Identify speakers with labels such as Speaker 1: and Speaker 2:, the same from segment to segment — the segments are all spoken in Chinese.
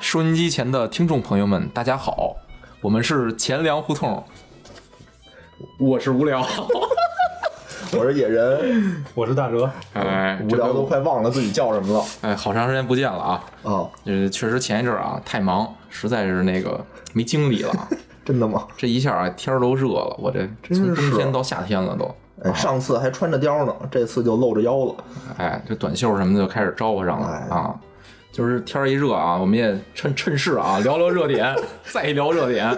Speaker 1: 收音机前的听众朋友们，大家好，我们是钱粮胡同，我是无聊，
Speaker 2: 我是野人，
Speaker 3: 我是大哲，
Speaker 1: 哎，
Speaker 2: 无
Speaker 1: 这
Speaker 2: 聊
Speaker 1: 个
Speaker 2: 都快忘了自己叫什么了
Speaker 1: 哎，好长时间不见了啊，
Speaker 2: 啊！
Speaker 1: 呃，确实前一阵儿啊太忙，实在是那个没精力 了，
Speaker 2: 真的吗？
Speaker 1: 这一下啊天儿都热了，我这从冬
Speaker 2: 是
Speaker 1: 天到夏天了都，
Speaker 2: 哎，上次还穿着貂呢，这次就露着腰了。
Speaker 1: 哎，这短袖什么的就开始招呼上了
Speaker 2: 哎
Speaker 1: 啊。就是天儿一热啊，我们也趁趁势啊聊聊热 点，再聊热点。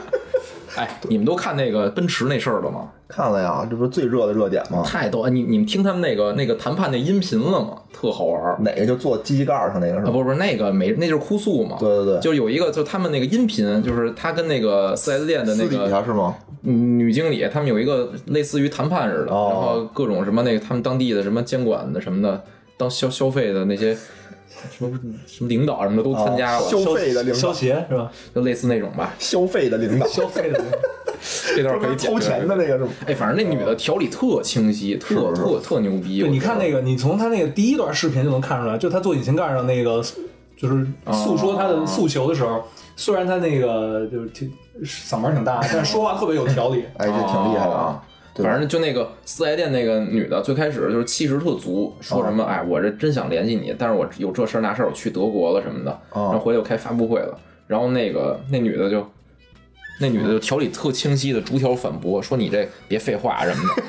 Speaker 1: 哎，你们都看那个奔驰那事儿了吗？
Speaker 2: 看了呀，这不是最热的热点吗？
Speaker 1: 太逗！啊你你们听他们那个那个谈判那音频了吗？特好玩儿。
Speaker 2: 哪个就坐机器盖儿上那个是
Speaker 1: 啊，
Speaker 2: 吧？
Speaker 1: 不是不是那个没，那就是哭诉嘛。
Speaker 2: 对对对
Speaker 1: 就有一个，就他们那个音频，就是他跟那个四 S 店的那
Speaker 2: 私底
Speaker 1: 个
Speaker 2: 下是吗？
Speaker 1: 女经理，他们有一个类似于谈判似的，
Speaker 2: 哦
Speaker 1: 然后各种什么那个他们当地的什么监管的什么的，当消消费的那些什么什么领导什么的都参加了，
Speaker 2: 哦消费的领
Speaker 3: 消
Speaker 2: 导，
Speaker 3: 协是吧？
Speaker 1: 就类似那种吧。
Speaker 2: 消费的领导，
Speaker 3: 消费的
Speaker 1: 这段可以剪。
Speaker 2: 掏钱的那个是吗？
Speaker 1: 哎，反正那女的条理特清晰，特特特牛逼。
Speaker 3: 对，
Speaker 1: 我
Speaker 3: 你
Speaker 1: 觉得
Speaker 3: 看那个，你从他那个第一段视频就能看出来，就他坐引擎盖上那个，就是诉说他的诉求的时候，虽然他那个就是挺嗓门挺 大，但是说话特别有条理。
Speaker 2: 哎，这挺厉害的啊！对
Speaker 1: 哦
Speaker 2: 吧
Speaker 1: 反正就那个四 S 店那个女的，最开始就是气势特足，说
Speaker 2: 哦
Speaker 1: 什么、哎，我这真想联系你，但是我有这事儿那事儿，我去德国了什么的，
Speaker 2: 哦
Speaker 1: 然后回来又开发布会了，然后那个那女的就。那女的就条理特清晰的逐条反驳，说你这别废话什么的，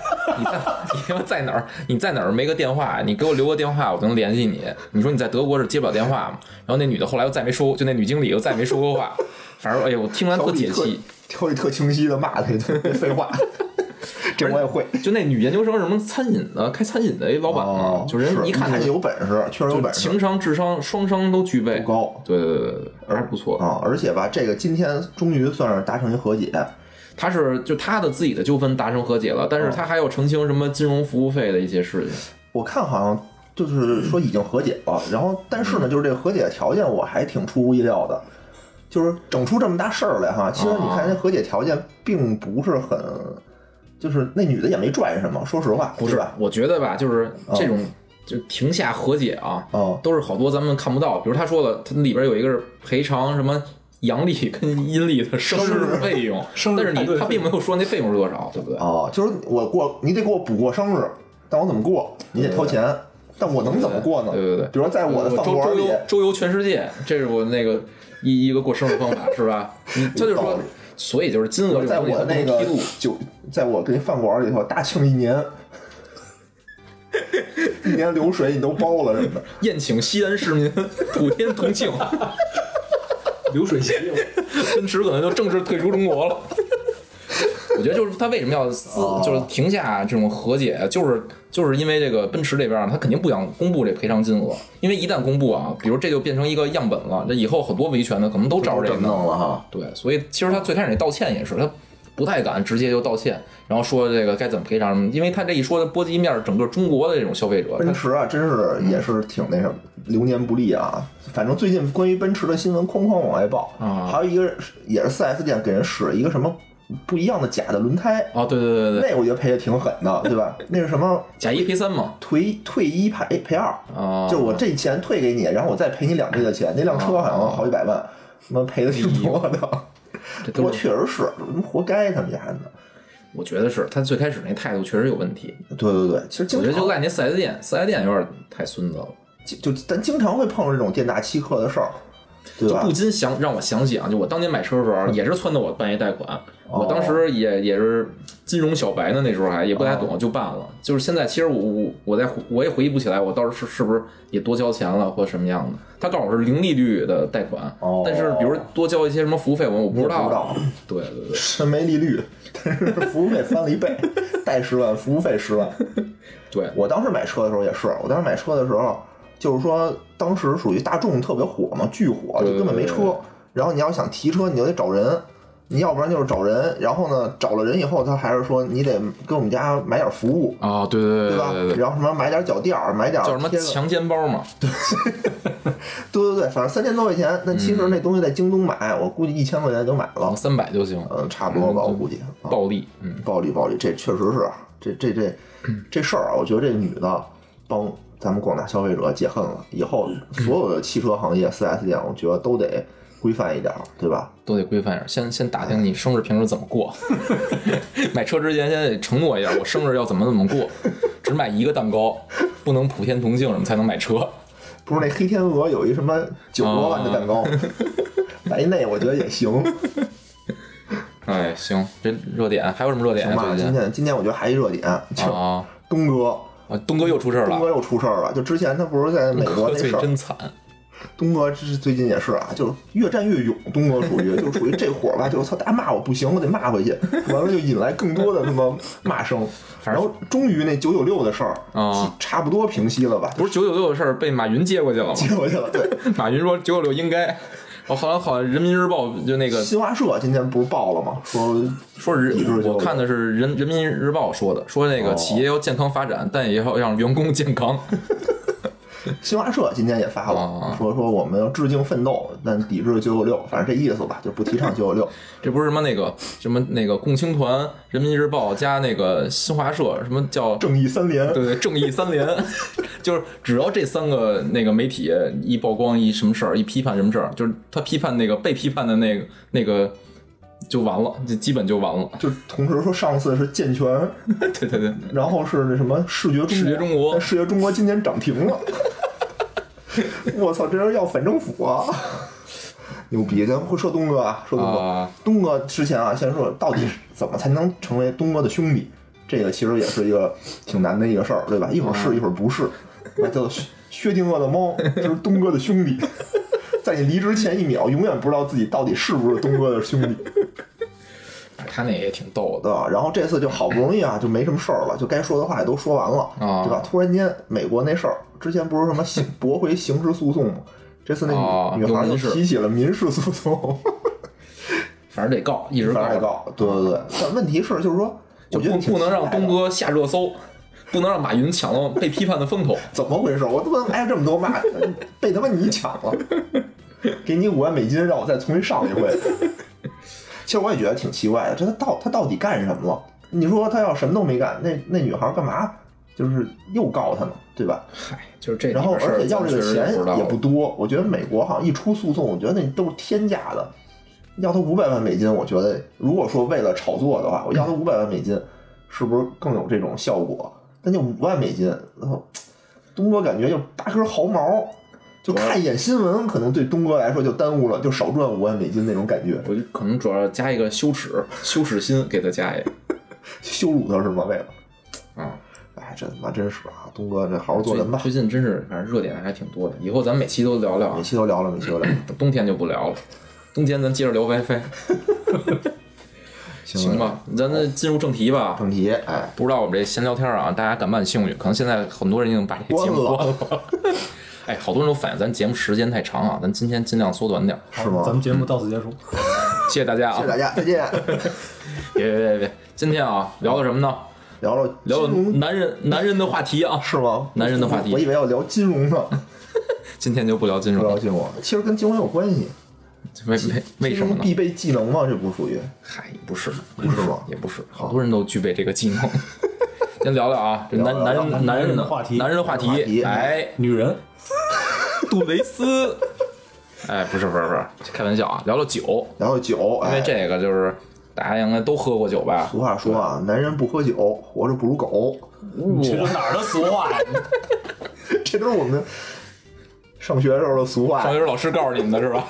Speaker 1: 说你在你他妈在哪儿？你在哪儿没个电话？你给我留个电话，我能联系你。你说你在德国是接不了电话嘛？然后那女的后来又再没说，就那女经理又再没说过话。反正哎呦，我听完
Speaker 2: 条
Speaker 1: 特
Speaker 2: 理
Speaker 1: 解
Speaker 2: 特
Speaker 1: 气。
Speaker 2: 条理特清晰的骂他一顿， 别 废话，这我也会。
Speaker 1: 就那女研究生什么餐饮的，开餐饮的一老板嘛，
Speaker 2: 哦，
Speaker 1: 嗯就人
Speaker 2: 是
Speaker 1: 一看
Speaker 2: 看
Speaker 1: 就
Speaker 2: 着有本事，确实有
Speaker 1: 就
Speaker 2: 本事
Speaker 1: 情商、智商双商都具备，
Speaker 2: 不高
Speaker 1: 对对对对对，还不错。
Speaker 2: 啊！而且吧，这个今天终于算是达成一和解，
Speaker 1: 他是就他的自己的纠纷达成和解了，但是他还要澄清什么金融服务费的一些事情。
Speaker 2: 我看好像就是说已经和解了，然后但是
Speaker 1: 嗯
Speaker 2: 呢，就是这个和解的条件我还挺出乎意料的，就是整出这么大事儿来哈。其实
Speaker 1: 哦
Speaker 2: 你看那和解条件并不是很，就是那女的也没赚什么，说实话，
Speaker 1: 不
Speaker 2: 对
Speaker 1: 是
Speaker 2: 吧？，
Speaker 1: 我觉得吧，就是这种就停下和解啊，
Speaker 2: 哦
Speaker 1: 都是好多咱们看不到。比如他说了，他里边有一个是赔偿什么阳历跟阴历的生日费用，
Speaker 3: 生日
Speaker 1: 但是
Speaker 3: 派对
Speaker 1: 你
Speaker 3: 费
Speaker 1: 他并没有说那费用是多少，对不对？
Speaker 2: 哦，就是我过，你得给我补过生日，但我怎么过？你得掏钱，但我能怎么过呢？
Speaker 1: 对对对
Speaker 2: 比如说在我的饭
Speaker 1: 周
Speaker 2: 馆
Speaker 1: 周
Speaker 2: 里
Speaker 1: 游，周游全世界，这是我那个一一个过生日方法是吧？你他就
Speaker 2: 有道
Speaker 1: 说
Speaker 2: 理，
Speaker 1: 所以就是金额
Speaker 2: 我
Speaker 1: 这
Speaker 2: 在
Speaker 1: 种东西它
Speaker 2: 我
Speaker 1: 不
Speaker 2: 那
Speaker 1: 能
Speaker 2: 个
Speaker 1: 披露。
Speaker 2: 酒，在我这饭馆里头大庆一年， 一年流水你都包了什么的。
Speaker 1: 宴请西安市民， 普天同 庆，
Speaker 3: 流水席，
Speaker 1: 奔驰可能就正式退出中国了。我觉得就是他为什么要撕，
Speaker 2: 哦
Speaker 1: 就是停下这种和解，就是就是因为这个奔驰这边啊他肯定不想公布这赔偿金额，因为一旦公布啊，比如这就变成一个样本了，这以后很多维权的可能都照着这个弄。
Speaker 2: 了哈。
Speaker 1: 对，所以其实他最开始那道歉也是，他不太敢直接就道歉，然后说这个该怎么赔偿什么，因为他这一说，波及面儿整个中国的这种消费者，
Speaker 2: 奔
Speaker 1: 他
Speaker 2: 驰啊，真是
Speaker 1: 嗯
Speaker 2: 也是挺那什么，流年不利啊。反正最近关于奔驰的新闻哐哐往外爆，
Speaker 1: 啊
Speaker 2: 还有一个是也是 4S 店给人使了一个什么不一样的假的轮胎，
Speaker 1: 啊，对对对对对，
Speaker 2: 那我觉得赔的挺狠的，对吧？那是什么
Speaker 1: 假一赔三嘛，
Speaker 2: 退退一赔赔二，
Speaker 1: 啊，
Speaker 2: 就是我这钱退给你，然后我再赔你两倍的钱。那辆车好像好几百万，他妈赔的挺多的。
Speaker 1: 啊哎这
Speaker 2: 不过
Speaker 1: 都是
Speaker 2: 确实是，他妈活该他们家的。
Speaker 1: 我觉得是他最开始那态度确实有问题，
Speaker 2: 对对对，其实
Speaker 1: 我
Speaker 2: 经
Speaker 1: 觉得
Speaker 2: 常
Speaker 1: 就赖那四 S 店，四 S 店有点太孙子了。
Speaker 2: 就咱经常会碰上这种店大欺客的事儿，对
Speaker 1: 就
Speaker 2: 吧嗯
Speaker 1: 不？禁想让我想起啊，就我当年买车的时候，也是撺掇我办一贷款。
Speaker 2: 哦
Speaker 1: 我当时也也是金融小白呢，那时候还也不太
Speaker 2: 哦
Speaker 1: 懂，就办了。就是现在，其实我我我在回我也回忆不起来，我当时是是不是也多交钱了或者什么样的。他告诉我是零利率的贷款
Speaker 2: 哦，
Speaker 1: 但是比如多交一些什么服务费，我我不知
Speaker 2: 不知
Speaker 1: 道
Speaker 2: 道。
Speaker 1: 对对对，
Speaker 2: 是没利率，但是服务费翻了一倍，贷十万，服务费十万。
Speaker 1: 对
Speaker 2: 我当时买车的时候也是，我当时买车的时候，就是说当时属于大众特别火嘛，巨火，
Speaker 1: 对
Speaker 2: 就根本没
Speaker 1: 对对
Speaker 2: 车。然后你要想提车，你就得找人，你要不然就是找人。然后呢，找了人以后，他还是说你得给我们家买点服务，
Speaker 1: 啊，对对
Speaker 2: 对吧？然后什么买点脚垫儿，买点
Speaker 1: 叫什么
Speaker 2: 贴子
Speaker 1: 强奸包嘛？
Speaker 2: 对对对，反正三千多块钱，但其
Speaker 1: 嗯
Speaker 2: 实那东西在京东买，我估计一千块钱就买了，
Speaker 1: 三百就行，
Speaker 2: 嗯，差不多吧，我估计。啊
Speaker 1: 暴利。嗯，
Speaker 2: 暴力暴力，这确实是这这这这事儿啊！我觉得这女的帮咱们广大消费者解恨了。以后
Speaker 1: 嗯
Speaker 2: 所有的汽车行业四 S 店，我觉得都得规范一点儿，对吧？
Speaker 1: 都得规范点儿，先先打听你生日平时怎么 过。买车之前先得承诺一下，我生日要怎么怎么过，只买一个蛋糕，不能普天同庆什么才能买车。
Speaker 2: 不是那黑天鹅有一什么九十多万的蛋糕，
Speaker 1: 哦
Speaker 2: 买一那我觉得也行。
Speaker 1: 哎，行，这热点还有什么热点
Speaker 2: 行
Speaker 1: 啊？
Speaker 2: 吧，
Speaker 1: 最
Speaker 2: 今
Speaker 1: 近
Speaker 2: 天今天我觉得还一热点，就是
Speaker 1: 啊
Speaker 2: 东哥，
Speaker 1: 啊，东哥又出事儿
Speaker 2: 东哥
Speaker 1: 了，
Speaker 2: 又出事儿了。就之前他不是在美国
Speaker 1: 喝
Speaker 2: 那
Speaker 1: 醉
Speaker 2: 事儿，
Speaker 1: 真惨。
Speaker 2: 东哥这是最近也是啊，就是越战越勇。东哥 属于就属于这伙儿吧，就是操，大家骂我不行，我得骂回去，完了就引来更多的他妈骂声。
Speaker 1: 反正
Speaker 2: 然后终于那九九六的事儿
Speaker 1: 啊
Speaker 2: 差不多平息了吧，
Speaker 1: 不是九九六的事儿被马云接过去了吗？
Speaker 2: 接回去了。对，
Speaker 1: 马云说九九六应该，我好像好像人民日报就那个
Speaker 2: 新华社今天不是爆了吗？说
Speaker 1: 说
Speaker 2: 抵制
Speaker 1: 人，
Speaker 2: 就
Speaker 1: 我看的是人人民日报说的，说那个
Speaker 2: 哦
Speaker 1: 企业要健康发展，但也要让员工健康。
Speaker 2: 新华社今天也发
Speaker 1: 哦
Speaker 2: 了，说说我们要致敬奋斗，但抵制九九六，反正这意思吧，就不提倡九九六。
Speaker 1: 这不是什么那个什么那个共青团、人民日报加那个新华社，什么叫
Speaker 2: 正义三连，
Speaker 1: 对对正义三连， 就是只要这三个那个媒体一曝光一什么事儿，一批判什么事儿，就是他批判那个被批判的那个那个就完了，就基本就完了。
Speaker 2: 就同时说上次是健全，
Speaker 1: 对对对，
Speaker 2: 然后是那什么视觉中国，哎
Speaker 1: 视觉中国
Speaker 2: 但视觉中国今年涨 停了。我操，这人要反政府啊！牛逼！咱会说东哥啊，说东哥，
Speaker 1: 啊
Speaker 2: 东哥之前啊，先说到底是怎么才能成为东哥的兄弟，这个其实也是一个挺难的一个事儿，对吧？一会儿
Speaker 1: 啊
Speaker 2: 是，一会儿不是。那叫薛薛定谔的猫，就是东哥的兄弟， 在你离职前一秒，永远不知道自己到底是不是东哥的兄弟。
Speaker 1: 他那也挺逗的。
Speaker 2: 对吧？然后这次就好不容易啊，就没什么事儿了，就该说的话也都说完
Speaker 1: 啊
Speaker 2: 了，对吧？突然间，美国那事儿之前不是什么刑驳回刑事诉讼吗？这次那
Speaker 1: 啊
Speaker 2: 女女孩
Speaker 1: 有
Speaker 2: 就
Speaker 1: 民事
Speaker 2: 提起了民事诉讼，
Speaker 1: 反正得告，一直
Speaker 2: 反正也
Speaker 1: 告，
Speaker 2: 告。对对对，但问题是就是说，
Speaker 1: 就
Speaker 2: 我觉得
Speaker 1: 不
Speaker 2: 挺
Speaker 1: 不能让
Speaker 2: 奇怪
Speaker 1: 东
Speaker 2: 的
Speaker 1: 哥下热搜，不能让马云抢到被批判的风头。
Speaker 2: 怎么回事？我他妈挨这么多骂， 被他妈你抢了， 给你五万美金，让我再重新上一回。 其实我也觉得挺奇怪的，这他到他到底干什么了？你说他要什么都没干，那那女孩干嘛就是又告他呢？对吧？
Speaker 1: 嗨，就是这里
Speaker 2: 然后
Speaker 1: 边事儿
Speaker 2: 而且要这
Speaker 1: 咱
Speaker 2: 个
Speaker 1: 确实
Speaker 2: 钱
Speaker 1: 知道
Speaker 2: 也不多，我觉得美国好像一出诉讼，我觉得那都是天价的，要他五百万美金，我觉得如果说为了炒作的话，我要他五百万美金，是不是更有这种效果？但就五万美金，然后东哥感觉就拔根毫毛，就看一眼新闻，可能对东哥来说就耽误了，就少赚五万美金那种感觉，
Speaker 1: 我就可能主要加一个羞耻， 羞耻心给他加一个
Speaker 2: 羞辱他是吗？为了，
Speaker 1: 啊。
Speaker 2: 哎，这他妈真是啊，东哥这好好做人
Speaker 1: 最
Speaker 2: 吧。
Speaker 1: 最近真是，反正热点还挺多的。以后咱们每期都聊聊
Speaker 2: 每
Speaker 1: 啊，
Speaker 2: 期都聊了，每期都聊了。
Speaker 1: 冬天就不聊了，冬天咱接着聊 WiFi，行吧？咱这进入正题吧。
Speaker 2: 正题，哎，
Speaker 1: 不知道我们这闲聊天啊，大家感不感兴趣？可能现在很多人已经把这节目关
Speaker 2: 关
Speaker 1: 了。哎，好多人都反映咱节目时间太长啊，咱今天尽量缩短点儿。
Speaker 2: 是吗
Speaker 3: 咱？们节目到此结束。
Speaker 1: 谢谢大家
Speaker 2: 谢
Speaker 1: 啊
Speaker 2: 谢！大家，再见。
Speaker 1: 别别别别，今天啊聊的什么呢？
Speaker 2: 聊聊
Speaker 1: 聊
Speaker 2: 金融
Speaker 1: 男人男人的话题啊，
Speaker 2: 是吗？
Speaker 1: 男人的话题
Speaker 2: 我以为要聊金融呢，
Speaker 1: 今天就 不聊金
Speaker 2: 不
Speaker 1: 融
Speaker 2: 聊
Speaker 1: 了，
Speaker 2: 金融，其实跟金融有关系。
Speaker 1: 为为为什么
Speaker 2: 金融
Speaker 1: 呢？
Speaker 2: 必备技能吗？这不属于，
Speaker 1: 嗨，不是，
Speaker 2: 不是吗？
Speaker 1: 也不是，好多人都具备这个技能。 先聊聊啊，这男
Speaker 2: 聊
Speaker 1: 男
Speaker 2: 聊
Speaker 1: 人男人的
Speaker 3: 男人的话题
Speaker 1: 男人的话
Speaker 2: 男人的话
Speaker 1: 题，
Speaker 2: 题
Speaker 1: 哎，
Speaker 3: 女人，
Speaker 1: 杜蕾斯， 哎，不是不是不是，开玩笑啊，聊聊酒，
Speaker 2: 然后酒，
Speaker 1: 因为
Speaker 2: 哎，
Speaker 1: 这个就是大家应该都喝过酒吧？
Speaker 2: 俗话说啊，男人不喝酒，活着不如狗。
Speaker 3: 你这是哪儿的俗话呀？
Speaker 2: 这都是我们上学时候的俗话
Speaker 1: 上。学时候老师告诉你们的是吧？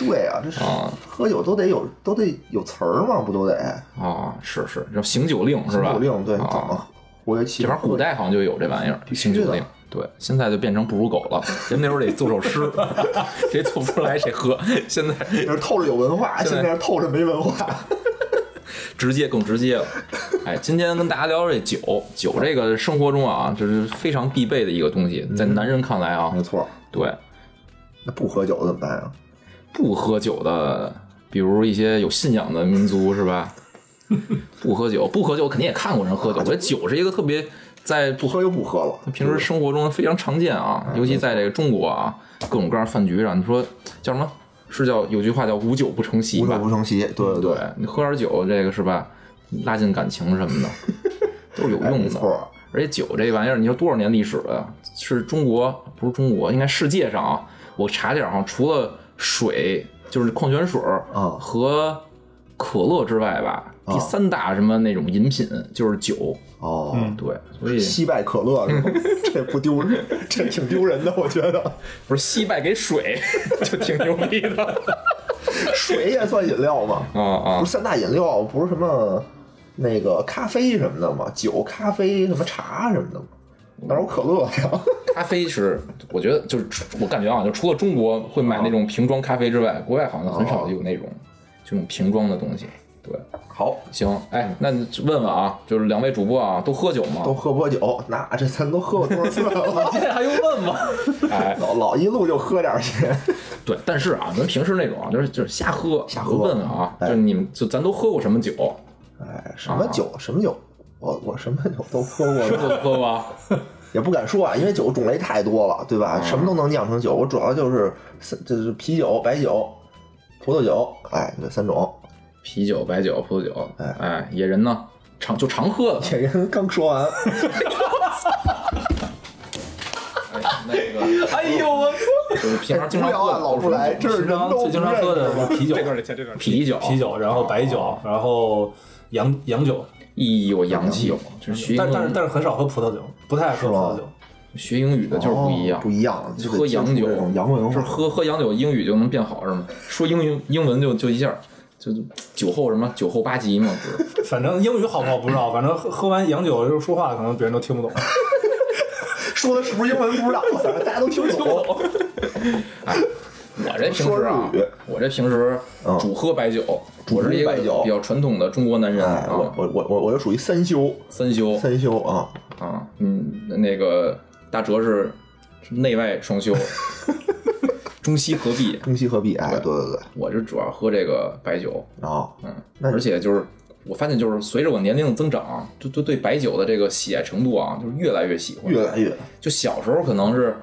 Speaker 2: 对啊，这是
Speaker 1: 啊
Speaker 2: 喝酒都得有，都得有词儿嘛，不都得？
Speaker 1: 啊，是是，叫醒酒令是吧？
Speaker 2: 酒令，对，怎
Speaker 1: 啊，
Speaker 2: 么活跃气
Speaker 1: 这玩意
Speaker 2: 氛
Speaker 1: 儿？古 代好像就有这玩意儿，醒酒
Speaker 2: 的
Speaker 1: 令。对，现在就变成不如狗了。人那时候得做首诗， 谁做不出来谁喝。现在
Speaker 2: 这是透着有文化，
Speaker 1: 现在
Speaker 2: 现在是透着没 文化。
Speaker 1: 直接更直接 了。哎，今天跟大家聊聊这酒，酒这个生活中啊，这是非常必备的一个东
Speaker 2: 嗯
Speaker 1: 西，在男人看来啊，
Speaker 2: 没错，
Speaker 1: 对，
Speaker 2: 那不喝酒怎么办啊呀？
Speaker 1: 不喝酒的，比如一些有信仰的民族是 吧？不喝酒，不喝酒肯定也看过人喝酒，
Speaker 2: 啊
Speaker 1: 我觉得酒是一个特别在
Speaker 2: 不喝就不喝了。
Speaker 1: 平时生活中非常常见
Speaker 2: 嗯
Speaker 1: 啊，尤其在这个中国啊，各种各样饭局上，你说叫什么？是叫有句话叫无酒不成席
Speaker 2: 无
Speaker 1: 吧
Speaker 2: 酒？不成席，
Speaker 1: 嗯
Speaker 2: 对对
Speaker 1: 对， 你喝点酒，这个是吧，拉近感情什么的，都是有用
Speaker 2: 哎没
Speaker 1: 的。
Speaker 2: 错。
Speaker 1: 而且酒这玩意儿，你说多少年历史了？是中国不是中国，应该世界上啊，我查点儿哈，除了水就是矿泉水儿
Speaker 2: 啊
Speaker 1: 和可乐之外吧，
Speaker 2: 啊
Speaker 1: 第三大什么那种饮品就是酒。
Speaker 2: 哦，
Speaker 3: 嗯
Speaker 1: 对，所以
Speaker 2: 惜败可乐 是吗？这不丢人，这挺丢人的，我觉得。
Speaker 1: 不是惜败给水 就挺牛逼的
Speaker 2: 水也算饮料吗？
Speaker 1: 啊啊
Speaker 2: 不！是三大饮料，不是什么那个咖啡什么的吗？酒、咖啡、什么茶什么的吗？哪有可乐呀？
Speaker 1: 咖啡是我觉得就是我感觉啊，就除了中国会买那种瓶装咖啡之外，国外好像很少有那种这种瓶装的东西。对，
Speaker 2: 好，
Speaker 1: 行，哎，那你问问啊，就是两位主播啊，都喝酒 吗？
Speaker 2: 都喝不喝酒？那这咱都喝过多少次了？
Speaker 3: 今天还用问吗？
Speaker 1: 哎，
Speaker 2: 老老一路就喝点儿去，
Speaker 1: 对，但是啊，咱平时那种啊，就是就是瞎喝，
Speaker 2: 瞎喝
Speaker 1: 我问问啊，
Speaker 2: 哎
Speaker 1: 就是你们就咱都喝过什么酒？
Speaker 2: 哎，什么
Speaker 1: 啊
Speaker 2: 酒什么酒，我我什么酒都喝
Speaker 1: 都
Speaker 2: 过，
Speaker 1: 喝啊吧？
Speaker 2: 也不敢说啊，因为酒种类太多了，对吧？什么都能酿成酒，我主要就是三就是啤酒、白酒、葡萄酒，哎，这三种。
Speaker 1: 啤酒、白酒、葡萄酒，
Speaker 2: 哎
Speaker 1: 哎，野人呢？常就常喝的，
Speaker 2: 这人刚说完，
Speaker 1: 哎，那个
Speaker 3: 哎呦我
Speaker 1: 就是平常
Speaker 2: 无
Speaker 1: 经常
Speaker 2: 聊
Speaker 1: 喝
Speaker 2: 啊，
Speaker 1: 的，
Speaker 2: 老不来，这是
Speaker 3: 平
Speaker 2: 人
Speaker 3: 常
Speaker 2: 都不
Speaker 3: 最经常喝的
Speaker 2: 认识
Speaker 3: 是啤酒，
Speaker 4: 这段得切，这段得切
Speaker 1: 啤酒，
Speaker 3: 啤，酒，然后白酒，然后洋洋酒，
Speaker 1: 一有洋气，就是学
Speaker 3: 但
Speaker 1: 英
Speaker 3: 但是但是很少喝葡萄酒，不太爱喝
Speaker 2: 是
Speaker 3: 葡
Speaker 2: 吗
Speaker 3: 萄酒。
Speaker 1: 学英语的就是不一样，
Speaker 2: 哦不一样，就得
Speaker 1: 喝洋
Speaker 2: 接
Speaker 1: 酒
Speaker 2: 触这种洋文
Speaker 1: 是
Speaker 2: 化。
Speaker 1: 喝喝洋酒，英语就能变好是吗？说英语英文就就一下就就酒后什么酒后八级嘛，不是？
Speaker 3: 反正英语好不好不知 道，反正喝喝完洋酒就是说话可能别人都听不懂。
Speaker 2: 说的是不是英文不知道，反正大家都 听懂。
Speaker 1: 我这平时啊
Speaker 2: 说日语，
Speaker 1: 我这平时
Speaker 2: 嗯
Speaker 1: 主喝白酒，
Speaker 2: 主
Speaker 1: 我是一
Speaker 2: 喝白酒
Speaker 1: 个比较传统的中国男人
Speaker 2: 哎，
Speaker 1: 啊，
Speaker 2: 我我我我我就属于三修，
Speaker 1: 三修
Speaker 2: 三修啊，
Speaker 1: 啊，嗯，那个大哲是内外双 修，中西合璧，
Speaker 2: 中西合璧。哎，对对对，
Speaker 1: 我就主要喝这个白酒，
Speaker 2: 啊，
Speaker 1: 嗯，
Speaker 2: 那你
Speaker 1: 而且就是我发现，就是随着我年龄的增长，就就对白酒的这个喜爱程度啊，就是越来越喜欢。
Speaker 2: 越来越
Speaker 1: 就小时候可能是，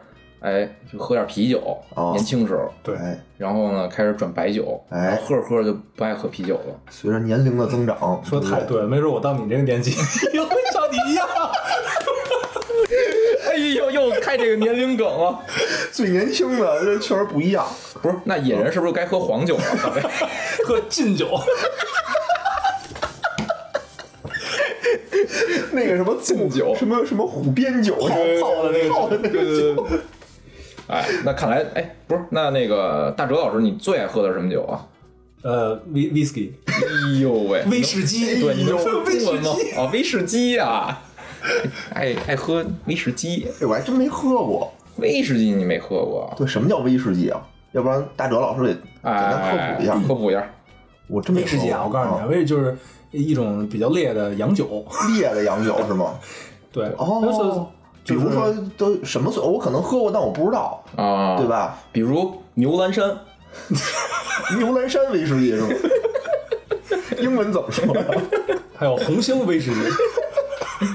Speaker 1: 哎，就喝点啤酒，
Speaker 2: 哦
Speaker 1: 年轻时候，
Speaker 3: 对
Speaker 2: 哎，
Speaker 1: 然后呢开始转白酒，
Speaker 2: 哎
Speaker 1: 然后喝着喝着就不爱喝啤酒了。
Speaker 2: 随着年龄的增长，
Speaker 3: 说太
Speaker 2: 对
Speaker 3: 对了，没准我到你这个年纪 也会像你一样。
Speaker 1: 哎呦，又开这个年龄梗了。
Speaker 2: 不对，最年轻的这确实不一样。
Speaker 1: 不是，那野人是不是该喝黄酒了？
Speaker 3: 喝劲酒，
Speaker 2: 那个什么
Speaker 1: 敬酒
Speaker 2: 什么什么虎鞭酒，泡
Speaker 3: 泡的那个
Speaker 2: 泡的那个酒，
Speaker 1: 哎，那看来，哎，不是，那那个大哲老师，你最爱喝的是什么酒啊？
Speaker 3: 呃，whi whisky
Speaker 1: 哎呦喂，
Speaker 3: 威士 忌，
Speaker 1: 对，你能说
Speaker 3: 威
Speaker 1: 中
Speaker 3: 士
Speaker 1: 文吗
Speaker 3: 忌。？
Speaker 1: 啊，威士忌啊， 爱爱喝威士忌，
Speaker 2: 哎我还真没喝过。
Speaker 1: 威士忌你没喝过？
Speaker 2: 对，什么叫威士忌啊？要不然大哲老师得简单科
Speaker 1: 哎，
Speaker 2: 普一下。
Speaker 1: 科普一下。
Speaker 2: 我真没嗯
Speaker 3: 威士忌啊，我告
Speaker 2: 哦
Speaker 3: 诉你，啊，威士忌就是一种比较烈的洋酒。
Speaker 2: 你，烈的洋酒是吗？
Speaker 3: 对，
Speaker 2: 哦，比如说都什么酒，我可能喝过，但我不知道，
Speaker 1: 啊，
Speaker 2: 对？吧？
Speaker 1: 比如牛栏山，
Speaker 2: 牛栏山威士忌是吗？ 英文怎么说 呀？
Speaker 3: 还有红星威士忌，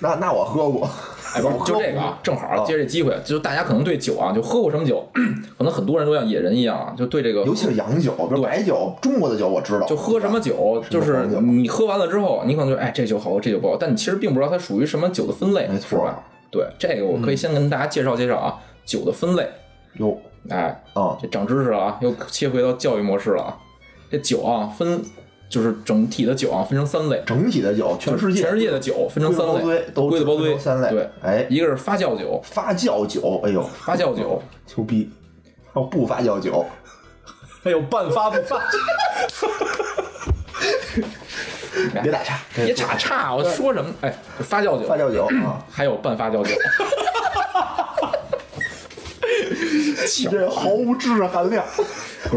Speaker 2: 那那我喝过，
Speaker 1: 哎，不是，就这个啊，正好借这机会，就大家可能对酒啊，就喝过什么酒， 可能很多人都像野人一样啊，就对这个，
Speaker 2: 尤其是洋酒，比如白酒，中国的酒我知道，
Speaker 1: 就喝什么酒，就是
Speaker 2: 黄酒
Speaker 1: 你喝完了之后，你可能就哎这酒好喝，这酒不好，但你其实并不知道它属于什么酒的分类，
Speaker 2: 没错
Speaker 1: 是吧？对，这个我可以先跟大家介绍介绍啊，酒的分类。
Speaker 2: 有
Speaker 1: 哎，
Speaker 2: 啊
Speaker 1: 这长知识了啊，又切回到教育模式了啊。这酒啊，分就是整体的酒啊，分成三类，
Speaker 2: 整体的酒，全世界
Speaker 1: 全世界的酒分成三类，
Speaker 2: 龟的包堆都
Speaker 1: 归的包
Speaker 2: 分
Speaker 1: 堆
Speaker 2: 成三类
Speaker 1: 对，
Speaker 2: 哎
Speaker 1: 一个是发酵酒，
Speaker 2: 发酵酒，哎呦
Speaker 1: 发酵酒，
Speaker 2: 牛逼，还有不发酵酒，
Speaker 3: 还有半发不发。
Speaker 1: 哎
Speaker 2: 别打岔，
Speaker 1: 别岔岔，我说什么？哎，发酵酒，
Speaker 2: 发酵酒啊，
Speaker 1: 还有半发酵酒，
Speaker 2: 你这毫无知识含量。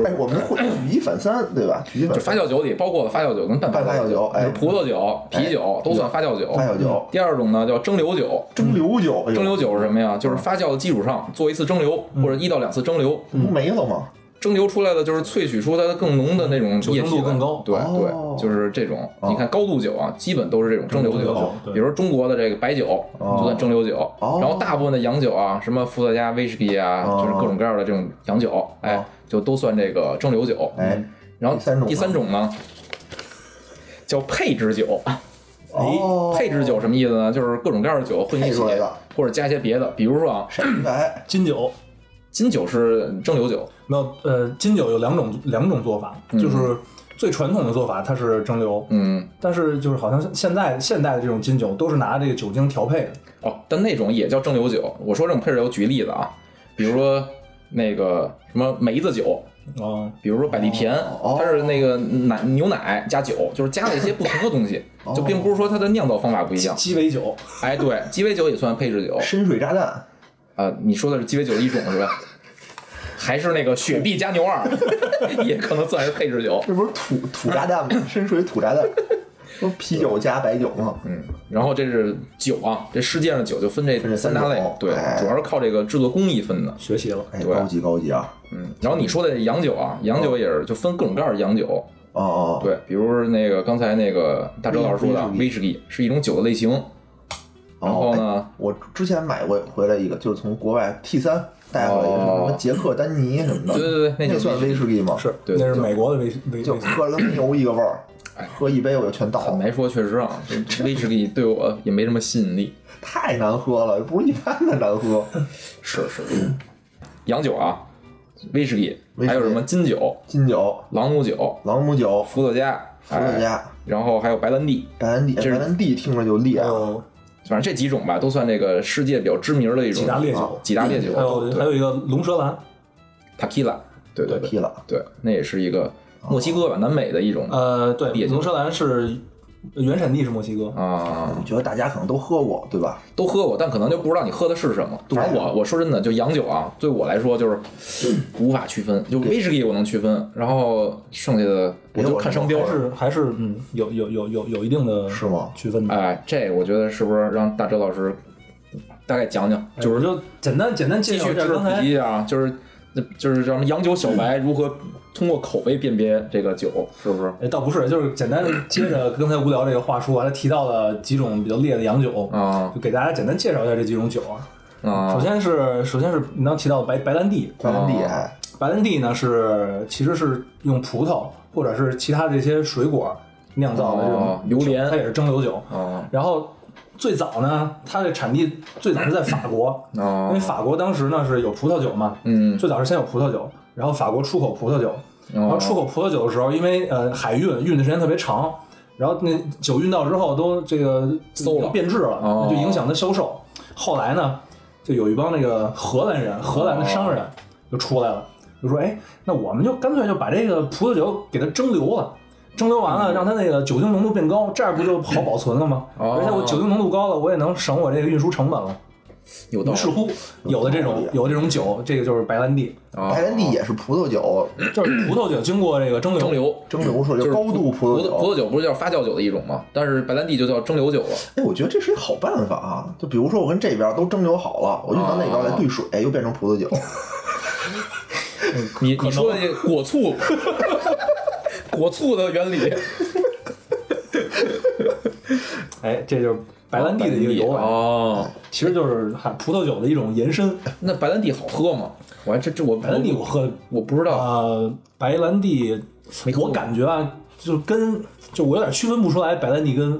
Speaker 2: 哎，我们会举一反三，对吧？举一反
Speaker 1: 嗯就
Speaker 2: 三
Speaker 1: 发酵酒里包括了发酵酒跟半
Speaker 2: 半发
Speaker 1: 酵
Speaker 2: 酵酒哎
Speaker 1: 就是葡萄酒、啤酒都算发酵酒。
Speaker 2: 发酵酒
Speaker 1: 第二种呢叫蒸馏酒，
Speaker 2: 蒸馏酒，哎呦
Speaker 1: 蒸馏酒是什么呀？就是发酵的基础上做一次蒸馏，或者一到两次蒸馏，
Speaker 2: 不没了吗？
Speaker 1: 蒸馏出来的就是萃取出它的更浓的那种
Speaker 2: 嗯
Speaker 1: 液
Speaker 3: 酒精
Speaker 1: 体
Speaker 3: 度
Speaker 1: 来
Speaker 3: 更高
Speaker 1: 对
Speaker 2: 哦
Speaker 1: 对，就是这种。你看高度酒啊，基本都是这种蒸馏
Speaker 3: 蒸馏酒
Speaker 1: 酒，
Speaker 3: 对
Speaker 1: 比如中国的这个白酒
Speaker 2: 哦
Speaker 1: 就算蒸馏酒，
Speaker 2: 哦
Speaker 1: 然后大部分的洋酒啊，什么伏特加、威士忌啊，
Speaker 2: 哦
Speaker 1: 就是各种各样的这种洋酒，哎，就都算这个蒸馏酒。
Speaker 2: 哎，
Speaker 1: 然后
Speaker 2: 第三种呢哎
Speaker 1: 第三种呢叫配制酒，
Speaker 2: 哦，
Speaker 1: 配置酒什么意思呢？就是各种各样的酒混一
Speaker 2: 配
Speaker 1: 起
Speaker 2: 出来的，
Speaker 1: 或者加些别的。比如说啊，
Speaker 2: 闪避白，
Speaker 3: 金酒
Speaker 1: 金酒是蒸馏酒，
Speaker 3: 没有，呃，金酒有两种两种做法，
Speaker 2: 嗯
Speaker 3: 就是最传统的做法，它是蒸馏，
Speaker 1: 嗯，
Speaker 3: 但是就是好像现在现代的这种金酒都是拿这个酒精调配的，
Speaker 1: 哦，但那种也叫蒸馏酒。我说这种配置酒，举例子啊，比如说那个什么梅子酒，
Speaker 3: 嗯，
Speaker 1: 比如说百利甜，
Speaker 2: 哦
Speaker 1: 它是那个奶牛奶加酒，就是加了一些不同的东西，
Speaker 2: 哦
Speaker 1: 就并不是说它的酿造方法不一样。
Speaker 3: 鸡尾酒，
Speaker 1: 哎，对，鸡尾酒也算配置酒，
Speaker 2: 深水炸弹，
Speaker 1: 呃，你说的是鸡尾酒的一种是吧？还是那个雪碧加牛二， 也可能算是配置酒。
Speaker 2: 这不是土土炸弹吗？深水 土炸弹，不是啤酒加白酒吗？
Speaker 1: 嗯，然后这是酒啊，这世界上的酒就分
Speaker 2: 分这
Speaker 1: 这
Speaker 2: 三
Speaker 1: 大
Speaker 2: 种
Speaker 1: 类，对，
Speaker 2: 哎
Speaker 1: 主要是靠这个制作工艺分的。
Speaker 3: 学习了，
Speaker 2: 哎，
Speaker 1: 对
Speaker 2: 高级高级啊！
Speaker 1: 嗯，然后你说的洋酒啊，洋酒也是就分各种各样的洋酒，
Speaker 2: 哦哦，
Speaker 1: 对，比如那个刚才那个大哲老师说的
Speaker 2: 嗯
Speaker 1: 威士忌是一种酒的类型，然后呢，
Speaker 2: 哦哎我之前买过回来一个，就是从国外 T 三带回来一个，什
Speaker 1: 哦
Speaker 2: 么捷克丹尼什么的，
Speaker 1: 对对对那就是
Speaker 2: 那算威士忌吗？
Speaker 3: 是，
Speaker 1: 对
Speaker 3: 那是
Speaker 1: 对
Speaker 3: 美国的威威
Speaker 2: 就
Speaker 3: 威
Speaker 2: 喝了跟牛一个味儿
Speaker 1: 哎，
Speaker 2: 喝一杯我就全倒
Speaker 1: 坦
Speaker 2: 了，
Speaker 1: 白说，确实啊，这威士忌对我也没什么吸引力。
Speaker 2: 太难喝了，不是一般的 难喝。
Speaker 1: 是是，洋酒啊，威士忌，
Speaker 2: 威士忌
Speaker 1: 还有什么金酒、
Speaker 2: 金酒、
Speaker 1: 朗姆酒、
Speaker 2: 朗姆酒、
Speaker 1: 伏特加、
Speaker 2: 伏特
Speaker 1: 哎，
Speaker 2: 加、
Speaker 1: 然后还有白兰地，
Speaker 2: 白兰地，
Speaker 1: 这是哦
Speaker 2: 白兰地听着就烈
Speaker 3: 还
Speaker 2: 啊，
Speaker 3: 有
Speaker 1: 反正这几种吧，都算这个世界比较知名的一种
Speaker 3: 几大烈酒，
Speaker 1: 几大烈酒，
Speaker 3: 还有还
Speaker 1: 对
Speaker 3: 有一个龙舌兰，
Speaker 1: ，tequila，对对对
Speaker 2: 劈了。
Speaker 1: 对，那也是一个
Speaker 3: 哦
Speaker 1: 墨西哥吧，南美的一种
Speaker 3: 呃，对
Speaker 1: 烈，酒
Speaker 3: 龙舌兰是原产地是墨西哥，
Speaker 1: 啊，
Speaker 2: 我觉得大家可能都喝过，对吧？
Speaker 1: 都喝过，但可能就不知道你喝的是什么。
Speaker 2: 对
Speaker 1: 反正我我说真的，就洋酒啊，对我来说就是无法区分，就威士忌我能区分，然后剩下的我就看商标
Speaker 3: 还
Speaker 1: 了。
Speaker 3: 是还是嗯有有有有有一定的
Speaker 2: 是吗？
Speaker 3: 区分的。
Speaker 1: 哎，这我觉得是不是让大哲老师大概讲讲，
Speaker 3: 就是哎就简单简单介
Speaker 1: 继
Speaker 3: 绍
Speaker 1: 续
Speaker 3: 一下
Speaker 1: 知识
Speaker 3: 刚
Speaker 1: 普
Speaker 3: 才
Speaker 1: 及一下啊，就是那就是咱们洋酒小白如何通过口味辨别这个酒，是不是？
Speaker 3: 哎，倒不是，就是简单接着刚才无聊这个话说完了，提到了几种比较烈的洋酒，
Speaker 1: 啊
Speaker 3: 就给大家简单介绍一下这几种酒啊。首
Speaker 1: 啊
Speaker 3: 先是首先是你刚提到的白白兰地，
Speaker 2: 白兰地
Speaker 1: 哦
Speaker 2: 哎，
Speaker 3: 白兰地呢是其实是用葡萄或者是其他这些水果酿造的这种
Speaker 1: 哦榴莲
Speaker 3: 它也是蒸馏酒。
Speaker 1: 啊
Speaker 3: 然后最早呢，它的产地最早是在法国，因为
Speaker 1: 啊！
Speaker 3: 法国当时呢是有葡萄酒嘛，
Speaker 1: 嗯，
Speaker 3: 最早是先有葡萄酒，然后法国出口葡萄酒，然后
Speaker 1: 哦
Speaker 3: 出口葡萄酒的时候，因为呃海运运的时间特别长，然后那酒运到之后都这个
Speaker 1: 馊了
Speaker 3: 变质了，
Speaker 1: 哦
Speaker 3: 那就影响它销售。后来呢，就有一帮那个荷兰人，荷兰的商
Speaker 1: 哦
Speaker 3: 人就出来了，就说：“哎，那我们就干脆就把这个葡萄酒给它蒸馏了。”蒸馏完了，
Speaker 1: 嗯
Speaker 3: 让它那个酒精浓度变高，这样不就好保存了吗？
Speaker 1: 哦
Speaker 3: 而且我酒精浓度高了，我也能省我这个运输成本了。
Speaker 1: 有道
Speaker 3: 于
Speaker 1: 理
Speaker 3: 是乎，有的这
Speaker 2: 有道
Speaker 3: 种
Speaker 2: 理啊
Speaker 3: 有这种酒，这个就是白兰地。
Speaker 1: 啊！
Speaker 2: 白兰地也是葡萄酒
Speaker 3: 就是葡萄酒经过这个蒸馏，
Speaker 1: 蒸馏。
Speaker 2: 蒸馏出来，
Speaker 1: 就
Speaker 2: 就是高度葡萄
Speaker 1: 葡葡
Speaker 2: 酒。
Speaker 1: 萄酒不是叫发酵酒的一种吗？但是白兰地就叫蒸馏酒了。
Speaker 2: 哎，我觉得这是一好办法啊！就比如说我跟这边都蒸馏好了，我就到那
Speaker 1: 哦
Speaker 2: 边来兑水，又变成葡萄酒。
Speaker 1: 你你说的这果 醋，果醋的原理，
Speaker 3: 哎，这就是白兰地的一个由来，
Speaker 1: 哦。
Speaker 3: 其实就是喊葡萄酒的一种延伸。
Speaker 1: 那白兰地好喝吗？我还这这我
Speaker 3: 白兰地我喝
Speaker 1: 我不知道，
Speaker 3: 呃，白兰地
Speaker 1: 没喝过
Speaker 3: 我感觉啊，就跟就我有点区分不出来白兰地跟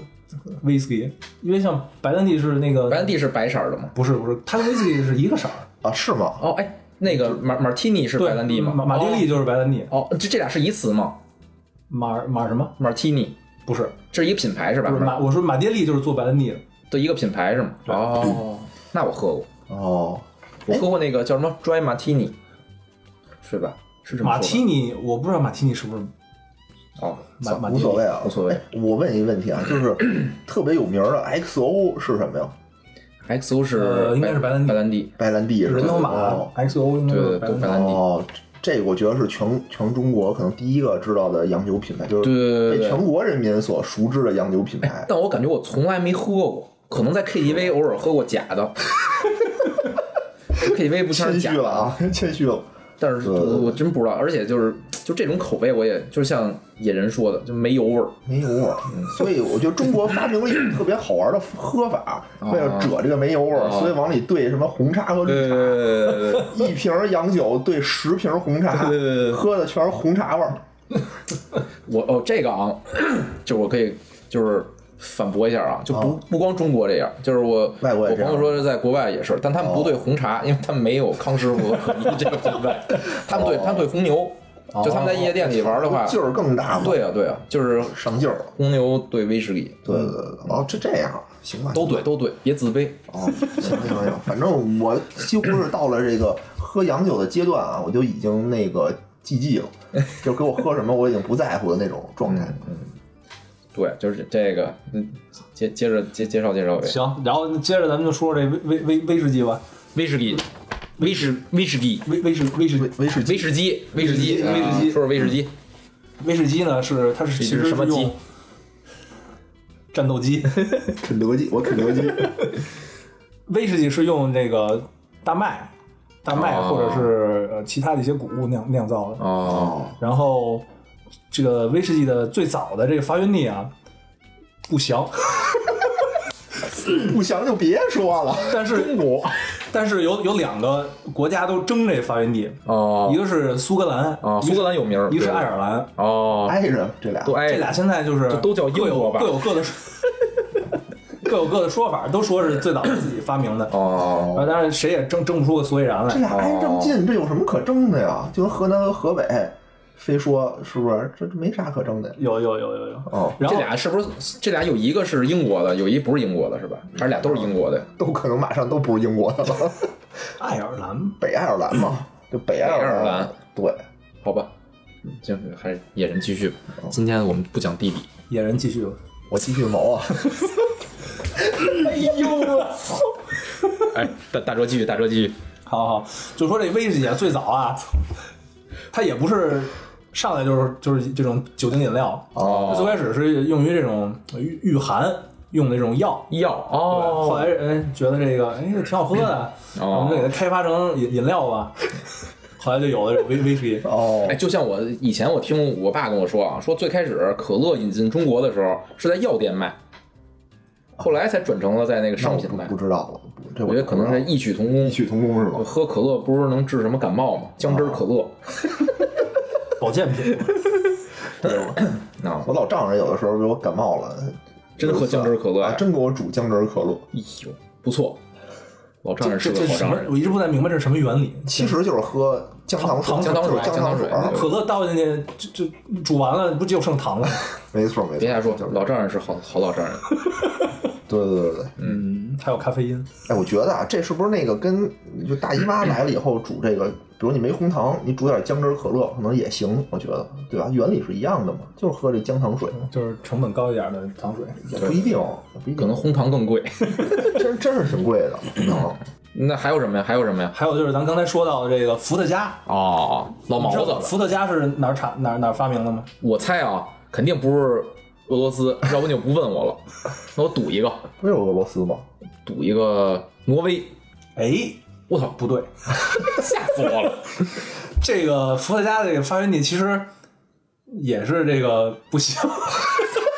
Speaker 3: whisky，因为像白兰地是那个
Speaker 1: 白兰地是白色儿的吗？
Speaker 3: 不是不是，它跟 whisky 是一个色儿。
Speaker 2: 啊，是吗？
Speaker 1: 哦，哎，那个马马提尼是
Speaker 3: 对，
Speaker 1: 白兰地吗？
Speaker 3: 马马蒂利就是白兰地，
Speaker 1: 哦，哦这这俩是一词吗？
Speaker 3: 马马什么？
Speaker 1: 马提尼，
Speaker 3: 不是，
Speaker 1: 这是一个品牌是吧
Speaker 3: 不是？马，我说马爹利就是做白兰地的。
Speaker 1: 对，一个品牌是吗？ 哦，那我喝过，
Speaker 2: 哦，
Speaker 1: 我喝过那个叫什么 Dry Martini，是吧？是这么
Speaker 3: 马
Speaker 1: 说吧
Speaker 3: 提尼，我不知道马提尼是不是
Speaker 1: 哦，
Speaker 3: 马马
Speaker 2: 无
Speaker 3: 爹
Speaker 2: 所
Speaker 3: 利。
Speaker 2: 谓啊，
Speaker 1: 无所谓
Speaker 2: 哎我问一个问题啊， 就是特别有名儿的 XO 是什么呀？
Speaker 1: XO 是
Speaker 3: 呃应该是白兰地
Speaker 1: 白兰地，
Speaker 2: 白兰地是吧
Speaker 3: 人头马
Speaker 2: 哦
Speaker 3: XO 应该
Speaker 1: 对
Speaker 3: 是
Speaker 1: 对
Speaker 3: 白
Speaker 1: 对，
Speaker 3: 兰
Speaker 1: 白
Speaker 3: 地。
Speaker 1: 兰地。
Speaker 2: 哦，这个我觉得是全全中国可能第一个知道的洋酒品牌，就是
Speaker 1: 对对对
Speaker 2: 被
Speaker 1: 对哎
Speaker 2: 全国人民所熟知的洋酒品牌。
Speaker 1: 但我感觉我从来没喝过，可能在 KTV
Speaker 2: 嗯
Speaker 1: 偶尔喝过假的。KTV 不全是
Speaker 2: 谦
Speaker 1: 假
Speaker 2: 虚
Speaker 1: 的
Speaker 2: 了，啊，谦虚了。
Speaker 1: 但是
Speaker 2: 对对
Speaker 1: 我我真不知道，而且就是就这种口味，我也就是像野人说的，就没油味儿。
Speaker 2: 没油味儿，
Speaker 1: 嗯
Speaker 2: 所以我觉得中国发明了一种特别好玩的喝法，
Speaker 1: 哦
Speaker 2: 为了遮这个没油味儿，
Speaker 1: 啊
Speaker 2: 所以往里兑什么红茶和绿茶，
Speaker 1: 对对
Speaker 2: 一瓶洋酒兑十瓶红茶
Speaker 1: 对对对，
Speaker 2: 喝的全是红茶味儿。
Speaker 1: 我哦，这个啊，就我可以就是反驳一下啊，就不、
Speaker 2: 啊
Speaker 1: 不光中国这样，就是我
Speaker 2: 外国也
Speaker 1: 我
Speaker 2: 这样
Speaker 1: 朋
Speaker 2: 哦
Speaker 1: 友说是在国外也是，但他们不对红茶，因为他们没有康师傅和 可妮这个品牌，他们对、
Speaker 2: 哦
Speaker 1: 他们对红牛，就他们在夜店里玩的话，
Speaker 2: 劲儿更大嘛，
Speaker 1: 对啊对啊，就是
Speaker 2: 上劲儿了。
Speaker 1: 红牛对威士忌
Speaker 2: 对对对，对哦，这这样行吧，
Speaker 1: 嗯都对都对，别自卑。
Speaker 2: 哦，行行行，反正我几乎是到了这个喝洋酒的阶段啊，我就已经那个寂寂了，就给我喝什么我已经不在乎的那种状态。
Speaker 1: 嗯对，就是这个，嗯，接接着介介绍介绍呗。
Speaker 3: 行，然后接着咱们就说说这威威威威士忌吧，
Speaker 1: 威士忌，威士威士忌，
Speaker 3: 威威士威士
Speaker 2: 威威士忌
Speaker 1: 威士忌，威士忌，
Speaker 3: 威士忌威士
Speaker 1: 啊说
Speaker 3: 忌
Speaker 1: 说威士忌，
Speaker 3: 威士忌呢是它是
Speaker 1: 这
Speaker 3: 其
Speaker 1: 是
Speaker 3: 实
Speaker 1: 什么鸡
Speaker 3: 用战斗机，
Speaker 2: 肯德基，我肯德基，
Speaker 3: 威士忌是用这个大麦、大麦
Speaker 1: 哦
Speaker 3: 或者是呃其他的一些谷物酿酿造
Speaker 1: 哦，
Speaker 3: 的。
Speaker 2: 哦，
Speaker 3: 然后这个威士忌的最早的这个发源地啊不详，
Speaker 2: 不详就别说了。
Speaker 3: 但是 中国，但是有有两个国家都争这发源地，一
Speaker 1: 哦，
Speaker 3: 个是苏格兰，
Speaker 1: 哦，苏格兰有名儿，
Speaker 3: 一个是
Speaker 1: 对
Speaker 3: 爱尔兰，
Speaker 1: 哦，
Speaker 2: 挨着这俩
Speaker 1: 都挨
Speaker 3: 这俩现在就是
Speaker 1: 就都叫英
Speaker 3: 各有
Speaker 1: 国吧
Speaker 3: 各有各的说 各有各的说法，都说是最早自己发明的，
Speaker 1: 哦，
Speaker 3: 啊，当然谁也争争不出个所以然
Speaker 2: 这
Speaker 3: 来。
Speaker 2: 俩挨这么近，这有什么可争的呀？就跟河南和河北，非说是不是？这这没啥可
Speaker 1: 嗯
Speaker 2: 争的。
Speaker 3: 有有有有有，
Speaker 2: 哦，
Speaker 3: 然
Speaker 1: 这
Speaker 3: 后
Speaker 1: 俩是不是这俩有一个是英国的，有一不是英国的是吧？还是俩都是英国的？
Speaker 2: 都可能马上都不是英国的了，
Speaker 3: 爱尔兰
Speaker 2: 北爱尔兰嘛，就北爱
Speaker 1: 北爱尔
Speaker 2: 尔
Speaker 1: 兰，
Speaker 2: 对，
Speaker 1: 好吧，嗯行，还是野人继续吧。今天我们不讲地理，
Speaker 3: 野人继续吧。
Speaker 2: 我继续谋 啊。
Speaker 3: 哎呦我操！
Speaker 1: 哎，大大哲继续，大哲继续。
Speaker 3: 好好，就说这威士忌啊，最早啊，它也不是上来就是就是这种酒精饮料，它最
Speaker 1: 哦，
Speaker 3: 开始是用于这种御御寒用的这种药。
Speaker 1: 药
Speaker 3: 对后
Speaker 1: 哦，
Speaker 3: 来人觉得这个哎这挺好喝的，
Speaker 1: 哦
Speaker 3: 我们就给它开发成饮饮料吧。后来就有了这威威士忌。
Speaker 2: 哦
Speaker 1: 哎，，就像我以前我听我爸跟我说啊，说最开始可乐引进中国的时候是在药店卖，后来才转成了在那个
Speaker 2: 那
Speaker 1: 商
Speaker 2: 我
Speaker 1: 品
Speaker 2: 不
Speaker 1: 卖
Speaker 2: 不。知道了，不这
Speaker 1: 我觉得可能是
Speaker 2: 是
Speaker 1: 异曲同工
Speaker 2: 异。曲同工是吧？
Speaker 1: 喝可乐不是能治什么感冒吗？姜汁儿可乐
Speaker 3: 保健品，
Speaker 1: 啊，
Speaker 2: 我老丈人有的时候给我感冒了，
Speaker 1: 真喝姜汁儿可乐
Speaker 2: 啊，
Speaker 1: 呀！
Speaker 2: 真给我煮姜汁儿可乐，
Speaker 1: 哎呦，不错，老丈
Speaker 3: 这
Speaker 1: 人是
Speaker 3: 这
Speaker 1: 个好
Speaker 3: 这什
Speaker 1: 丈
Speaker 3: 么
Speaker 1: 人？。
Speaker 3: 我一直不太明白这是什么原理。
Speaker 2: 其实就是喝姜糖
Speaker 3: 糖
Speaker 2: 水啊
Speaker 1: 姜糖
Speaker 2: 就是
Speaker 1: 水
Speaker 2: 姜
Speaker 1: 姜糖
Speaker 2: 糖
Speaker 1: 水
Speaker 2: 儿
Speaker 3: 可乐倒进去就就煮完了，不就剩糖了？
Speaker 2: 没错没错。
Speaker 1: 别瞎说
Speaker 2: 就是，
Speaker 1: 老丈人是好好老丈人。
Speaker 2: 对对对对。
Speaker 3: 嗯，还有咖啡因。
Speaker 2: 哎，我觉得啊，这是不是那个跟就大姨妈来了以后煮这个，比如你没红糖，你煮点姜汁儿可乐可能也行，我觉得，对吧？原理是一样的嘛，就是喝这姜糖水，
Speaker 3: 就是成本高一点的糖水。
Speaker 2: 也不一定，也不一
Speaker 1: 可
Speaker 2: 定，
Speaker 1: 能红糖更贵。
Speaker 2: 真真是挺贵的。嗯
Speaker 1: 那还有什么呀？还有什么呀？
Speaker 3: 还有就是咱刚才说到的这个伏特加，
Speaker 1: 哦，老毛
Speaker 3: 知道
Speaker 1: 子，
Speaker 3: 伏特加是哪儿产哪儿哪儿发明的吗？
Speaker 1: 我猜啊，肯定不是俄罗斯，要不你就不问我了。那我赌一个，
Speaker 2: 不是有俄罗斯吗？
Speaker 1: 赌一个挪威。
Speaker 3: 哎，
Speaker 1: 我操，
Speaker 3: 不对，
Speaker 1: 吓死我 了！
Speaker 3: 这个伏特加这个发源地其实也是这个不行。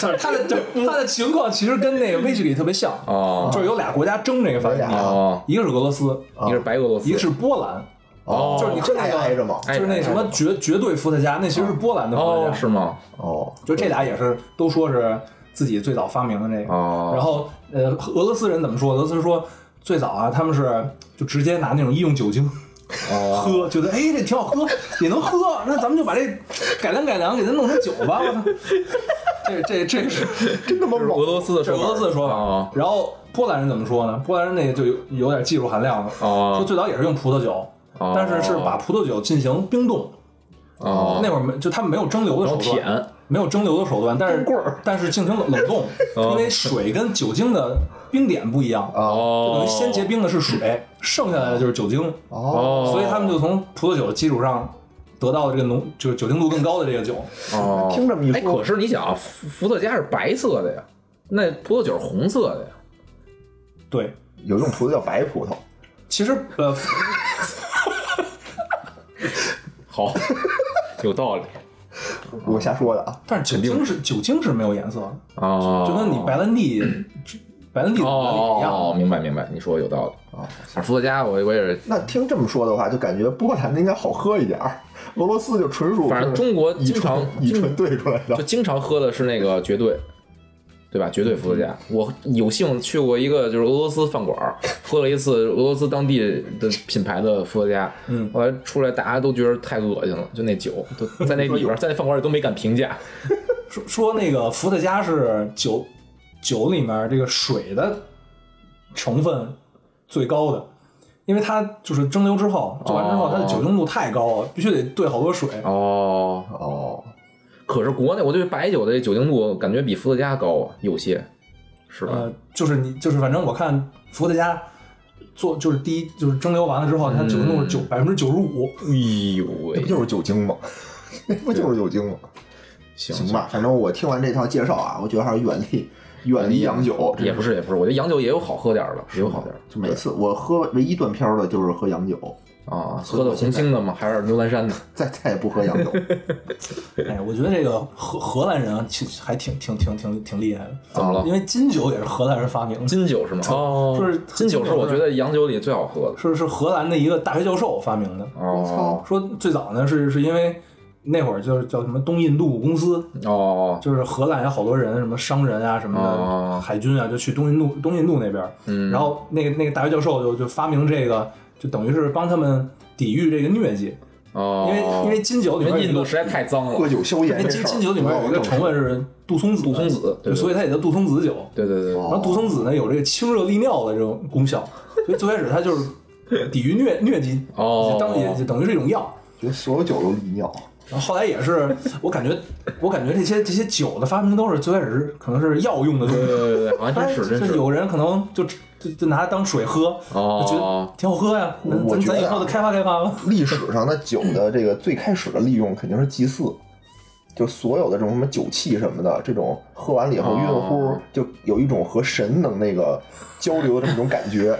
Speaker 3: 就是它的就是它的情况其实跟那个威士忌特别像，
Speaker 1: 哦，
Speaker 3: 就是有俩国家争这个发源地，
Speaker 1: 哦
Speaker 3: 一个是俄罗斯，
Speaker 1: 一个是白俄罗斯，
Speaker 3: 一个是波兰，
Speaker 1: 哦
Speaker 3: 就是你喝
Speaker 2: 这
Speaker 3: 那
Speaker 2: 还
Speaker 3: 个
Speaker 2: 挨着吗？
Speaker 3: 就是那
Speaker 1: 哎
Speaker 3: 什么绝绝对伏特加，那其实是波兰的伏特
Speaker 1: 哦，
Speaker 3: 加，
Speaker 1: 是吗？
Speaker 2: 哦，
Speaker 3: 就这俩也是都说是自己最早发明的这个。
Speaker 1: 哦，
Speaker 3: 然后呃，俄罗斯人怎么说？俄罗斯说最早啊，他们是就直接拿那种医用酒精。
Speaker 1: 哦
Speaker 3: 喝觉得哎，这挺好喝，也能喝，那咱们就把这改良改良，给它弄成酒吧。 我操，这这这是
Speaker 2: 真他妈
Speaker 1: 这是俄
Speaker 2: 猛！
Speaker 1: 罗斯的
Speaker 3: 这
Speaker 1: 说
Speaker 3: 是
Speaker 1: 法，
Speaker 3: 俄罗斯的说法
Speaker 1: 哦。
Speaker 3: 然后波兰人怎么说呢？波兰人那个就有有点技术含量了，
Speaker 1: 哦
Speaker 3: 说最早也是用葡萄酒，
Speaker 1: 哦
Speaker 3: 但是是把葡萄酒进行冰冻。
Speaker 1: 哦，
Speaker 3: 那会儿没就他们没有蒸馏的
Speaker 1: 然后
Speaker 3: 手段，
Speaker 1: 舔
Speaker 3: 没有蒸馏的手段，但是但是进行冷冷 冻，因为水跟酒精的冰点不一样，就等
Speaker 1: 哦哦
Speaker 3: 于，先结冰的是水，剩下来的就是酒精，
Speaker 2: 哦，
Speaker 1: 哦，
Speaker 3: 所以他们就从葡萄酒的基础上得到的这个浓就是酒精度更高的这个酒，
Speaker 1: 哦
Speaker 2: 听这么一
Speaker 1: 哎，
Speaker 2: 说
Speaker 1: 可，是你想啊，伏伏特加是白色的呀，那葡萄酒是红色的呀。
Speaker 3: 对，
Speaker 2: 有一种葡萄叫白葡萄，
Speaker 3: 其实呃，
Speaker 1: 好，有道理
Speaker 2: 我瞎说的
Speaker 1: 嗯
Speaker 2: 啊。
Speaker 3: 但是酒精是酒精是没有颜色的，
Speaker 1: 哦，
Speaker 3: 就跟你白 兰地白兰地的原理一样，
Speaker 1: 哦，明白明白，你说的有道理
Speaker 2: 哦。
Speaker 1: 反正伏特加我我也是，
Speaker 2: 那听这么说的话，就感觉波兰的应该好喝一点儿，俄罗斯就纯属
Speaker 1: 反正中国
Speaker 2: 以
Speaker 1: 经常
Speaker 2: 纯以纯兑出来
Speaker 1: 就
Speaker 2: 的。
Speaker 1: 经常喝的是那个绝对，对吧？绝对伏特加。我有幸去过一个就是俄罗斯饭馆儿，喝了一次俄罗斯当地的品牌的伏特加。
Speaker 3: 嗯
Speaker 1: 后来出来大家都觉得太恶心了，就那酒都在那里边儿，在那饭馆里都没敢评价。
Speaker 3: 说说那个伏特加是酒酒里面这个水的成分最高的，因为它就是蒸馏之后做完之后，它的酒精度太高了，必须得兑好多水。
Speaker 1: 哦，
Speaker 2: 哦，
Speaker 1: 可是国内我对白酒的这酒精度感觉比伏特加高啊，有些是吧？
Speaker 3: 呃，就是你就是反正我看伏特加做就是第一就是蒸馏完了之后，它酒精度是九
Speaker 1: 嗯
Speaker 3: 百分之九十五。
Speaker 1: 哎呦喂
Speaker 2: 那不，就是酒精吗？ 那不就是酒精吗？
Speaker 1: 行
Speaker 2: 行吧，反正我听完这套介绍啊，我觉得还是远离 远离洋酒，
Speaker 1: 也不是也不是，我觉得洋酒也有好喝点儿的，也有好点儿的
Speaker 2: 就每次我喝唯一断片儿的就是喝洋酒，
Speaker 1: 啊。喝的红星的吗？还是牛栏山的？
Speaker 2: 再 再也不喝洋 酒。
Speaker 3: 哎，我觉得这个荷荷兰人啊，其实还挺挺挺挺挺厉害的。
Speaker 1: 怎么了
Speaker 3: 因为金酒也是荷兰人发明的，
Speaker 1: 金酒是吗？哦，
Speaker 3: 就是
Speaker 1: 金酒是我觉得洋酒里最好喝的。
Speaker 3: 是是荷兰的一个大学教授发明的。
Speaker 1: 哦
Speaker 3: 说最早呢是是因为那会儿就是叫什么东印度公司，
Speaker 1: 哦，
Speaker 3: 就是荷兰有好多人，什么商人啊什么的，
Speaker 1: 哦嗯
Speaker 3: 海军啊就去东印度东印度那边儿，然后那个那个大学教授就就发明这个，就等于是帮他们抵御这个疟疾，
Speaker 1: 哦，
Speaker 3: 因为、因为金酒里
Speaker 1: 因
Speaker 3: 面
Speaker 1: 为
Speaker 3: 有一
Speaker 1: 印
Speaker 3: 个
Speaker 1: 度实在太脏
Speaker 2: 喝
Speaker 1: 了。
Speaker 2: 酒消
Speaker 3: 因
Speaker 2: 炎
Speaker 3: 为
Speaker 2: 这
Speaker 3: 金
Speaker 2: 事儿，
Speaker 3: 金酒里面有一个成分是杜松子，杜
Speaker 1: 杜松子对对
Speaker 3: 所以它也叫杜松子酒。
Speaker 1: 对对对，
Speaker 2: 哦
Speaker 3: 然后杜松子呢有这个清热利尿的这种功效，所以最开始它就是抵御疟疟疾，
Speaker 1: 哦
Speaker 3: 就当也就等于是一种药。
Speaker 2: 觉得所有酒都利尿。
Speaker 3: 然后后来也是， 我感觉，我感觉这些这些酒的发明都是最开始是可能是药用的东
Speaker 1: 对
Speaker 3: 西，
Speaker 1: 对对对，好像
Speaker 3: 当然
Speaker 1: 真是真
Speaker 3: 哦哎就是
Speaker 1: 是。
Speaker 3: 有人可能就就就拿它当水喝，
Speaker 1: 哦
Speaker 3: 就觉得挺好喝呀，那
Speaker 2: 我
Speaker 3: 咱
Speaker 2: 觉得
Speaker 3: 咱以
Speaker 2: 啊
Speaker 3: 后得开发开发吧。
Speaker 2: 历史上的酒的这个最开始的利用肯定是祭祀，就所有的这种什么酒气什么的，这种喝完了以后
Speaker 1: 哦
Speaker 2: 晕乎乎，就有一种和神能那个交流的这么一种感觉。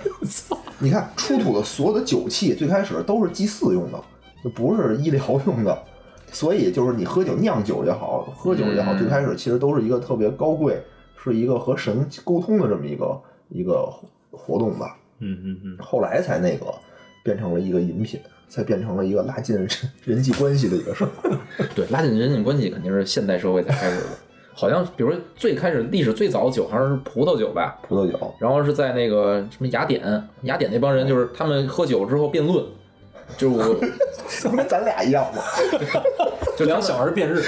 Speaker 2: 你看出土的所有的酒气，最开始都是祭祀用的，就不是医疗用的。所以就是你喝酒酿酒也好，喝酒也好，
Speaker 1: 嗯
Speaker 2: 最开始其实都是一个特别高贵，是一个和神沟通的这么一个一个活动吧。
Speaker 3: 嗯嗯嗯，
Speaker 2: 后来才那个变成了一个饮品，才变成了一个拉近人人际关系的一个事儿。
Speaker 1: 对，拉近人际关系肯定是现代社会才开始的。好像比如说最开始历史最早的酒好像是葡萄酒吧，
Speaker 2: 葡萄酒，
Speaker 1: 然后是在那个什么雅典，雅典那帮人就是他们喝酒之后辩论，就是我
Speaker 2: 这 不跟咱俩一样吗？
Speaker 1: 就
Speaker 3: 两
Speaker 1: 两
Speaker 3: 小时变日，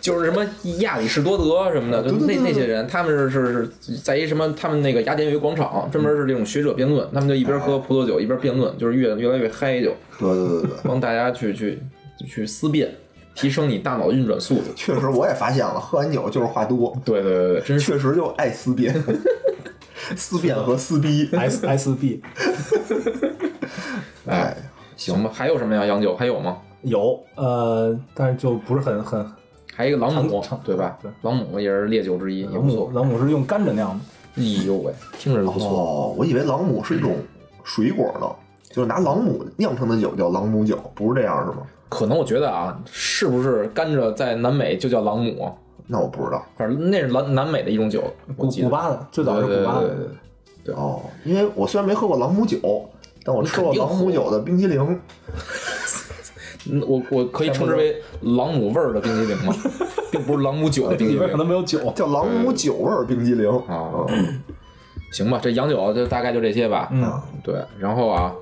Speaker 1: 就是什么亚里士多德什么
Speaker 3: 啊
Speaker 1: 的，就那那些人，他们是是是在一什么，他们那个雅典有一广场，专门是这种学者辩论，他们就一
Speaker 3: 啊
Speaker 1: 边喝葡萄酒一边辩论，就是越越来越嗨就，
Speaker 2: 对对对对，对
Speaker 1: 帮大家去去去思辨，提升你大脑的运转速度。
Speaker 2: 确实我也发现了，喝完酒就是话多，
Speaker 1: 对对对对，真是
Speaker 2: 确实就爱思辨， 思辨和撕逼。
Speaker 3: S S B
Speaker 2: 哎，
Speaker 1: 行吧？还有什么呀？洋酒还有吗？
Speaker 3: 有呃，但是就不是很很，
Speaker 1: 还有一个朗姆
Speaker 3: 长长，
Speaker 1: 对吧
Speaker 3: 对？
Speaker 1: 朗姆也是烈酒之一，也
Speaker 3: 朗
Speaker 1: 不错
Speaker 3: 姆。朗姆是用甘蔗酿的，
Speaker 1: 哎呦喂，听着就不错。
Speaker 2: 哦，我以为朗姆是一种水果呢。就是拿朗姆酿成的酒叫朗姆酒，不是这样是吗？
Speaker 1: 可能我觉得啊，是不是甘蔗在南美就叫朗姆？
Speaker 2: 那我不知道
Speaker 1: 反正那是南南美的一种酒，我
Speaker 3: 古
Speaker 1: 记
Speaker 3: 古
Speaker 1: 得。
Speaker 3: 巴的，最早是古巴
Speaker 1: 对对对对
Speaker 3: 的。
Speaker 1: 对
Speaker 2: 哦，因为我虽然没喝过朗姆酒，但我吃过
Speaker 1: 你肯定
Speaker 2: 朗姆
Speaker 1: 喝
Speaker 2: 酒的冰激凌，
Speaker 1: 嗯我我可以称之为朗姆味儿的冰激凌吗？并不是朗姆酒的冰激
Speaker 3: 里面可
Speaker 1: 凌
Speaker 3: 能没有酒，
Speaker 2: 叫朗姆酒味儿冰激凌。
Speaker 1: 啊。行吧，这洋酒就大概就这些吧。
Speaker 3: 嗯，
Speaker 1: 对，然后啊，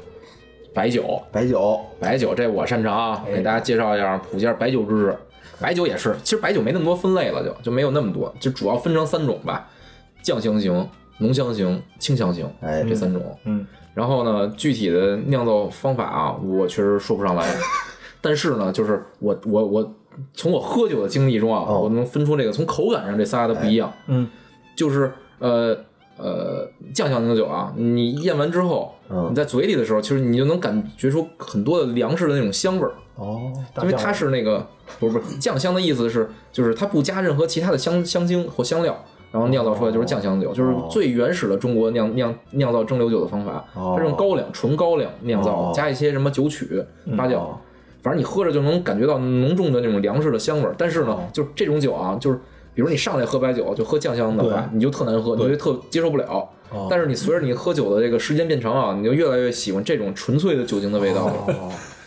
Speaker 1: 白酒，
Speaker 2: 白酒，
Speaker 1: 白酒这我擅长啊，
Speaker 3: 哎
Speaker 1: 给大家介绍一下，普及一下白酒知识。白酒也是，其实白酒没那么多分类了就，就没有那么多，就主要分成三种吧：酱香型、浓香型、清香型，
Speaker 2: 哎
Speaker 1: 这三种。
Speaker 3: 嗯，
Speaker 1: 然后呢，具体的酿造方法啊，我确实说不 上来。但是呢，就是我我我从我喝酒的经历中啊，
Speaker 2: 哦哎
Speaker 1: 我能分出这个从口感上这仨都不一样。
Speaker 3: 嗯，
Speaker 1: 就是呃呃酱香型的酒啊，你咽完之后，
Speaker 2: 嗯
Speaker 1: 你在嘴里的时候，其实你就能感觉出很多的粮食的那种香味儿，
Speaker 2: 哦，
Speaker 3: 大
Speaker 1: 因为
Speaker 3: 酱
Speaker 1: 它是那个不是不是酱香的意思是，就是它不加任何其他的香香精或香料。然后酿造出来就是酱香酒，就是最原始的中国酿酿酿造蒸馏酒的方法，
Speaker 2: 哦
Speaker 1: 它是用高粱、纯高粱酿造，
Speaker 2: 哦
Speaker 1: 加一些什么酒曲、发酵，
Speaker 2: 哦
Speaker 1: 反正你喝着就能感觉到浓重的那种粮食的香味儿。但是呢，就是这种酒啊，就是比如你上来喝白酒就喝酱香的话，你就特难喝，你就特接受不了。但是你随着你喝酒的这个时间变长啊，你就越来越喜欢这种纯粹的酒精的味道了。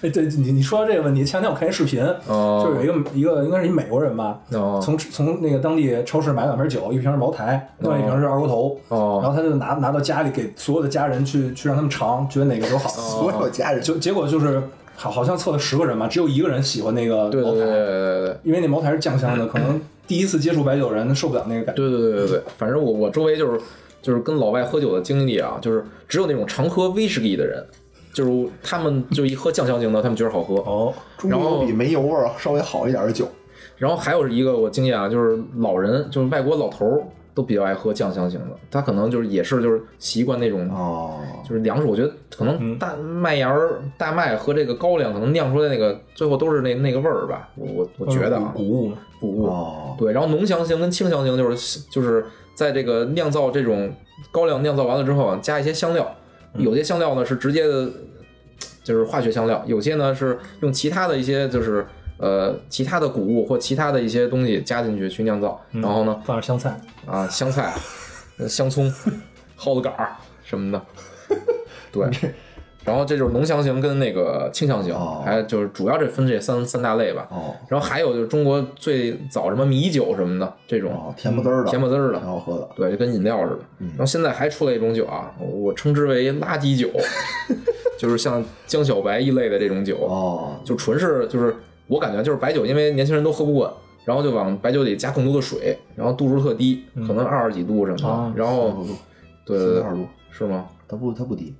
Speaker 3: 哎，对你你说到这个问题，前两天我看一视频，
Speaker 1: 哦
Speaker 3: 就是有一个一个应该是一美国人吧，
Speaker 1: 哦
Speaker 3: 从从那个当地超市买两瓶酒，一瓶是茅台，另外一瓶是二锅头，
Speaker 1: 哦
Speaker 3: 然后他就拿拿到家里给所有的家人去去让他们尝，觉得哪个酒好，
Speaker 1: 哦
Speaker 2: 所有家人
Speaker 3: 就结果就是好好像测了十个人嘛，只有一个人喜欢那个茅台，
Speaker 1: 对对对对对对。
Speaker 3: 因为那茅台是酱香的，可 能第一次接触白酒人受不了那个感觉。
Speaker 1: 对对对对对，反正我我周围就是就是跟老外喝酒的经历啊，就是只有那种常喝威士忌的人，就是他们就一喝酱香型的，他们觉得好喝。
Speaker 3: 哦，
Speaker 2: 中国有比没油味儿稍微好一点的酒，
Speaker 1: 然后还有一个我经验啊，就是老人，就是外国老头儿都比较爱喝酱香型的，他可能就是也是就是习惯那种
Speaker 2: 哦，
Speaker 1: 就是粮食，我觉得可能大麦芽儿、大麦和这个高粱可能酿出来那个最后都是那那个味儿吧，我我我觉得啊，
Speaker 3: 谷物嘛，
Speaker 1: 谷物
Speaker 2: 哦，
Speaker 1: 对，然后浓香型跟清香型就是就是在这个酿造这种高粱酿造完了之后啊，加一些香料，有些香料呢是直接的，就是化学香料，有些呢是用其他的一些就是呃其他的谷物或其他的一些东西加进去去酿造，然后呢
Speaker 3: 放点香菜，
Speaker 1: 啊香菜、呃香葱、蒿子杆儿什么的，对。然后这就是浓香型跟那个清香型，
Speaker 2: 哦
Speaker 1: 还有就是主要这分这三三大类吧。
Speaker 2: 哦，
Speaker 1: 然后还有就是中国最早什么米酒什么的这种
Speaker 2: 哦，甜不滋儿的，嗯
Speaker 1: 甜不滋儿
Speaker 2: 挺
Speaker 1: 的，
Speaker 2: 好喝的。
Speaker 1: 对，就跟饮料似的。然后现在还出了一种酒啊，我称之为垃圾酒，就是像江小白一类的这种酒，
Speaker 2: 哦，
Speaker 1: 就纯是就是我感觉就是白酒，因为年轻人都喝不惯，然后就往白酒里加更多的水，然后度数特低，可能二十几度什么
Speaker 3: 啊
Speaker 1: 的，然
Speaker 2: 不
Speaker 1: 后呃
Speaker 2: 不不，
Speaker 1: 对
Speaker 2: 三
Speaker 1: 对
Speaker 2: 十
Speaker 1: 对
Speaker 2: 二，度，
Speaker 1: 是吗？
Speaker 2: 它不它不低。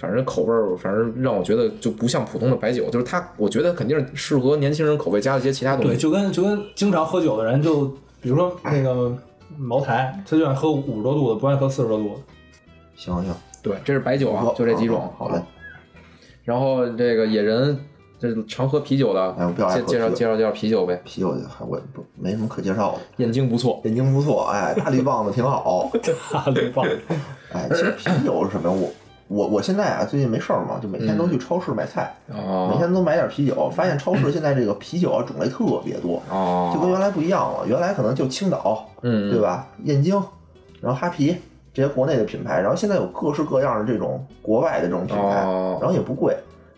Speaker 1: 反正口味儿，反正让我觉得就不像普通的白酒，就是它，我觉得肯定是适合年轻人口味加了一些其他东
Speaker 3: 对，
Speaker 1: 西。
Speaker 3: 就跟就跟经常喝酒的人，就比如说那个茅台，他就爱喝五十多度的，不爱喝四十多度的。
Speaker 2: 行行，
Speaker 1: 对，这是白酒啊
Speaker 2: 好，
Speaker 1: 就这几种。嗯
Speaker 2: 好好嘞，
Speaker 1: 然后这个野人就是常喝啤酒的，
Speaker 2: 哎我不要爱
Speaker 1: 介介绍
Speaker 2: 喝啤酒
Speaker 1: 介绍介绍啤酒呗，
Speaker 2: 啤酒就还我也不没什么可介绍的，
Speaker 1: 燕京不错。
Speaker 2: 眼睛不错，哎，大绿棒子挺 好。
Speaker 3: 哈绿棒，
Speaker 2: 哎，其实啤酒是什么呀？我我我现在啊，最近没事儿嘛，就每天都去超市买菜，每
Speaker 1: 哦
Speaker 2: 天都买点啤酒。发现超市现在这个啤酒啊种类特别多，就
Speaker 1: 哦，
Speaker 2: 跟原来不一样了。原来可能就青岛，
Speaker 1: 嗯
Speaker 2: 对吧？燕京，然后哈啤这些国内的品牌，然后现在有各式各样的这种国外的这种品牌，
Speaker 1: 哦
Speaker 2: 然后也不贵。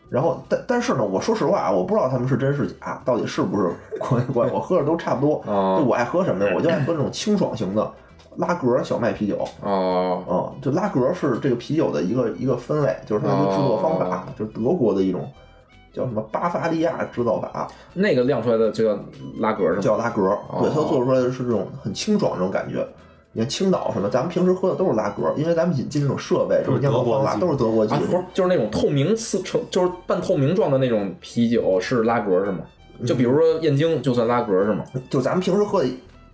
Speaker 2: 然后，但但是呢，我说实话啊，我不知道他们是真是假，到底是不是国内国外，我喝着都差不多。
Speaker 1: 哦
Speaker 2: 就我爱喝什么呢？我就爱喝这种清爽型的拉格小麦啤酒。
Speaker 1: 哦
Speaker 2: 嗯，就拉格是这个啤酒的一个一个分类，就是它的一个制作方法，
Speaker 1: 哦
Speaker 2: 就是德国的一种叫什么巴伐利亚制造法，
Speaker 1: 那个酿出来的就叫拉格是吗？
Speaker 2: 叫拉格。
Speaker 1: 哦
Speaker 2: 对，它做出来的是这种很清爽这种感觉。你看青岛什么，咱们平时喝的都是拉格，因为咱们引进这种设备、这
Speaker 3: 都
Speaker 2: 种
Speaker 3: 是
Speaker 2: 酿
Speaker 3: 德
Speaker 2: 造
Speaker 3: 国
Speaker 2: 方法
Speaker 3: 技术
Speaker 2: 都是德国技
Speaker 1: 啊，不
Speaker 2: 术
Speaker 1: 是。，就是那种透明丝成，就是半透明状的那种啤酒是拉格是吗？
Speaker 2: 嗯
Speaker 1: 就比如说燕京就算拉格是吗？
Speaker 2: 就咱们平时喝的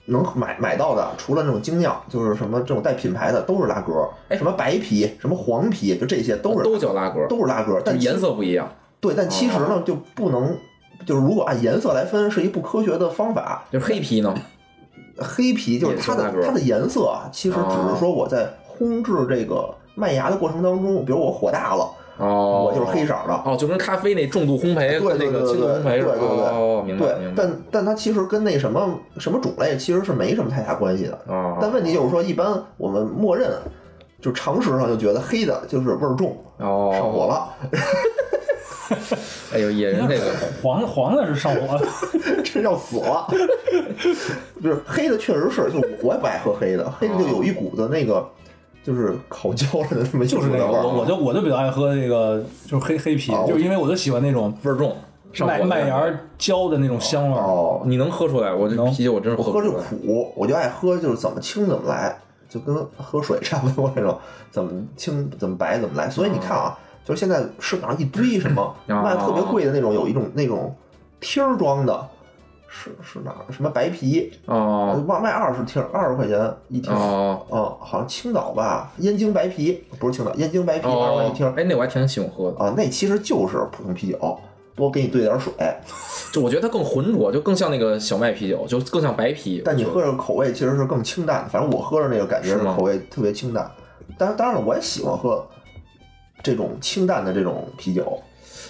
Speaker 2: 能买买到的，除了那种精酿，就是什么这种带品牌的都是拉格。
Speaker 1: 哎
Speaker 2: 什么白啤、什么黄啤，就这些都是
Speaker 1: 都叫拉格，
Speaker 2: 都是拉格，
Speaker 1: 就
Speaker 2: 但
Speaker 1: 颜色不哦一样，
Speaker 2: 对，但其实呢就不能。就是如果按颜色来分，是一不科学的方法。
Speaker 1: 就是黑啤呢。
Speaker 2: 黑啤就是它
Speaker 1: 也
Speaker 2: 的
Speaker 1: 是拉格哦
Speaker 2: 它的颜色啊，其实只是说我在烘制这个麦芽的过程当中，比如我火大了，
Speaker 1: 哦，
Speaker 2: 我就是黑色儿的。
Speaker 1: 哦，就跟咖啡那重度烘焙
Speaker 2: 对对
Speaker 1: 跟那
Speaker 2: 对对
Speaker 1: 个
Speaker 2: 对
Speaker 1: 轻度烘焙
Speaker 2: 对对
Speaker 1: 是吧？哦，
Speaker 2: 对
Speaker 1: 明
Speaker 2: 对
Speaker 1: 白，明白。
Speaker 2: 但但它其实跟那什么什么种类其实是没什么太大关系的。
Speaker 1: 哦，
Speaker 2: 但问题就是说，一般我们默认就常识上就觉得黑的就是味儿重，
Speaker 1: 哦，
Speaker 2: 上火。了，
Speaker 1: 哎呦，野人这个。
Speaker 3: 黄黄的是上火，
Speaker 2: 这要死了。 就是黑的确实是，就我我也不爱喝黑的，黑的
Speaker 1: 哦
Speaker 2: 就有一股子那个就是烤焦了的那么一股
Speaker 3: 就是
Speaker 2: 子
Speaker 3: 那个
Speaker 2: 味儿。
Speaker 3: 啊我我就我就比较爱喝这个就是黑黑啤
Speaker 2: 哦，
Speaker 3: 就是因为我就喜欢那种
Speaker 1: 味儿重，上
Speaker 3: 麦
Speaker 1: 火的
Speaker 3: 麦芽儿焦的那种啊香味儿。
Speaker 2: 哦，
Speaker 1: 你能喝出来？我这
Speaker 3: 能
Speaker 1: 啤酒我真是
Speaker 2: 我
Speaker 1: 喝
Speaker 2: 喝
Speaker 1: 不
Speaker 2: 这
Speaker 1: 出
Speaker 2: 个
Speaker 1: 来。
Speaker 2: 苦，我就爱喝，就是怎么清怎么来，就跟喝水差不多那种，怎么清 怎么白怎么来。所以你看啊，就是现在市场上一堆什么
Speaker 1: 嗯
Speaker 2: 卖特别贵的那种，有一种那种贴儿装的，是是哪儿？什么白啤，
Speaker 1: 哦
Speaker 2: 卖卖二十听二十块钱一听。
Speaker 1: 哦
Speaker 2: 嗯，好像青岛吧，燕京白啤不是青岛，燕京白啤二十块一
Speaker 1: 哦
Speaker 2: 听，
Speaker 1: 哎，那我还挺喜欢喝的，
Speaker 2: 啊，那其实就是普通啤酒，多给你兑点水，
Speaker 1: 就我觉得它更浑浊，就更像那个小麦啤酒，就更像白啤。
Speaker 2: 但你喝着口味其实是更清淡的，反正我喝着那个感觉
Speaker 1: 是
Speaker 2: 是
Speaker 1: 吗
Speaker 2: 口味特别清淡。当然，当然了，我也喜欢喝这种清淡的这种啤酒，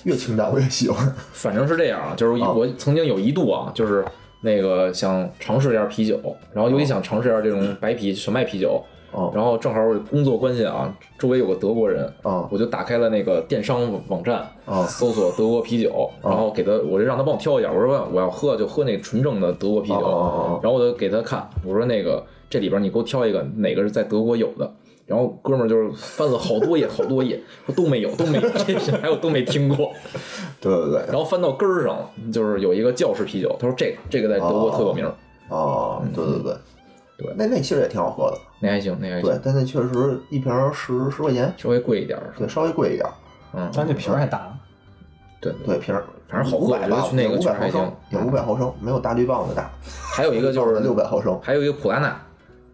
Speaker 2: 越清淡我越喜欢。
Speaker 1: 反正是这样啊，就是
Speaker 2: 哦
Speaker 1: 我曾经有一度啊，就是那个想尝试一下啤酒，然后尤其想尝试一下这种白啤、小麦啤酒，
Speaker 2: 哦
Speaker 1: 然后正好我工作关系啊，周围有个德国人，
Speaker 2: 哦
Speaker 1: 我就打开了那个电商网站，
Speaker 2: 哦
Speaker 1: 搜索德国啤酒，然后给他，我就让他帮我挑一下，我说我要喝就喝那纯正的德国啤酒，
Speaker 2: 哦哦哦
Speaker 1: 然后我就给他看，我说那个这里边你给我挑一个，哪个是在德国有的。然后哥们儿就是翻了好多页，好多页，说都没有，都没有，这品牌我都没听过。
Speaker 2: 对对对，
Speaker 1: 然后翻到根儿上了，就是有一个教士啤酒，他说这个这个在德国特有名儿，
Speaker 2: 哦，对对对，
Speaker 1: 嗯对
Speaker 2: 那那其实也挺好喝的，
Speaker 1: 那还行，那还行，
Speaker 2: 对，但那确实一瓶儿十十块钱，
Speaker 1: 稍微贵一点儿，
Speaker 2: 对，稍微贵一点儿，
Speaker 1: 嗯，
Speaker 3: 但这瓶儿还大，
Speaker 1: 对
Speaker 2: 对，瓶儿
Speaker 1: 反正好喝
Speaker 2: 五百
Speaker 1: 我觉
Speaker 2: 吧
Speaker 1: 得，去那个
Speaker 2: 五
Speaker 1: 确
Speaker 2: 百
Speaker 1: 实
Speaker 2: 毫
Speaker 1: 还
Speaker 2: 升
Speaker 1: 行，
Speaker 2: 也五百毫升，没有大绿棒子大，
Speaker 1: 还有一个就是
Speaker 2: 六百毫升，
Speaker 1: 还有一个普拉纳，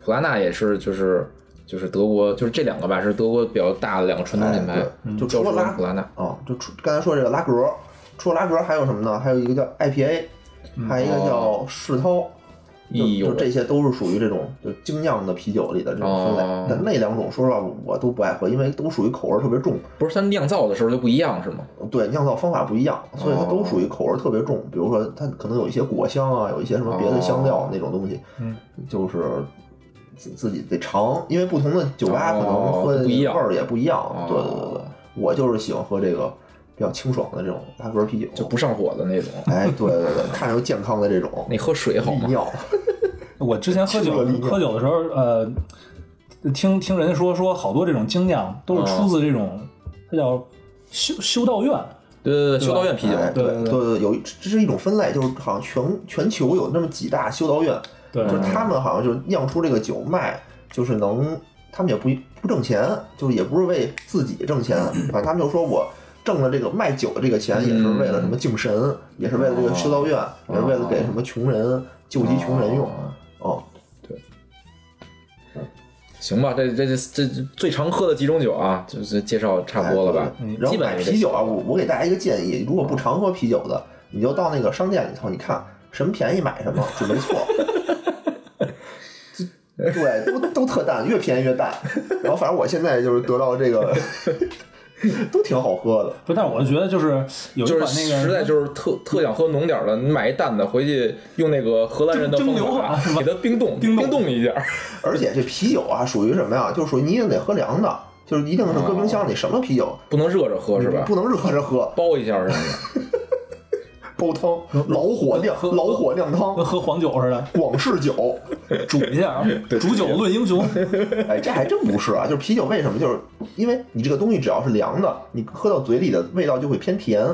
Speaker 1: 普拉纳也是就是就是德国就是这两个吧，是德国比较大的两个传统品牌嗯
Speaker 2: 哎，对就
Speaker 1: 教
Speaker 2: 除
Speaker 1: 士
Speaker 2: 了
Speaker 1: 跟
Speaker 2: 拉
Speaker 1: 普拉纳。
Speaker 2: 哦，就除刚才说这个拉格，除了拉格还有什么呢？还有一个叫 IPA，还有一个叫世涛，就
Speaker 1: 嗯哦哎呦
Speaker 2: 就这些都是属于这种就精酿的啤酒里的这种分
Speaker 1: 哦
Speaker 2: 类。但那两种说实话我都不爱喝，因为都属于口味儿特别重，
Speaker 1: 不是它酿造的时候就不一样是吗？
Speaker 2: 对酿造方法不一样，所以它
Speaker 1: 哦
Speaker 2: 都属于口味儿特别重。比如说它可能有一些果香啊，有一些什么别的香
Speaker 1: 哦
Speaker 2: 料那种东西，
Speaker 3: 嗯，
Speaker 2: 就是。自自己得尝，因为不同的酒吧可能
Speaker 1: 哦
Speaker 2: 喝的
Speaker 1: 不一
Speaker 2: 味
Speaker 1: 样
Speaker 2: 儿也不一样。对对对对
Speaker 1: 哦，
Speaker 2: 我就是喜欢喝这个比较清爽的这种拉格啤酒，
Speaker 1: 就不上火的那 种，
Speaker 2: 哎，对对对，看着就健康的这种
Speaker 1: 那喝水好
Speaker 2: 利
Speaker 1: 吗？
Speaker 2: 尿，
Speaker 3: 我之前喝酒
Speaker 2: 这个理解
Speaker 3: 喝酒的时候，呃，听听人说说好多这种精酿都是出自这种，它叫修修道院，
Speaker 1: 对对对，
Speaker 3: 对
Speaker 1: 修道院
Speaker 3: 吧
Speaker 1: 啤酒，
Speaker 2: 哎
Speaker 3: 对
Speaker 2: 对
Speaker 3: 对对
Speaker 2: 对，有这是一种分类，就是好像全全球有那么几大修道院，
Speaker 3: 对，
Speaker 2: 就是他们好像就是酿出这个酒卖，就是能，他们也不不挣钱，就是也不是为自己挣钱，反正他们就说我。挣了这个卖酒的这个钱，也是为了什么敬神，也是为了这个修道院，也是为了给什么穷人救济穷人用。
Speaker 1: 哦
Speaker 2: 哦，
Speaker 1: 行吧，这这这这这最常喝的几种酒啊，就是介绍差不多了吧
Speaker 2: 哎？对
Speaker 1: 嗯
Speaker 2: 然后
Speaker 1: 基本
Speaker 2: 买
Speaker 1: 上这
Speaker 2: 啤酒啊，我我给大家一个建议，如果不常喝啤酒的，你就到那个商店里头，你看什么便宜买什么，准没错。就对，都都特淡，越便宜越淡。然后反正我现在就是得到这个，都挺好喝的。
Speaker 3: 不，但是我觉得就是有一
Speaker 1: 就
Speaker 3: 款
Speaker 1: 是
Speaker 3: 那个
Speaker 1: 实在就是特特想喝浓点儿的，你买一淡的回去用那个荷兰人的
Speaker 3: 蒸
Speaker 1: 方
Speaker 3: 蒸馏
Speaker 1: 法
Speaker 3: 啊是吧
Speaker 1: 给它冰冻
Speaker 3: 冰冻
Speaker 1: 冻一下。
Speaker 2: 而且这啤酒啊，属于什么呀？就是属于你一定得喝凉的，就是一定是搁冰箱里，什么啤酒
Speaker 1: 不能热着哦喝是吧？
Speaker 2: 不能热着喝，
Speaker 1: 包一下是吧？
Speaker 2: 煲汤、老火酿、老火酿
Speaker 3: 跟
Speaker 2: 汤、
Speaker 3: 喝黄酒似 的，
Speaker 2: 广式酒。
Speaker 3: 煮一下啊，煮酒论英雄，
Speaker 2: 哎，这还真不是啊，就是啤酒为什么？就是因为你这个东西只要是凉的，你喝到嘴里的味道就会偏甜。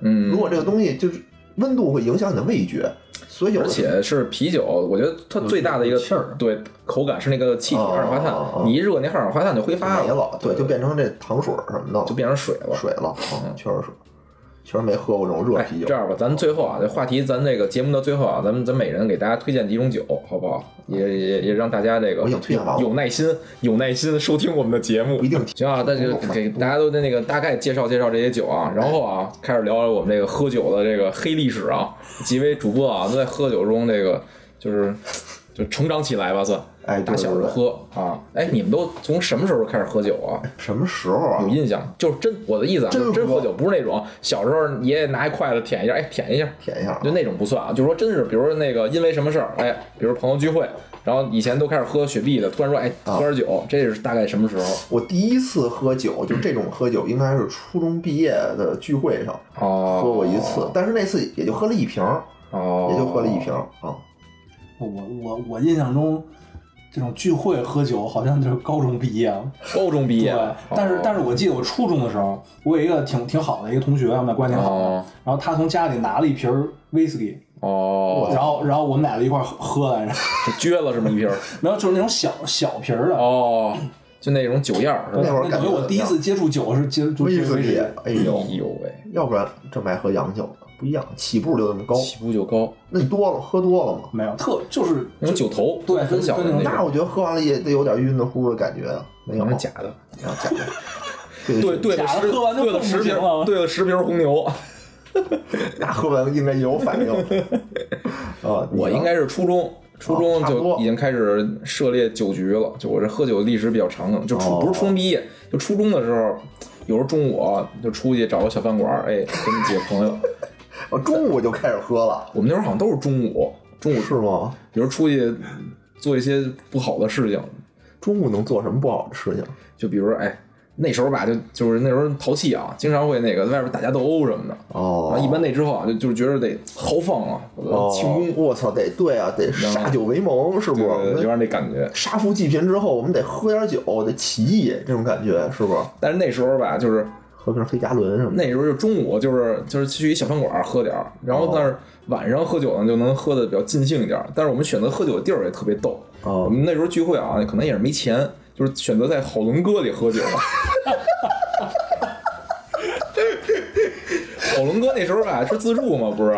Speaker 1: 嗯，
Speaker 2: 如果这个东西就是温度会影响你的味觉，所以有
Speaker 1: 而
Speaker 2: 的
Speaker 1: 且是啤酒，我觉得它最大的一个
Speaker 3: 有气儿
Speaker 1: 对口感是那个气体
Speaker 2: 哦
Speaker 1: 二氧化
Speaker 2: 哦
Speaker 1: 碳，
Speaker 2: 哦
Speaker 1: 你一热那二氧化碳就挥
Speaker 2: 就
Speaker 1: 发
Speaker 2: 没了，对，就变成这糖水儿什么的，
Speaker 1: 就变成水了。
Speaker 2: 水了。嗯，确实是，确实没喝过这种热
Speaker 1: 哎
Speaker 2: 啤，酒
Speaker 1: 这。样吧，咱最后啊，这话题咱这个节目的最后啊，咱们咱每人给大家推荐几种酒，好不好？也也也让大家这个
Speaker 2: 啊我已经推荐完了
Speaker 1: 有耐心，有耐心收听我们的节目
Speaker 2: 不一。定
Speaker 1: 行啊，那就给大家都那个大概介绍介绍这些酒啊，然后啊，开始聊聊我们这个喝酒的这个黑历史啊，几位主播啊都在喝酒中这个就是就成长起来吧，算，
Speaker 2: 哎对
Speaker 1: 打小就
Speaker 2: 对对
Speaker 1: 喝啊，哎，你们都从什么时候开始喝酒啊？
Speaker 2: 什么时候啊
Speaker 1: 有？印象，就是真我的意思啊，
Speaker 2: 真
Speaker 1: 就是真
Speaker 2: 喝
Speaker 1: 喝酒不是那种小时候爷爷拿一筷子舔一下，哎，舔一下，
Speaker 2: 舔一下啊
Speaker 1: 就那种不算啊，就是说真是，比如说那个因为什么事儿，哎，比如朋友聚会，然后以前都开始喝雪碧的，突然说哎
Speaker 2: 啊
Speaker 1: 喝点酒，这是大概什么时候？
Speaker 2: 我第一次喝酒，就这种喝酒，应该是初中毕业的聚会上
Speaker 1: 哦，
Speaker 2: 喝过一次，但是那次也就喝了一瓶儿，
Speaker 1: 哦，
Speaker 2: 也就喝了一瓶儿啊。
Speaker 3: 我我我印象中，这种聚会喝酒好像就是高中毕业了。
Speaker 1: 高中毕业
Speaker 3: 对，，但是但是我记得我初中的时候，我有一个挺挺好的一个同学，我们俩关系挺好的。
Speaker 1: 哦
Speaker 3: 然后他从家里拿了一瓶儿 whisky，
Speaker 1: 哦，
Speaker 3: 然后然后我们俩就一块儿喝喝来着。
Speaker 1: 就撅了这么一瓶儿，
Speaker 3: 然后就是那种小小瓶儿的。
Speaker 1: 哦，就那种酒样儿是
Speaker 2: 啊那
Speaker 1: 吧？
Speaker 2: 会儿感
Speaker 3: 等于
Speaker 2: 觉
Speaker 3: 我第一次接触酒是接触
Speaker 2: 威
Speaker 3: 威
Speaker 2: 士忌，哎呦
Speaker 1: 哎，呦喂，
Speaker 2: 要不然正白喝洋酒呢不一样，起步就那么高。
Speaker 1: 起步就高，
Speaker 2: 那你多了喝多了嘛？
Speaker 3: 没有特就是
Speaker 1: 那种酒头，
Speaker 3: 对
Speaker 1: 很小的
Speaker 3: 就
Speaker 1: 那
Speaker 3: 是
Speaker 2: 那
Speaker 1: 种，
Speaker 2: 我觉得喝完了也得有点晕的乎的感觉啊，没有
Speaker 1: 那假的。
Speaker 2: 啊，假的。对
Speaker 1: 对，对了
Speaker 3: 假的
Speaker 1: 十
Speaker 3: 喝完就
Speaker 1: 对了
Speaker 3: 更不
Speaker 1: 十
Speaker 3: 行
Speaker 1: 瓶
Speaker 3: 了
Speaker 1: 对了十瓶红牛。
Speaker 2: 那喝完应该也有反应啊。你呢
Speaker 1: 我应该是初中，初中
Speaker 2: 啊差不
Speaker 1: 就
Speaker 2: 多
Speaker 1: 已经开始涉猎酒局了。就我这喝酒历史比较长的，就初
Speaker 2: 哦
Speaker 1: 不是初中毕业，就初中的时候，有时候中午啊就出去找个小饭馆儿，哎，跟几个朋 友，
Speaker 2: 啊中午就开始喝了，
Speaker 1: 我们那时候好像都是中午，中午
Speaker 2: 是吗？
Speaker 1: 比如出去做一些不好的事情，
Speaker 2: 中国能做什么不好的事情？
Speaker 1: 就比如说哎，那时候吧，就就是那时候淘气啊，经常会那个在外边打架斗殴什么的。啊，
Speaker 2: 哦
Speaker 1: 一般那之后啊，就就是觉得得豪放啊，
Speaker 2: 哦
Speaker 1: 庆功，，
Speaker 2: 我操，得对啊，得
Speaker 1: 然
Speaker 2: 杀
Speaker 1: 后
Speaker 2: 酒为盟，是不是？
Speaker 1: 对
Speaker 2: 我
Speaker 1: 对对有点
Speaker 2: 们
Speaker 1: 那感觉。
Speaker 2: 杀富济贫之后，我们得喝点酒，得起义，这种感觉是不是？
Speaker 1: 但是那时候吧，就是
Speaker 2: 喝瓶黑加仑什么的。
Speaker 1: 那时候就中午就是就是去一小饭馆喝点儿，然后
Speaker 2: 哦
Speaker 1: 但是晚上喝酒呢就能喝的比较尽兴一点儿。但是我们选择喝酒的地儿也特别逗，我
Speaker 2: 哦，
Speaker 1: 们那时候聚会啊，可能也是没钱，就是选择在好伦哥里喝酒。 好伦哥那时候吧是自助嘛，不是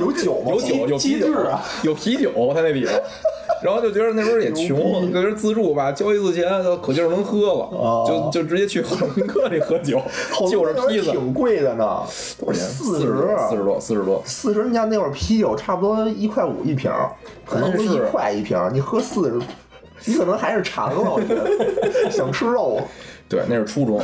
Speaker 2: 有酒吗？
Speaker 1: 有酒有啤
Speaker 3: 机
Speaker 1: 酒
Speaker 3: 制啊
Speaker 1: 有啤酒他那里头，然后就觉得那时候也
Speaker 2: 牛
Speaker 1: 穷，
Speaker 2: 逼
Speaker 1: 就觉得自助吧交一次钱就可劲儿能喝
Speaker 2: 哦
Speaker 1: 了，就就直接去好伦哥里喝酒，
Speaker 2: 好
Speaker 1: 就
Speaker 2: 多
Speaker 1: 是
Speaker 2: 那会儿
Speaker 1: 披萨。
Speaker 2: 挺贵的呢，多少钱？
Speaker 1: 四
Speaker 2: 十，
Speaker 1: 四十多，四十多。
Speaker 2: 四十，你像那会儿啤酒差不多一块五一瓶儿，可能
Speaker 1: 真
Speaker 2: 不
Speaker 1: 是
Speaker 2: 一块一瓶儿，你喝四十，你可能还是馋了，我 觉得想吃肉。
Speaker 1: 对，那是初中。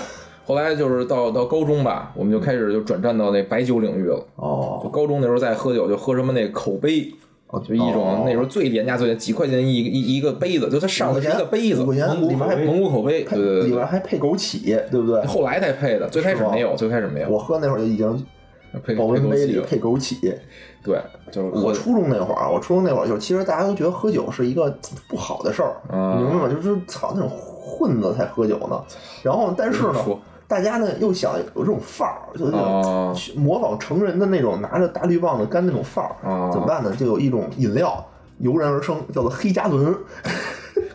Speaker 1: 后来就是到到高中吧，我们就开始就转战到那白酒领域了。就
Speaker 2: 哦，
Speaker 1: 高中那时候在喝酒，就喝什么那口杯，
Speaker 2: 哦
Speaker 1: 就一种那时候最廉价最廉几块钱一一一个杯子，就它上的是一个杯子，
Speaker 2: 五块钱，
Speaker 3: 蒙古
Speaker 2: 里面还
Speaker 3: 口味
Speaker 1: 蒙古口杯，
Speaker 2: 配
Speaker 1: 对对
Speaker 2: 里
Speaker 1: 对
Speaker 2: 面还配枸杞，对不对
Speaker 1: 对。？后来才配的，最开始没有，最开始没有
Speaker 2: 我喝那会儿就已经
Speaker 1: 配配
Speaker 2: 保温
Speaker 1: 枸
Speaker 2: 杯
Speaker 1: 杞
Speaker 2: 里
Speaker 1: 了
Speaker 2: 配枸杞。
Speaker 1: 对，就是喝
Speaker 2: 我初中那会儿啊，我初中那会儿就是，其实大家都觉得喝酒是一个不好的事儿，
Speaker 1: 啊
Speaker 2: 你明白吗？就是操那种混子才喝酒呢。然后，但是
Speaker 1: 这
Speaker 2: 呢
Speaker 1: 么说，
Speaker 2: 大家呢又想有这种范儿，就是
Speaker 1: 啊
Speaker 2: 去模仿成人的那种拿着大绿棒子干那种范儿，
Speaker 1: 啊
Speaker 2: 怎么办呢？就有一种饮料油然而生，叫做黑加仑。
Speaker 1: 啊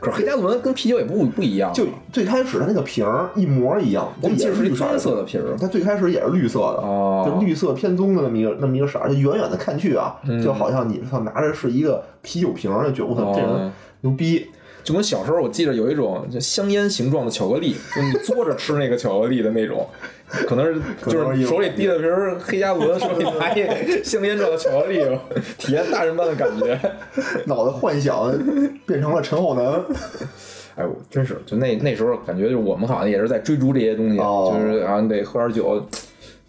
Speaker 1: 可是黑加仑跟啤酒也不不一样，
Speaker 2: 就最开始它那个瓶儿一模一样，
Speaker 1: 我们记
Speaker 2: 就
Speaker 1: 得
Speaker 2: 也
Speaker 1: 是一
Speaker 2: 绿
Speaker 1: 棕色
Speaker 2: 的
Speaker 1: 的瓶儿
Speaker 2: 它最开始也是绿色的，
Speaker 1: 哦
Speaker 2: 就绿色偏棕的那么一个那么一个色儿，就远远的看去啊，就好像你操拿着是一个啤酒瓶儿，就觉得我操
Speaker 1: 嗯哦
Speaker 2: 这人牛逼，
Speaker 1: 就跟小时候我记得有一种就香烟形状的巧克力，就你嘬着吃那个巧克力的那种，可能是
Speaker 2: 可
Speaker 1: 就
Speaker 2: 能是
Speaker 1: 是手里提着瓶儿黑加仑，手里拿一香烟状的巧克力，体验大人般的感觉。
Speaker 2: 脑袋幻想变成了陈浩南，
Speaker 1: 哎，我真是就那那时候感觉就是我们好像也是在追逐这些东西，
Speaker 2: 哦
Speaker 1: 就是啊你得喝点酒，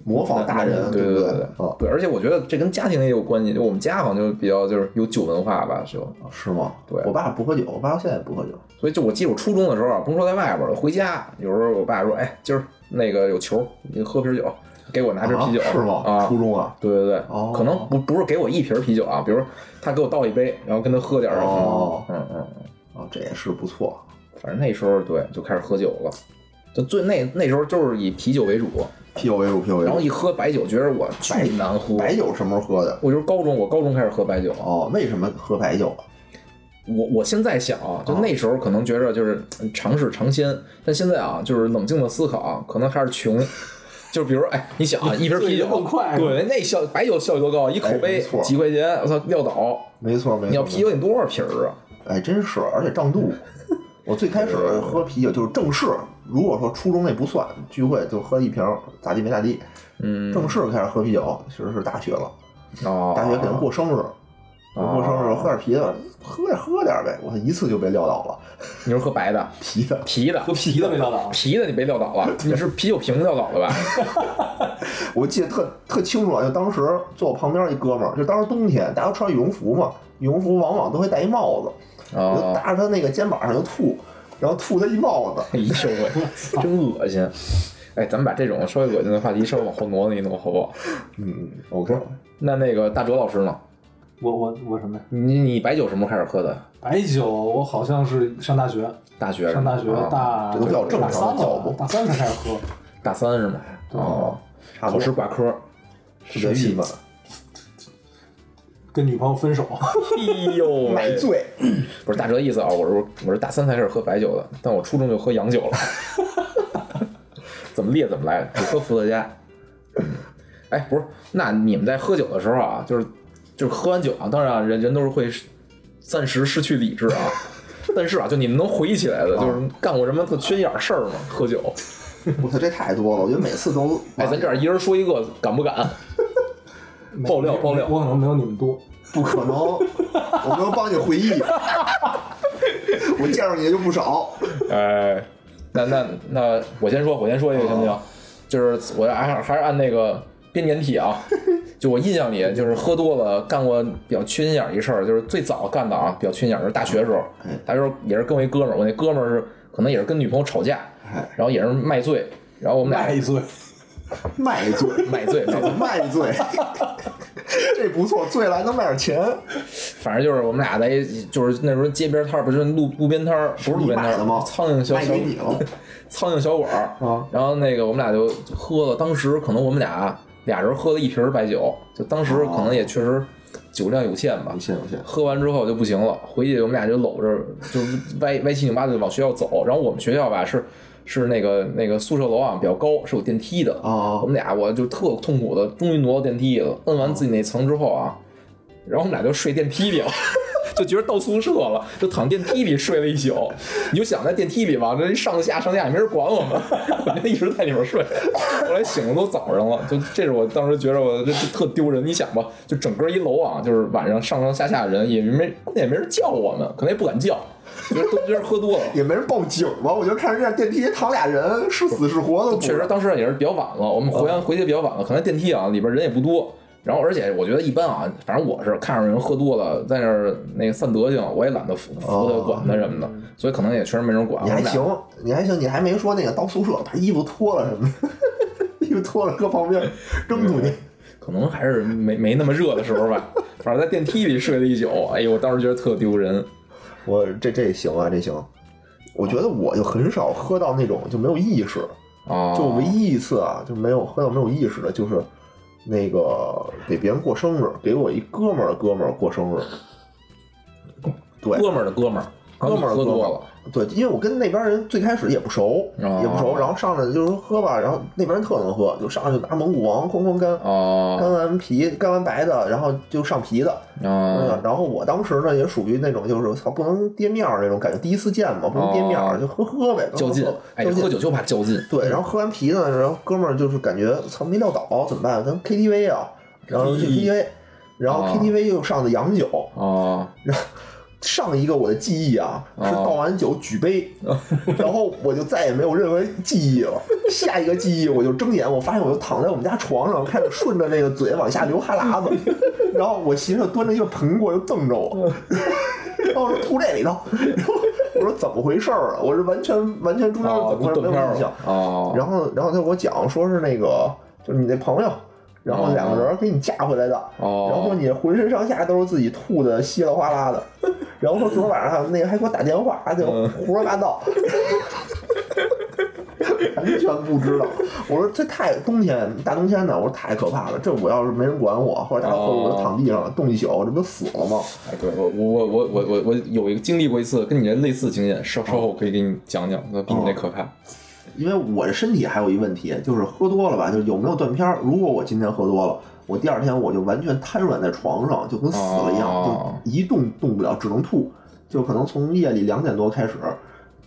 Speaker 2: 模仿大人，
Speaker 1: 对
Speaker 2: 不
Speaker 1: 对
Speaker 2: 啊，
Speaker 1: 对，而且我觉得这跟家庭也有关系，就我们家好像就比较就是有酒文化吧，就。
Speaker 2: 啊是吗？
Speaker 1: 对
Speaker 2: 我爸不喝酒，我爸现在也不喝酒，
Speaker 1: 所以就我记得我初中的时候啊，甭说在外边了，回家有时候我爸说：“哎，今儿那个有球，你喝瓶酒，给我拿瓶啤酒。
Speaker 2: 啊是吗？
Speaker 1: 啊
Speaker 2: 初中啊，
Speaker 1: 对对对，
Speaker 2: 哦
Speaker 1: 可能不不是给我一瓶啤酒啊，比如他给我倒一杯，然后跟他喝点儿什么的。
Speaker 2: 哦
Speaker 1: 嗯嗯嗯，
Speaker 2: 啊，这也是不错，
Speaker 1: 反正那时候对就开始喝酒了。就最那那时候就是以啤酒为主，
Speaker 2: 啤酒为主，啤酒为
Speaker 1: 然后
Speaker 2: 主。
Speaker 1: 一喝白酒，觉得我巨难喝。
Speaker 2: 白酒什么时候喝的？
Speaker 1: 我就是高中，我高中开始喝白酒，啊
Speaker 2: 哦，为什么喝白酒啊？
Speaker 1: 我我现在想啊，就那时候可能觉着就是嗯尝试尝鲜，但现在啊，就是冷静的思考啊，可能还是穷。就是比如，哎，你想啊，一瓶啤酒
Speaker 3: 更快
Speaker 1: 对，那效白酒效率多高，一口
Speaker 2: 哎没
Speaker 1: 杯
Speaker 2: 错
Speaker 1: 几块钱，我操，撂倒！
Speaker 2: 没错，没错。
Speaker 1: 你要
Speaker 2: 没错
Speaker 1: 啤酒，你多少瓶儿啊？
Speaker 2: 哎，真是，而且 胀肚。我最开始喝啤酒就是正式，如果说初中那不算，聚会就喝一瓶，咋地没咋地。
Speaker 1: 嗯，
Speaker 2: 正式开始喝啤酒其实是大学了，
Speaker 1: 哦，
Speaker 2: 大学可能过生日，我过生日喝点啤的，喝点喝点呗，我一次就被撂倒了，
Speaker 1: 你是喝白的、
Speaker 2: 啤的。
Speaker 1: 啤的
Speaker 3: 喝、啤的味啊道了。
Speaker 1: 啤的，你被撂倒了，你是啤酒瓶子撂倒的吧？
Speaker 2: 我记得特特清楚啊，就当时坐我旁边一哥们儿，就当时冬天，大家都穿羽绒服嘛，羽绒服往往都会戴一帽子，我就
Speaker 1: 哦，
Speaker 2: 搭着他那个肩膀上就吐，然后吐他一帽子，
Speaker 1: 哎呦喂，真恶心！哎，咱们把这种稍微恶心的话题稍微往后挪挪一挪，好不好？
Speaker 2: 嗯，OK，
Speaker 1: 那那个大哲老师呢？
Speaker 3: 我我我什么呀？
Speaker 1: 你你白酒什么时候开始喝的？
Speaker 3: 白酒，我好像是上大学，
Speaker 1: 大学是吗
Speaker 3: 上大学
Speaker 1: 啊
Speaker 3: 大
Speaker 2: 这都比较正
Speaker 3: 大
Speaker 2: 常
Speaker 3: 三
Speaker 2: 的脚步
Speaker 3: 了，大三才开始喝。
Speaker 1: 大三是吗？哦，
Speaker 2: 差
Speaker 1: 考
Speaker 2: 不多
Speaker 1: 试挂科。
Speaker 2: 特别 郁闷，
Speaker 3: 跟女朋友分手，
Speaker 1: 哎呦 喂
Speaker 2: 买醉。
Speaker 1: 不是大哲意思啊，我是我是大三才开始喝白酒的，但我初中就喝洋酒了， 怎么烈怎么来，只喝伏特加。哎，不是，那你们在喝酒的时候啊，就是就是喝完酒啊，当然啊人人都是会暂时失去理智啊， 但是啊，就你们能回忆起来的，就是干过什么特缺心眼儿事儿吗？喝酒，
Speaker 2: 我操，这太多了！我觉得每次都
Speaker 1: 哎，咱这样一人说一个，敢不敢？
Speaker 3: 没
Speaker 1: 爆料爆料
Speaker 3: 我可能没有你们多。
Speaker 2: 不 可能，我能帮你回忆。 我见着你就不少，
Speaker 1: 哎，那那那我先说，我先说一个行不
Speaker 2: 哦
Speaker 1: 行？就是我还是还是按那个编年体 啊，就我印象里就是喝多了干过比较缺心
Speaker 2: 哎
Speaker 1: 眼儿一事儿，就是最早干的啊，比较缺心眼儿是大学时候，大学时候也是跟我一哥们儿，我那哥们儿是可能也是跟女朋友吵架
Speaker 2: 哎，
Speaker 1: 然后也是卖醉，然后我们俩
Speaker 3: 卖醉，
Speaker 2: 卖醉，
Speaker 1: 买醉，买醉，
Speaker 2: 卖醉，这不错，醉了还能卖点钱。
Speaker 1: 反正就是我们俩在一，就是那时候街边摊儿，不是路路边摊儿，不是路边摊
Speaker 2: 你买的吗
Speaker 1: 儿，苍蝇小
Speaker 2: 卖
Speaker 1: 小
Speaker 2: 给你了，
Speaker 1: 苍蝇小馆儿
Speaker 2: 啊
Speaker 1: 然后那个我们俩就喝了，当时可能我们俩俩人喝了一瓶儿白酒，就当时可能也确实酒量有限吧
Speaker 2: 有，限有限，
Speaker 1: 喝完之后就不行了，回去我们俩就搂着，就歪歪七扭八的往学校走。然后我们学校吧是是那个那个宿舍楼啊比较高，是有电梯的。
Speaker 2: 哦
Speaker 1: 我们俩我就特痛苦的，终于挪到电梯里了，摁完自己那层之后啊，然后我们俩就睡电梯里了。 就觉得到宿舍了，就躺电梯里睡了一宿。你就想在电梯里吧，这上下上下也没人管我们，我就一直在里面睡。后来醒了都早上了，就这是我当时觉得我这这特丢人。你想吧，就整个一楼啊，就是晚上上上下下人也没关键也没人叫我们，可能也不敢叫，觉得都觉得喝多了。
Speaker 2: 也没人报警吧？我就看人家电梯躺俩人，是死是活的，
Speaker 1: 确实，当时也是比较晚了，我们回完回去比较晚了，可能电梯啊里边人也不多。然后，而且我觉得一般啊，反正我是看着人喝多了，在那儿那个散德性，我也懒得扶扶他管他什么的，所以可能也确实没人管。
Speaker 2: 你还
Speaker 1: 我们俩
Speaker 2: 行，你还行，你还没说那个到宿舍把衣服脱了什么的， 衣服脱了搁旁边扔出去。
Speaker 1: 可能还是没没那么热的时候吧，反正在电梯里睡了一宿，哎呦，我当时觉得特丢人。
Speaker 2: 我这这行啊，这行。我觉得我就很少喝到那种就没有意识，
Speaker 1: 啊，
Speaker 2: 就唯一一次啊，就没有喝到没有意识的，就是那个给别人过生日，给我一哥们儿的哥们儿过生日，对，
Speaker 1: 哥们儿的哥们儿，
Speaker 2: 哥们儿
Speaker 1: 喝
Speaker 2: 哥们
Speaker 1: 多
Speaker 2: 儿
Speaker 1: 了，
Speaker 2: 对，因为我跟那边人最开始也不熟，
Speaker 1: 哦
Speaker 2: 也不熟，然后上来就说喝吧，然后那边人特能喝，就上来就拿蒙古王哐哐干，干
Speaker 1: 哦
Speaker 2: 完啤干完白的，然后就上啤的，嗯
Speaker 1: 哦，
Speaker 2: 然后我当时呢也属于那种就是操不能跌面儿那种感觉，第一次见嘛，不能跌面儿，
Speaker 1: 哦
Speaker 2: 就喝喝呗，
Speaker 1: 较劲
Speaker 2: 喝喝，
Speaker 1: 哎，
Speaker 2: 较劲
Speaker 1: 喝酒就怕较劲，
Speaker 2: 对，然后喝完啤呢，然后哥们儿就是感觉操没撂倒怎么办？咱 KTV 啊，然
Speaker 1: 嗯
Speaker 2: 后去 KTV，然后
Speaker 1: 啊
Speaker 2: KTV 又上的洋酒，
Speaker 1: 哦
Speaker 2: 上一个我的记忆啊是
Speaker 1: 哦
Speaker 2: 倒完酒 举杯，然后我就再也没有任何记忆了。下一个记忆我就睁眼，我发现我就躺在我们家床上，开始顺着那个嘴往下流哈喇子，然后我媳妇端着一个盆过来就瞪着 我，然后我说吐这里头， 然后我说怎么回事儿啊？我是完全完全中间是
Speaker 1: 哦，
Speaker 2: 怎么
Speaker 1: 不
Speaker 2: 回事
Speaker 1: 断
Speaker 2: 没
Speaker 1: 片
Speaker 2: 有
Speaker 1: 儿
Speaker 2: 印象
Speaker 1: 了。哦，
Speaker 2: 然后然后他给我讲说是那个就是你那朋友，然后两个人给你架回来的，
Speaker 1: 哦
Speaker 2: 然后说你浑身上下都是自己吐的稀里哗啦的， 然后说昨晚上那个还给我打电话，就
Speaker 1: 嗯
Speaker 2: 胡说八 道。完全不知道，我说这太冬天大冬天的，我说太可怕了。这我要是没人管我，或者大家伙
Speaker 1: 哦
Speaker 2: 我就躺地上了，冻一宿，这不死了吗？
Speaker 1: 哎，对我我我我我我有一个经历过一次跟你这类似的经验，稍稍后我可以给你讲讲，那比你那可怕。
Speaker 2: 因为我这身体还有一问题，就是喝多了吧，就是有没有断片儿。如果我今天喝多了，我第二天我就完全瘫软在床上，就跟死了一样，
Speaker 1: 哦
Speaker 2: 就一动动不了，只能吐。就可能从夜里两点多开始，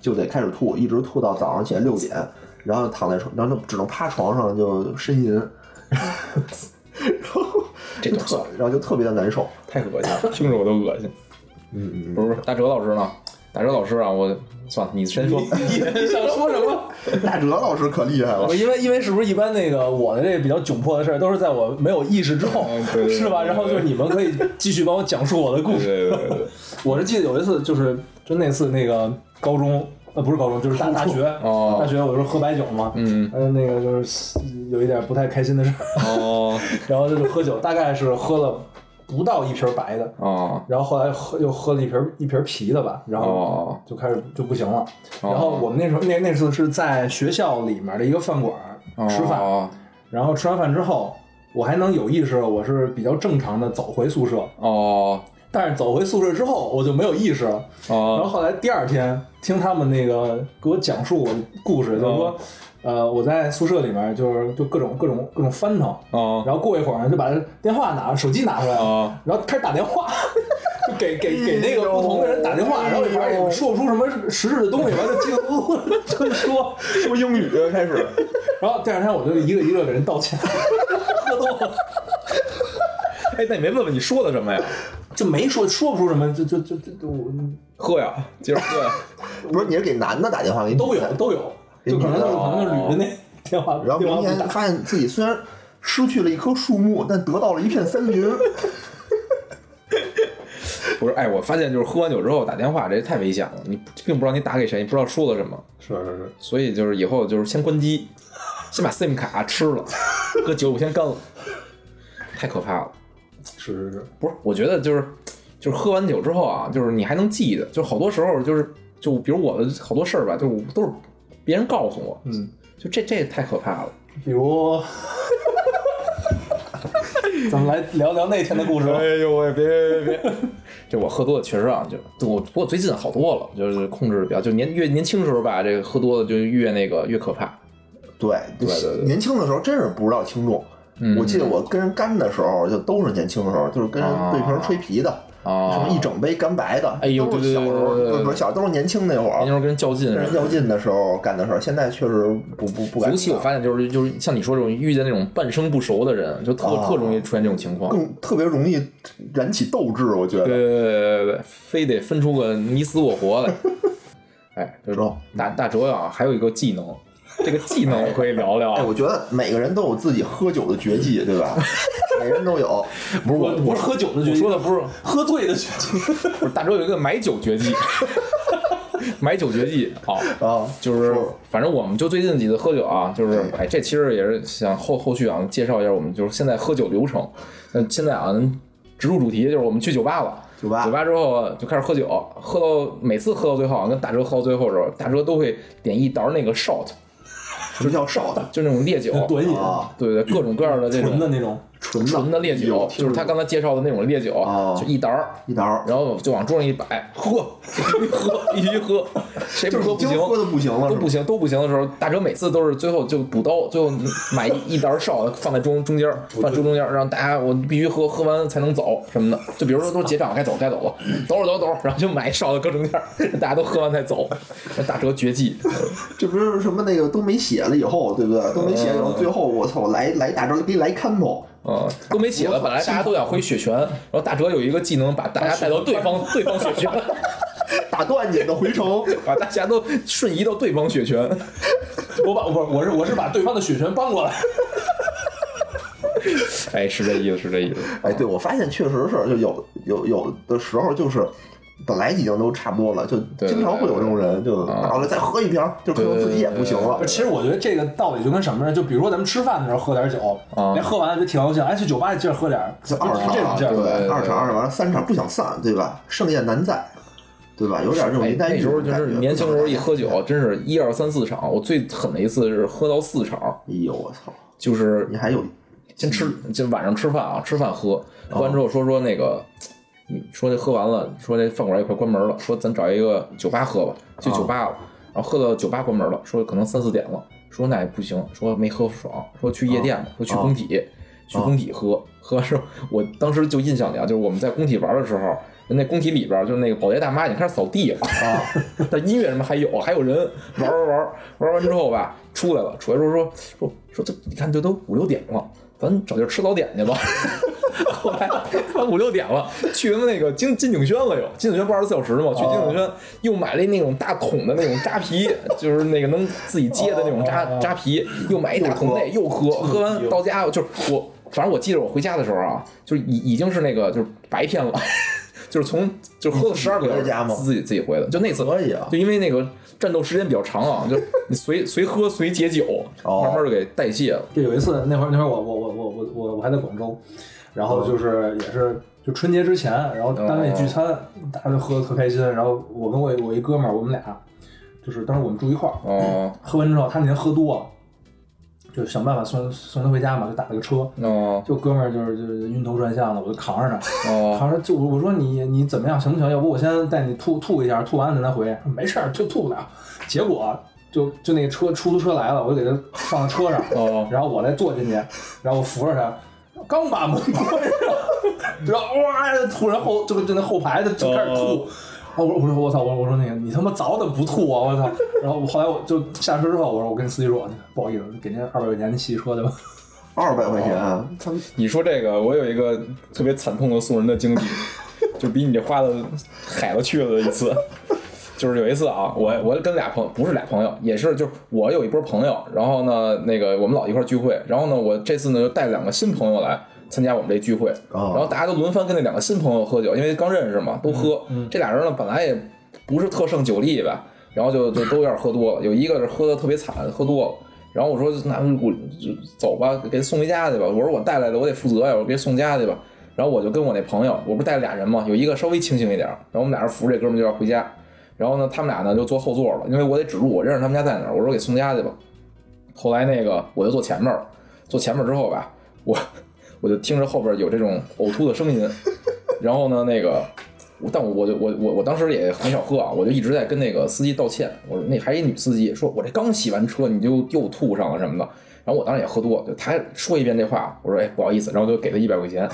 Speaker 2: 就得开始吐，一直吐到早上起来六点，然后躺在床，然后就只能趴床上就呻吟，然后
Speaker 1: 这
Speaker 2: 就
Speaker 1: 种
Speaker 2: 特，然后就特别的难受。
Speaker 1: 太恶心了，听着我都恶心。
Speaker 2: 嗯
Speaker 1: 不是不是，大哲老师呢？大哲老师啊，我算了，你先 说。
Speaker 3: 你你想说什么？
Speaker 2: 嗯，大哲老师可厉害了
Speaker 3: 我，哦因为因为是不是一般那个我的这比较窘迫的事儿都是在我没有意识之后
Speaker 1: 嗯对对对
Speaker 3: 是吧？
Speaker 1: 对对
Speaker 3: 然后就是你们可以继续帮我讲述我的故
Speaker 1: 对
Speaker 3: 事。
Speaker 1: 对对对对，
Speaker 3: 我是记得有一次就是就那次那个高中呃不是高中就是大大学
Speaker 1: 哦
Speaker 3: 大学我说喝白酒嘛
Speaker 1: 嗯
Speaker 3: 嗯那个就是有一点不太开心的事儿，
Speaker 1: 哦
Speaker 3: 然后就是喝酒，大概是喝了不到一瓶白的，
Speaker 1: 哦
Speaker 3: 然后后来喝又喝了一瓶一瓶啤的吧，然后
Speaker 1: 哦
Speaker 3: 就开始就不行了。
Speaker 1: 哦
Speaker 3: 然后我们那时候那那次是在学校里面的一个饭馆
Speaker 1: 哦，
Speaker 3: 吃饭，
Speaker 1: 哦
Speaker 3: 然后吃完饭之后，我还能有意识，我是比较正常的走回宿舍。
Speaker 1: 哦
Speaker 3: 但是走回宿舍之后，我就没有意识了。然
Speaker 1: 哦
Speaker 3: 后后来第二天听他们那个给我讲述我的故事，就是
Speaker 1: 哦
Speaker 3: 说，呃，我在宿舍里面就是就各种各种各种翻腾，
Speaker 1: 哦
Speaker 3: 然后过一会儿呢就把电话拿手机拿出来，
Speaker 1: 哦
Speaker 3: 然后开始打电话， 就给给给
Speaker 2: 哎
Speaker 3: 那个不同的人打电话，然后反正也说不出什么实质的东西，完了就叽里咕噜就说，
Speaker 2: 说英语开始，
Speaker 3: 然后第二天我就一个一个给人道歉， 喝多了。
Speaker 1: 哎，那你没问问你说的什么呀？
Speaker 3: 就没说说不出什么，就就就就就我
Speaker 1: 喝呀，接着喝呀。
Speaker 2: 不是你是给男的打电话，给你
Speaker 3: 都
Speaker 2: 女
Speaker 3: 有
Speaker 2: 的
Speaker 3: 都有，就可能就是可
Speaker 1: 哦
Speaker 3: 能就捋着那电话，
Speaker 2: 然后
Speaker 3: 电话
Speaker 2: 明
Speaker 3: 不
Speaker 2: 天
Speaker 3: 打。
Speaker 2: 发现自己虽然失去了一棵树木，但得到了一片森林。
Speaker 1: 不是，哎，我发现就是喝完酒之后打电话，这太危险了。你并不知道你打给谁，你不知道说了什么，
Speaker 3: 是是是，
Speaker 1: 所以就是以后就是先关机，先把 SIM 卡吃了，搁酒我先干了，太可怕了。
Speaker 3: 是是是，
Speaker 1: 不是，我觉得就是就是喝完酒之后啊，就是你还能记得，就好多时候就是就比如我的好多事儿吧，就是都是别人告诉我，
Speaker 3: 嗯，
Speaker 1: 就这这太可怕了。
Speaker 3: 比如，咱们来聊聊那天的故事吧。
Speaker 1: 哎呦喂，别别 别！这我喝多了确实啊，就就我不过最近好多了，就是控制的比较，就年越年轻时候吧，这个喝多了就越那个越可怕。
Speaker 2: 对，
Speaker 1: 对对
Speaker 2: 年轻的时候真是不知道轻重。
Speaker 1: 嗯
Speaker 2: 我记得我跟人干的时候，就都是年轻的时候，就是跟人对瓶吹啤的，
Speaker 1: 啊
Speaker 2: 什么一整杯干白的，
Speaker 1: 哎呦
Speaker 2: 都是小时
Speaker 1: 对对
Speaker 2: 候，
Speaker 1: 对对对
Speaker 2: 不是不是小，都是年轻那会
Speaker 1: 年轻时
Speaker 2: 儿，
Speaker 1: 候跟人较劲，
Speaker 2: 跟人较劲的时候干的事儿。现在确实不不不敢干。啊
Speaker 1: 尤其我发现就是就是像你说这种遇见那种半生不熟的人，就特、
Speaker 2: 啊
Speaker 1: 特容易出现这种情况。
Speaker 2: 更特别容易燃起斗志，我
Speaker 1: 对
Speaker 2: 觉得。
Speaker 1: 对对对对对，非得分出个你死我活来。哎，就是
Speaker 2: 知道
Speaker 1: 大大哲呀，还有一个技能，这个技能可以聊聊啊。
Speaker 2: 哎，我觉得每个人都有自己喝酒的绝技，对 吧？每个人都有。
Speaker 1: 不是我
Speaker 3: 我不是喝酒的决
Speaker 1: 我
Speaker 3: 定，
Speaker 1: 说的不是
Speaker 3: 喝醉的决定。
Speaker 1: 不是，大周有一个买酒绝技， 买酒绝技 啊、
Speaker 2: 啊
Speaker 1: 就是
Speaker 2: 说
Speaker 1: 反正我们就最近几次喝酒啊，就是
Speaker 2: 嗯
Speaker 1: 哎，这其实也是想后后续啊介绍一下我们就是现在喝酒流程。那现在啊，咱直入主题就是我们去酒吧了。
Speaker 2: 酒吧
Speaker 1: 酒吧之后就开始喝酒，喝到每次喝到最后啊，跟大哲喝到最后的时候，大哲都会点一沓那个 shot，
Speaker 2: 什么叫少的？
Speaker 1: 就那种烈 酒，
Speaker 3: 短饮，
Speaker 2: 啊，
Speaker 1: 对对，各种各样的这
Speaker 3: 纯的
Speaker 1: 种
Speaker 3: 那种，
Speaker 2: 纯
Speaker 1: 纯的烈酒，就是他刚才介绍的那种烈酒，啊
Speaker 2: 哦
Speaker 1: 就一沓儿。
Speaker 2: 一刀儿，
Speaker 1: 然后就往桌上一摆，喝， 一喝，一喝，谁
Speaker 2: 就
Speaker 1: 不
Speaker 2: 是
Speaker 1: 喝
Speaker 2: 已
Speaker 1: 不
Speaker 2: 经
Speaker 1: 行，
Speaker 2: 喝的不行
Speaker 1: 都
Speaker 2: 了，是吧
Speaker 1: 不行，都不行的时候，大哲每次都是最后就补刀，最后买一袋哨放在中中间儿，放在中中间儿，让大家我必须喝，喝完才能走什么的。就比如说都结账该走该走了，走着走着走着，然后就买哨子搁中间儿，大家都喝完再走。那大哲绝技，
Speaker 2: 这不是什么那个都没血了以后，对不对？都没血了以后，最后我操，来来大招，给你来 combo，
Speaker 1: 嗯，都没血了，本来大家都想回血泉，然后大哲有一个技能把大家带到对方对方血泉，
Speaker 2: 打断你的回程。
Speaker 1: 把大家都瞬移到对方血泉。
Speaker 3: 我把我我是我是把对方的血泉搬过来，
Speaker 1: 哎，是这意思，是这意思。
Speaker 2: 哎，对，我发现确实是，就有有有的时候就是。本来已经都差不多了，就
Speaker 1: 对
Speaker 2: 经常会有这种人，就
Speaker 1: 啊
Speaker 2: 到了再喝一瓶，就可能自己也不行了
Speaker 3: 不是，其实我觉得这个道理就跟什么呢？就比如说咱们吃饭的时候喝点酒，
Speaker 1: 啊
Speaker 3: 哎，喝完了就挺高兴，哎，去酒吧接着喝点儿，
Speaker 2: 就二
Speaker 3: 是这种
Speaker 2: 场，
Speaker 3: 劲
Speaker 2: 对
Speaker 3: 儿。
Speaker 1: 对对
Speaker 2: 二场二场完了三场不想散，对吧？盛宴难在，对吧？有点这种
Speaker 1: 哎
Speaker 2: 一，代
Speaker 1: 那
Speaker 2: 玉
Speaker 1: 时候
Speaker 2: 种
Speaker 1: 就
Speaker 2: 感
Speaker 1: 是
Speaker 2: 觉
Speaker 1: 年轻时候一喝酒，真是一二三四场。我最狠的一次是喝到四场，
Speaker 2: 哎呦我操！
Speaker 1: 就是
Speaker 2: 你还嗯哦有
Speaker 1: 先吃，就晚上吃饭啊，吃饭喝，喝完之后说说那个，你说这喝完了，说这饭馆也快关门了，说咱找一个酒吧喝吧，去酒吧
Speaker 2: 哦
Speaker 1: 了，然后喝到酒吧关门了，说可能三四点了，说那也不行，说没喝爽，说去夜店吧，
Speaker 2: 哦
Speaker 1: 说去工体，去工体喝，喝完之后，我当时就印象里啊，就是我们在工体玩的时候。人那工体里边儿就是那个保洁大妈已经开始扫地了，
Speaker 2: 啊，
Speaker 1: 但音乐什么还有，还有人玩玩玩玩完之后吧，出来了，出来说说说说这你看这都五六点了，咱找地儿吃早点去吧。 后来五六点了，去他妈那个金金景轩了又，金景轩不二十四小时嘛，去金景轩又买了那种大桶的那种扎啤， 就是那个能自己接的那种扎扎啤，哦又买一大桶那又喝，喝完到家就是我，反正我记得我回家的时候啊，就是已已经是那个就是白天了。 就是从就喝了十二个小
Speaker 2: 回
Speaker 1: 时
Speaker 2: 的家吗
Speaker 1: 自己自己回的，就那次
Speaker 2: 可以啊
Speaker 1: 就因为那个战斗时间比较长啊，就你随随喝随解酒，
Speaker 2: 哦
Speaker 1: 慢慢就给代谢了。
Speaker 3: 就有一次，那会儿那会儿我我我我我我我还在广州，然后就是也是就春节之前，然后单位聚餐，大家都喝的特开心，然后我跟我一我一哥们儿，我们俩就是当时我们住一块儿，
Speaker 1: 哦
Speaker 3: 喝完之后他那天喝多了，就想办法送送他回家嘛，就打了个车，
Speaker 1: 哦
Speaker 3: 就哥们儿就是就是晕头转向了，我就扛着他，
Speaker 1: 哦，
Speaker 3: 扛着就我我说你你怎么样行不行？要不我先带你吐吐一下，吐完了咱再回。没事儿，就吐不了。结果就就那车出租车来了，我就给他放到车上，
Speaker 1: 哦
Speaker 3: 然后我再坐进去，然后我扶着他。刚把门关上， 然后哇，突然后就就那后排就就开始
Speaker 1: 哦
Speaker 3: 吐，啊，我我说我操，我我说那个你他妈早怎么不吐啊，我操！然后我后来我就下车之后，我说我跟司机说，不好意思，给您二百块钱，您洗洗车去吧。
Speaker 2: 二百块
Speaker 1: 哦
Speaker 2: 钱，他
Speaker 1: 你说这个，我有一个特别惨痛的送人的经历，就比你这花的海了去了的一次。就是有一次啊，我我跟俩朋友不是俩朋友，也是就是我有一波朋友，然后呢，那个我们老一块儿聚会，然后呢，我这次呢又带两个新朋友来，参加我们这聚会，
Speaker 2: 哦
Speaker 1: 然后大家都轮番跟那两个新朋友喝酒，因为刚认识嘛，都喝。这俩人呢，本来也不是特胜酒力吧，然后就就都有点喝多了，有一个是喝的特别惨，喝多了。然后我说：“那我就走吧，给送回家去吧。”我说：“我带来的，我得负责呀，我给送家去吧。”然后我就跟我那朋友，我不是带了俩人嘛，有一个稍微清醒一点儿，然后我们俩人扶着这哥们儿就要回家。然后呢，他们俩呢就坐后座了，因为我得指路，我认识他们家在哪儿，我说给送家去吧。后来那个我就坐前面了，坐前面之后吧，我 我就听着后边有这种呕吐的声音， 然后呢，那个，我但我就我我我当时也很少喝啊，我就一直在跟那个司机道歉，我说那还一女司机，说我这刚洗完车你就又吐上了什么的。然后我当时也喝多，就他说一遍这话，我说哎不好意思，然后就给他一百块钱。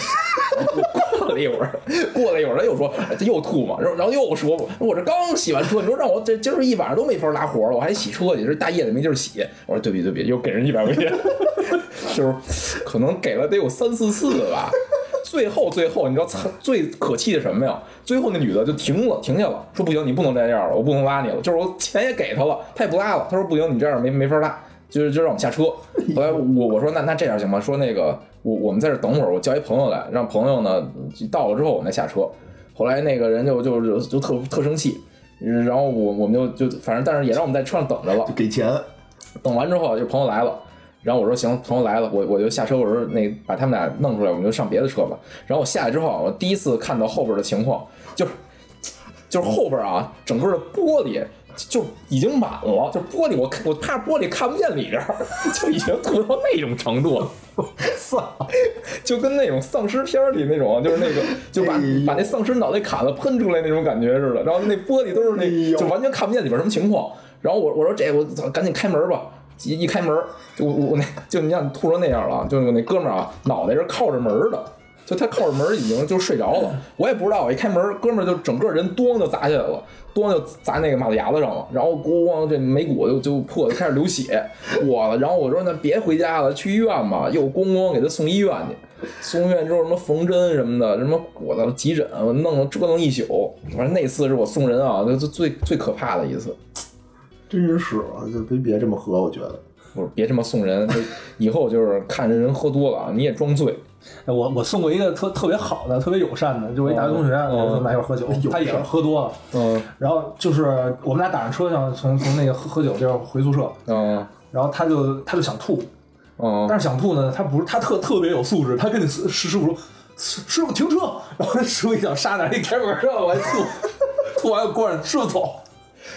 Speaker 1: 过了一会儿，过了一会儿他又说哎这又吐嘛，然后然后又说我这刚洗完车，你说让我这今儿一晚上都没法拉活了，我还洗车去，这大夜里没地儿洗。我说对不起对不起，又给人一百块钱， 就是可能给了得有三四次吧。最后最后，你知道惨最可气的什么呀？最后那女的就停了，停下了，说不行，你不能这样了，我不能拉你了。就是我钱也给她了，她也不拉了。她说不行，你这样没没法拉，就是就让我们下车。后来我我说那那这样行吗？说那个我我们在这等会儿，我叫一朋友来，让朋友呢到了之后我们再下车。后来那个人就就就就特特生气，然后我我们就就反正但是也让我们在车上等着了
Speaker 2: 就。给钱，
Speaker 1: 等完之后，就朋友来了，然后我说行，朋友来了，我我就下车，我说那把他们俩弄出来，我们就上别的车吧。然后我下来之后，我第一次看到后边的情况，就是就是后边啊，整个的玻璃。就已经满了，就玻璃我我怕玻璃看不见里边儿， 就已经吐到那种程度了，
Speaker 3: 操！
Speaker 1: 就跟那种丧尸片儿里那种，就是那个就把、
Speaker 2: 哎呦
Speaker 1: 把那丧尸脑袋砍了喷出来那种感觉似的，然后那玻璃都是那、
Speaker 2: 哎呦
Speaker 1: 就完全看不见里边什么情况。然后我我说这我操，赶紧开门吧。一一开门，就我我那就你像吐成那样了啊，就是我那哥们儿啊，脑袋是靠着门儿的，就他靠着门儿已经就睡着了，我也不知道。我一开门，哥们儿就整个人咣就砸下来了，咣就砸那个马路牙子上了，然后咣这眉骨就就破，就开始流血。我，然后我说那别回家了，去医院吧，又咣咣给他送医院去。送医院之后什么缝针什么的，什么我的急诊，我弄了折腾一宿。反正那次是我送人啊，就就最最可怕的一次。
Speaker 2: 真是屎啊！就别别这么喝，我觉 得。
Speaker 1: 我说别这么送人，就以后就是看着人喝多了啊，你也装醉。
Speaker 3: 哎我我送过一个特特别好的、特别友善的，就我一大学同学，
Speaker 1: 嗯
Speaker 3: 我们俩一块儿喝酒，他哦哎也是喝多了，
Speaker 1: 嗯
Speaker 3: 然后就是我们俩打上车想从从那个喝喝酒地儿回宿舍，
Speaker 1: 嗯
Speaker 3: 然后他就他就想吐，
Speaker 1: 嗯，
Speaker 3: 但是想吐呢，他不是他特特别有素质，他跟你师师傅说师师傅停车，然后师傅一脚刹那儿一开门让我还吐，吐完关上师傅走，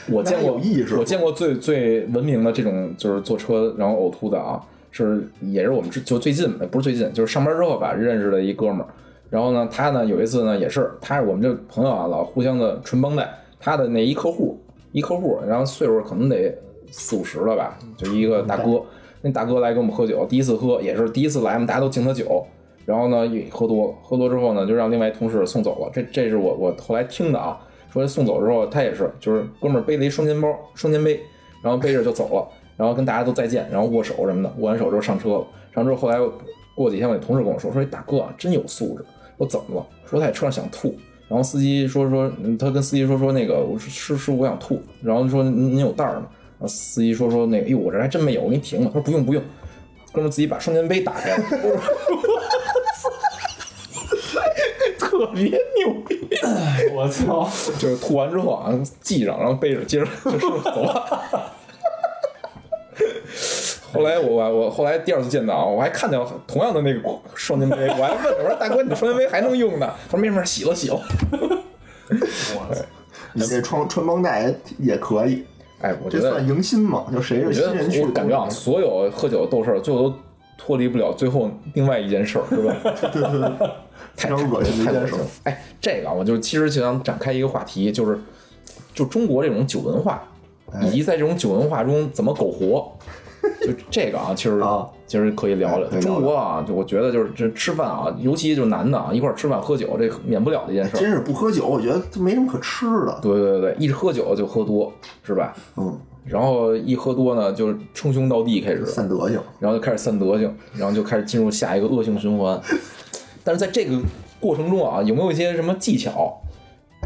Speaker 1: 我见过
Speaker 2: 那还有意识
Speaker 1: 我见过最最文明的这种就是坐车然后呕吐的啊，是也是我们之就最近不是最近，就是上班之后吧认识的一哥们儿。然后呢，他呢有一次呢也是，他是我们这朋友啊，老互相的纯帮带。他的那一客户，一客户，然后岁数可能得四五十了吧，就一个大
Speaker 2: 嗯
Speaker 1: 哥。那大哥来跟我们喝酒，第一次喝也是第一次来，我们大家都敬他酒。然后呢，也喝多了，喝多之后呢，就让另外一同事送走了。这这是我我后来听的啊，说送走之后他也是，就是哥们儿背了一双肩包、双肩背，然后背着就走了，然后跟大家都再见，然后握手什么的，握完手之后上车了。上车之后后来过几天，我那同事跟我说，说大哥啊，真有素质。我说怎么了？说他在车上想吐，然后司机说说，嗯他跟司机说说那个，我说师师傅我想吐，然后说您您有袋儿吗？然后司机说说那个，哎呦我这还真没有，我给你停吧。他说不用不用，哥们儿自己把双肩背打开了。 我说特别牛逼，
Speaker 3: 哎我操！
Speaker 1: 就是吐完之后啊，系上，然后背着，接着 就是走了。 后来我我后来第二次见到啊，我还看到同样的那个双肩背，我还问我说大哥，你的双肩背还能用呢？他说没事没事，洗了洗了。
Speaker 2: 你这穿穿帮带也可以，
Speaker 1: 哎，我觉
Speaker 2: 这
Speaker 1: 得
Speaker 2: 算迎新嘛？就谁
Speaker 1: 我
Speaker 2: 是
Speaker 1: 觉
Speaker 2: 新人
Speaker 1: 得
Speaker 2: 去，
Speaker 1: 我感觉啊，所有喝酒斗事儿，最后都脱离不了最后另外一件事儿，是吧？
Speaker 2: 对对对对，
Speaker 1: 太
Speaker 2: 非常恶心的一
Speaker 1: 太恶
Speaker 2: 件事
Speaker 1: 心。了哎，这个啊我就其实就想展开一个话题，就是就中国这种酒文化，
Speaker 2: 哎
Speaker 1: 以及在这种酒文化中怎么苟活。就这个啊，其实
Speaker 2: 啊
Speaker 1: 其实可以聊
Speaker 2: 哎可
Speaker 1: 聊。
Speaker 2: 以聊聊
Speaker 1: 中国啊，就我觉得就是这吃饭啊，尤其就是男的啊，一块儿吃饭喝酒，这免不了的一件事儿。
Speaker 2: 真是不喝酒，我觉得这没什么可吃的。
Speaker 1: 对对对，一喝酒就喝多，是吧？
Speaker 2: 嗯，
Speaker 1: 然后一喝多呢，就称兄道弟开始，
Speaker 2: 散德性。
Speaker 1: 然后就开始散德性，然后就开始进入下一个恶性循环。但是在这个过程中啊，有没有一些什么技巧，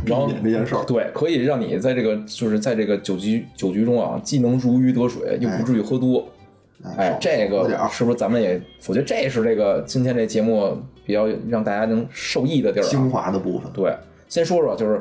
Speaker 1: 然后
Speaker 2: 避免这件事儿
Speaker 1: 对，可以让你在这个就是在这个酒局酒局中啊，既能如鱼得水，又不至于喝多？哎，这
Speaker 2: 哎喝
Speaker 1: 个
Speaker 2: 点儿
Speaker 1: 是不是咱们也？我觉得这是这个今天这节目比较让大家能受益的地儿、啊
Speaker 2: 精。华的部分，
Speaker 1: 对，先说说就是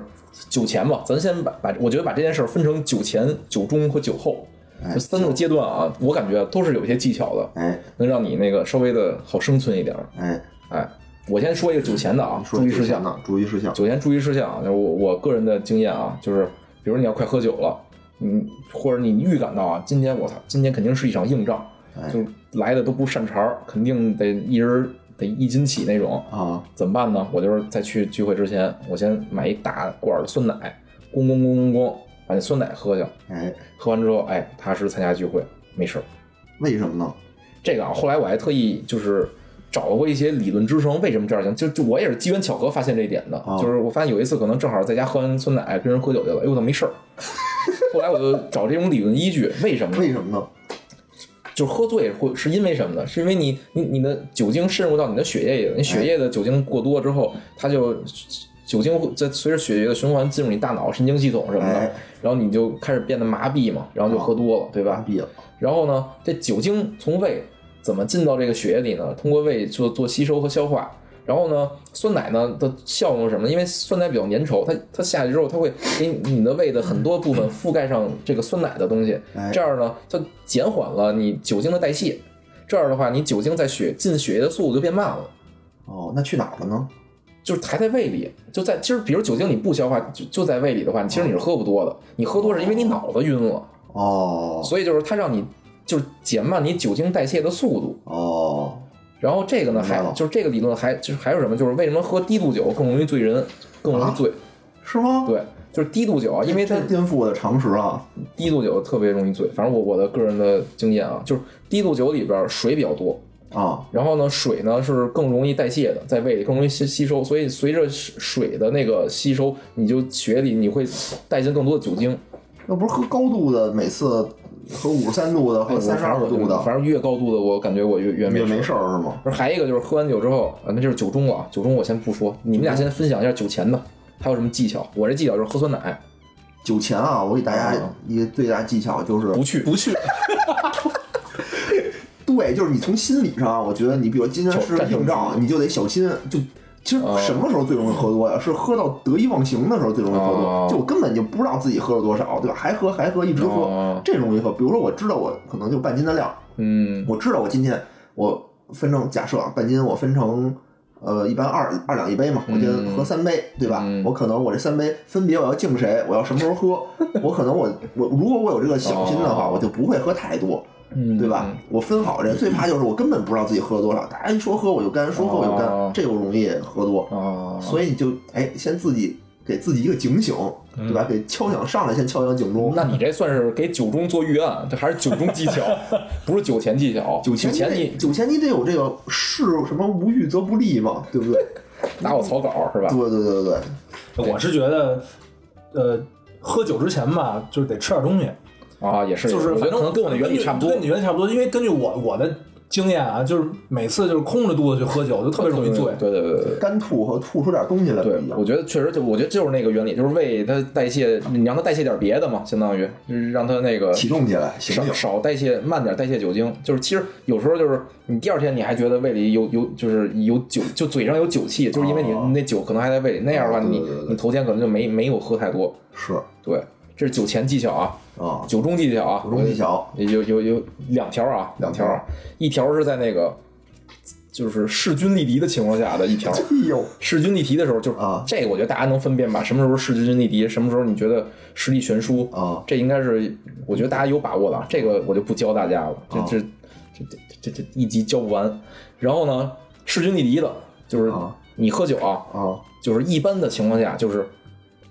Speaker 1: 酒前吧，咱先把把我觉得把这件事儿分成酒前、酒中和酒后
Speaker 2: 哎
Speaker 1: 这三个阶段啊，我感觉都是有一些技巧的，
Speaker 2: 哎
Speaker 1: 能让你那个稍微的好生存一点儿。
Speaker 2: 哎，
Speaker 1: 哎，我先说一个酒前的啊，
Speaker 2: 嗯说
Speaker 1: 注意事
Speaker 2: 酒前
Speaker 1: 项。
Speaker 2: 呢，注意事项，
Speaker 1: 酒前注意事项啊，就是我我个人的经验啊，就是比如你要快喝酒了，嗯，或者你预感到啊，今天我操，今天肯定是一场硬仗，
Speaker 2: 哎
Speaker 1: 就是来的都不是善茬儿，肯定得一人得一斤起那种，
Speaker 2: 啊，
Speaker 1: 怎么办呢？我就是在去聚会之前，我先买一大罐儿酸奶，咣咣咣咣咣，把那酸奶喝下，
Speaker 2: 哎，
Speaker 1: 喝完之后，哎，踏实参加聚会，没事儿。
Speaker 2: 为什么呢？
Speaker 1: 这个啊，后来我还特意就是找过一些理论支撑，为什么这样行？就就我也是机缘巧合发现这一点的，
Speaker 2: 哦
Speaker 1: 就是我发现有一次可能正好在家喝完酸奶跟人喝酒去了，哎呦我操没事儿。 后来我就找这种理论依据，为什么呢？
Speaker 2: 为什么呢？
Speaker 1: 就是喝醉会是因为什么呢？是因为你你你的酒精渗入到你的血液里了，你
Speaker 2: 哎
Speaker 1: 血液的酒精过多之后，它就酒精会在随着血液的循环进入你大脑神经系统什么的，
Speaker 2: 哎
Speaker 1: 然后你就开始变得麻痹嘛，然后就喝多了，对吧？
Speaker 2: 麻痹了，
Speaker 1: 然后呢，这酒精从胃怎么进到这个血液里呢？通过胃做做吸收和消化。然后呢，酸奶呢的效用是什么呢？因为酸奶比较粘稠，它它下去之后，它会给你的胃的很多部分覆盖上这个酸奶的东西
Speaker 2: 哎，
Speaker 1: 这样呢，它减缓了你酒精的代谢。这样的话，你酒精在血进血液的速度就变慢了。
Speaker 2: 哦，那去哪儿了呢？
Speaker 1: 就是还在胃里，就在其实，比如酒精你不消化，就就在胃里的话，其实你是喝不多的。你喝多是因为你脑子晕了，
Speaker 2: 哦
Speaker 1: 所以就是它让你就是减慢你酒精代谢的速度。
Speaker 2: 哦，
Speaker 1: 然后这个呢，
Speaker 2: 明白
Speaker 1: 还
Speaker 2: 了
Speaker 1: 就是这个理论还就是还有什么，就是为什么喝低度酒更容易醉人，更容易醉？
Speaker 2: 是吗？
Speaker 1: 对，就是低度酒啊，因为它
Speaker 2: 这颠覆我的常识啊！
Speaker 1: 低度酒特别容易醉。反正我我的个人的经验啊，就是低度酒里边水比较多，
Speaker 2: 啊，
Speaker 1: 然后呢水呢是更容易代谢的，在胃里更容易吸吸收，所以随着水的那个吸收，你就血液里你会带进更多的酒精。
Speaker 2: 那不是喝高度的，每次喝五十三度的，
Speaker 1: 哎
Speaker 2: 喝
Speaker 1: 我
Speaker 2: 哦三
Speaker 1: 反正
Speaker 2: 十二
Speaker 1: 我就
Speaker 2: 度的，
Speaker 1: 反正越高度的我感觉我越越没
Speaker 2: 也
Speaker 1: 事
Speaker 2: 没事儿是吗？
Speaker 1: 不是，还有一个就是喝完酒之后，啊，那就是酒中了啊。酒中我先不说，你们俩先分享一下酒前的，还有什么技巧？我这技巧就是喝酸奶，
Speaker 2: 酒前啊，我给大家
Speaker 1: 啊
Speaker 2: 一个最大技巧就是
Speaker 1: 不去
Speaker 3: 不去，
Speaker 2: 对，就是你从心理上，啊我觉得你比如今天是
Speaker 1: 战胜
Speaker 2: 硬
Speaker 1: 自
Speaker 2: 仗，
Speaker 1: 己
Speaker 2: 你就得小心。就其实
Speaker 1: 哦
Speaker 2: 什么时候最容易喝多呀？是喝到得意忘形的时候最容易喝
Speaker 1: 哦
Speaker 2: 多，就我根本就不知道自己喝了多少，对吧？还喝还喝，一直
Speaker 1: 哦
Speaker 2: 喝，这容易喝。比如说我知道我可能就半斤的量，
Speaker 1: 嗯，
Speaker 2: 我知道我今天我分成假设啊，半斤我分成。呃，一般二二两一杯嘛，我就喝三杯，对吧？
Speaker 1: 嗯
Speaker 2: 我可能我这三杯分别我要敬谁，我要什么时 候喝，我可能我我如果我有这个小心的话，
Speaker 1: 哦
Speaker 2: 我就不会喝太多。
Speaker 1: 嗯
Speaker 2: 对吧？？我分好人，最怕就是我根本不知道自己喝多少，大家一说喝我就干，说喝我就
Speaker 1: 哦
Speaker 2: 干，这又容易喝多，
Speaker 1: 啊，
Speaker 2: 所以你就哎，先自己给自己一个警醒，对吧？给敲响上来，先敲响警钟。
Speaker 1: 嗯那你这算是给酒中做预案，这还是酒中技巧， 不是酒前技巧。酒
Speaker 2: 前
Speaker 1: 前
Speaker 2: 你
Speaker 1: 你
Speaker 2: 得酒前你得有这个是什么无欲则不立嘛，对 不对？
Speaker 1: 拿我草稿是吧？
Speaker 2: 对对对对对，
Speaker 3: 我是觉得，呃，喝酒之前吧，就是得吃点东西，
Speaker 1: 啊，也是，
Speaker 3: 就是
Speaker 1: 我觉
Speaker 3: 反
Speaker 1: 得
Speaker 3: 正
Speaker 1: 可能跟我的原理差不多
Speaker 3: 跟，你原理差不多，因为根据我我的经验啊，就是每次就是空着肚子去喝酒，就特别容易醉。
Speaker 1: 对对对对对。
Speaker 2: 干吐和吐出点东西来不
Speaker 1: 对
Speaker 2: 一，样
Speaker 1: 我。觉得确实就，我觉得就是那个原理，就是胃它代谢，你让它代谢点别的嘛，相当于就是让它那个
Speaker 2: 启动起来，醒
Speaker 1: 少
Speaker 2: 醒。
Speaker 1: 少代谢，慢点代谢酒精。就是其实有时候就是你第二天你还觉得胃里有有就是有酒，就嘴上有酒气，就是因为你
Speaker 2: 哦
Speaker 1: 那酒可能还在胃里。那样的话，
Speaker 2: 哦对
Speaker 1: 你
Speaker 2: 对对对
Speaker 1: 你头天可能就没没有喝太多。
Speaker 2: 是
Speaker 1: 对，这是酒前技巧啊，
Speaker 2: 啊，
Speaker 1: 酒中技巧啊，
Speaker 2: 酒中技巧
Speaker 1: 我有有有两条啊，
Speaker 2: 两条
Speaker 1: 条啊，一条是在那个就是势均力敌的情况下的一 条。
Speaker 2: 哎呦，
Speaker 1: 势均力敌的时候，就是
Speaker 2: 啊
Speaker 1: 这个，我觉得大家能分辨吧？什么时候势均力敌，什么时候你觉得实力悬殊
Speaker 2: 啊
Speaker 1: 这应该是我觉得大家有把握的啊，这个我就不教大家了，这
Speaker 2: 啊
Speaker 1: 这这这这这一集教不完。然后呢，势均力敌的，就是
Speaker 2: 啊
Speaker 1: 你喝酒啊，
Speaker 2: 啊
Speaker 1: 就是一般的情况下，就是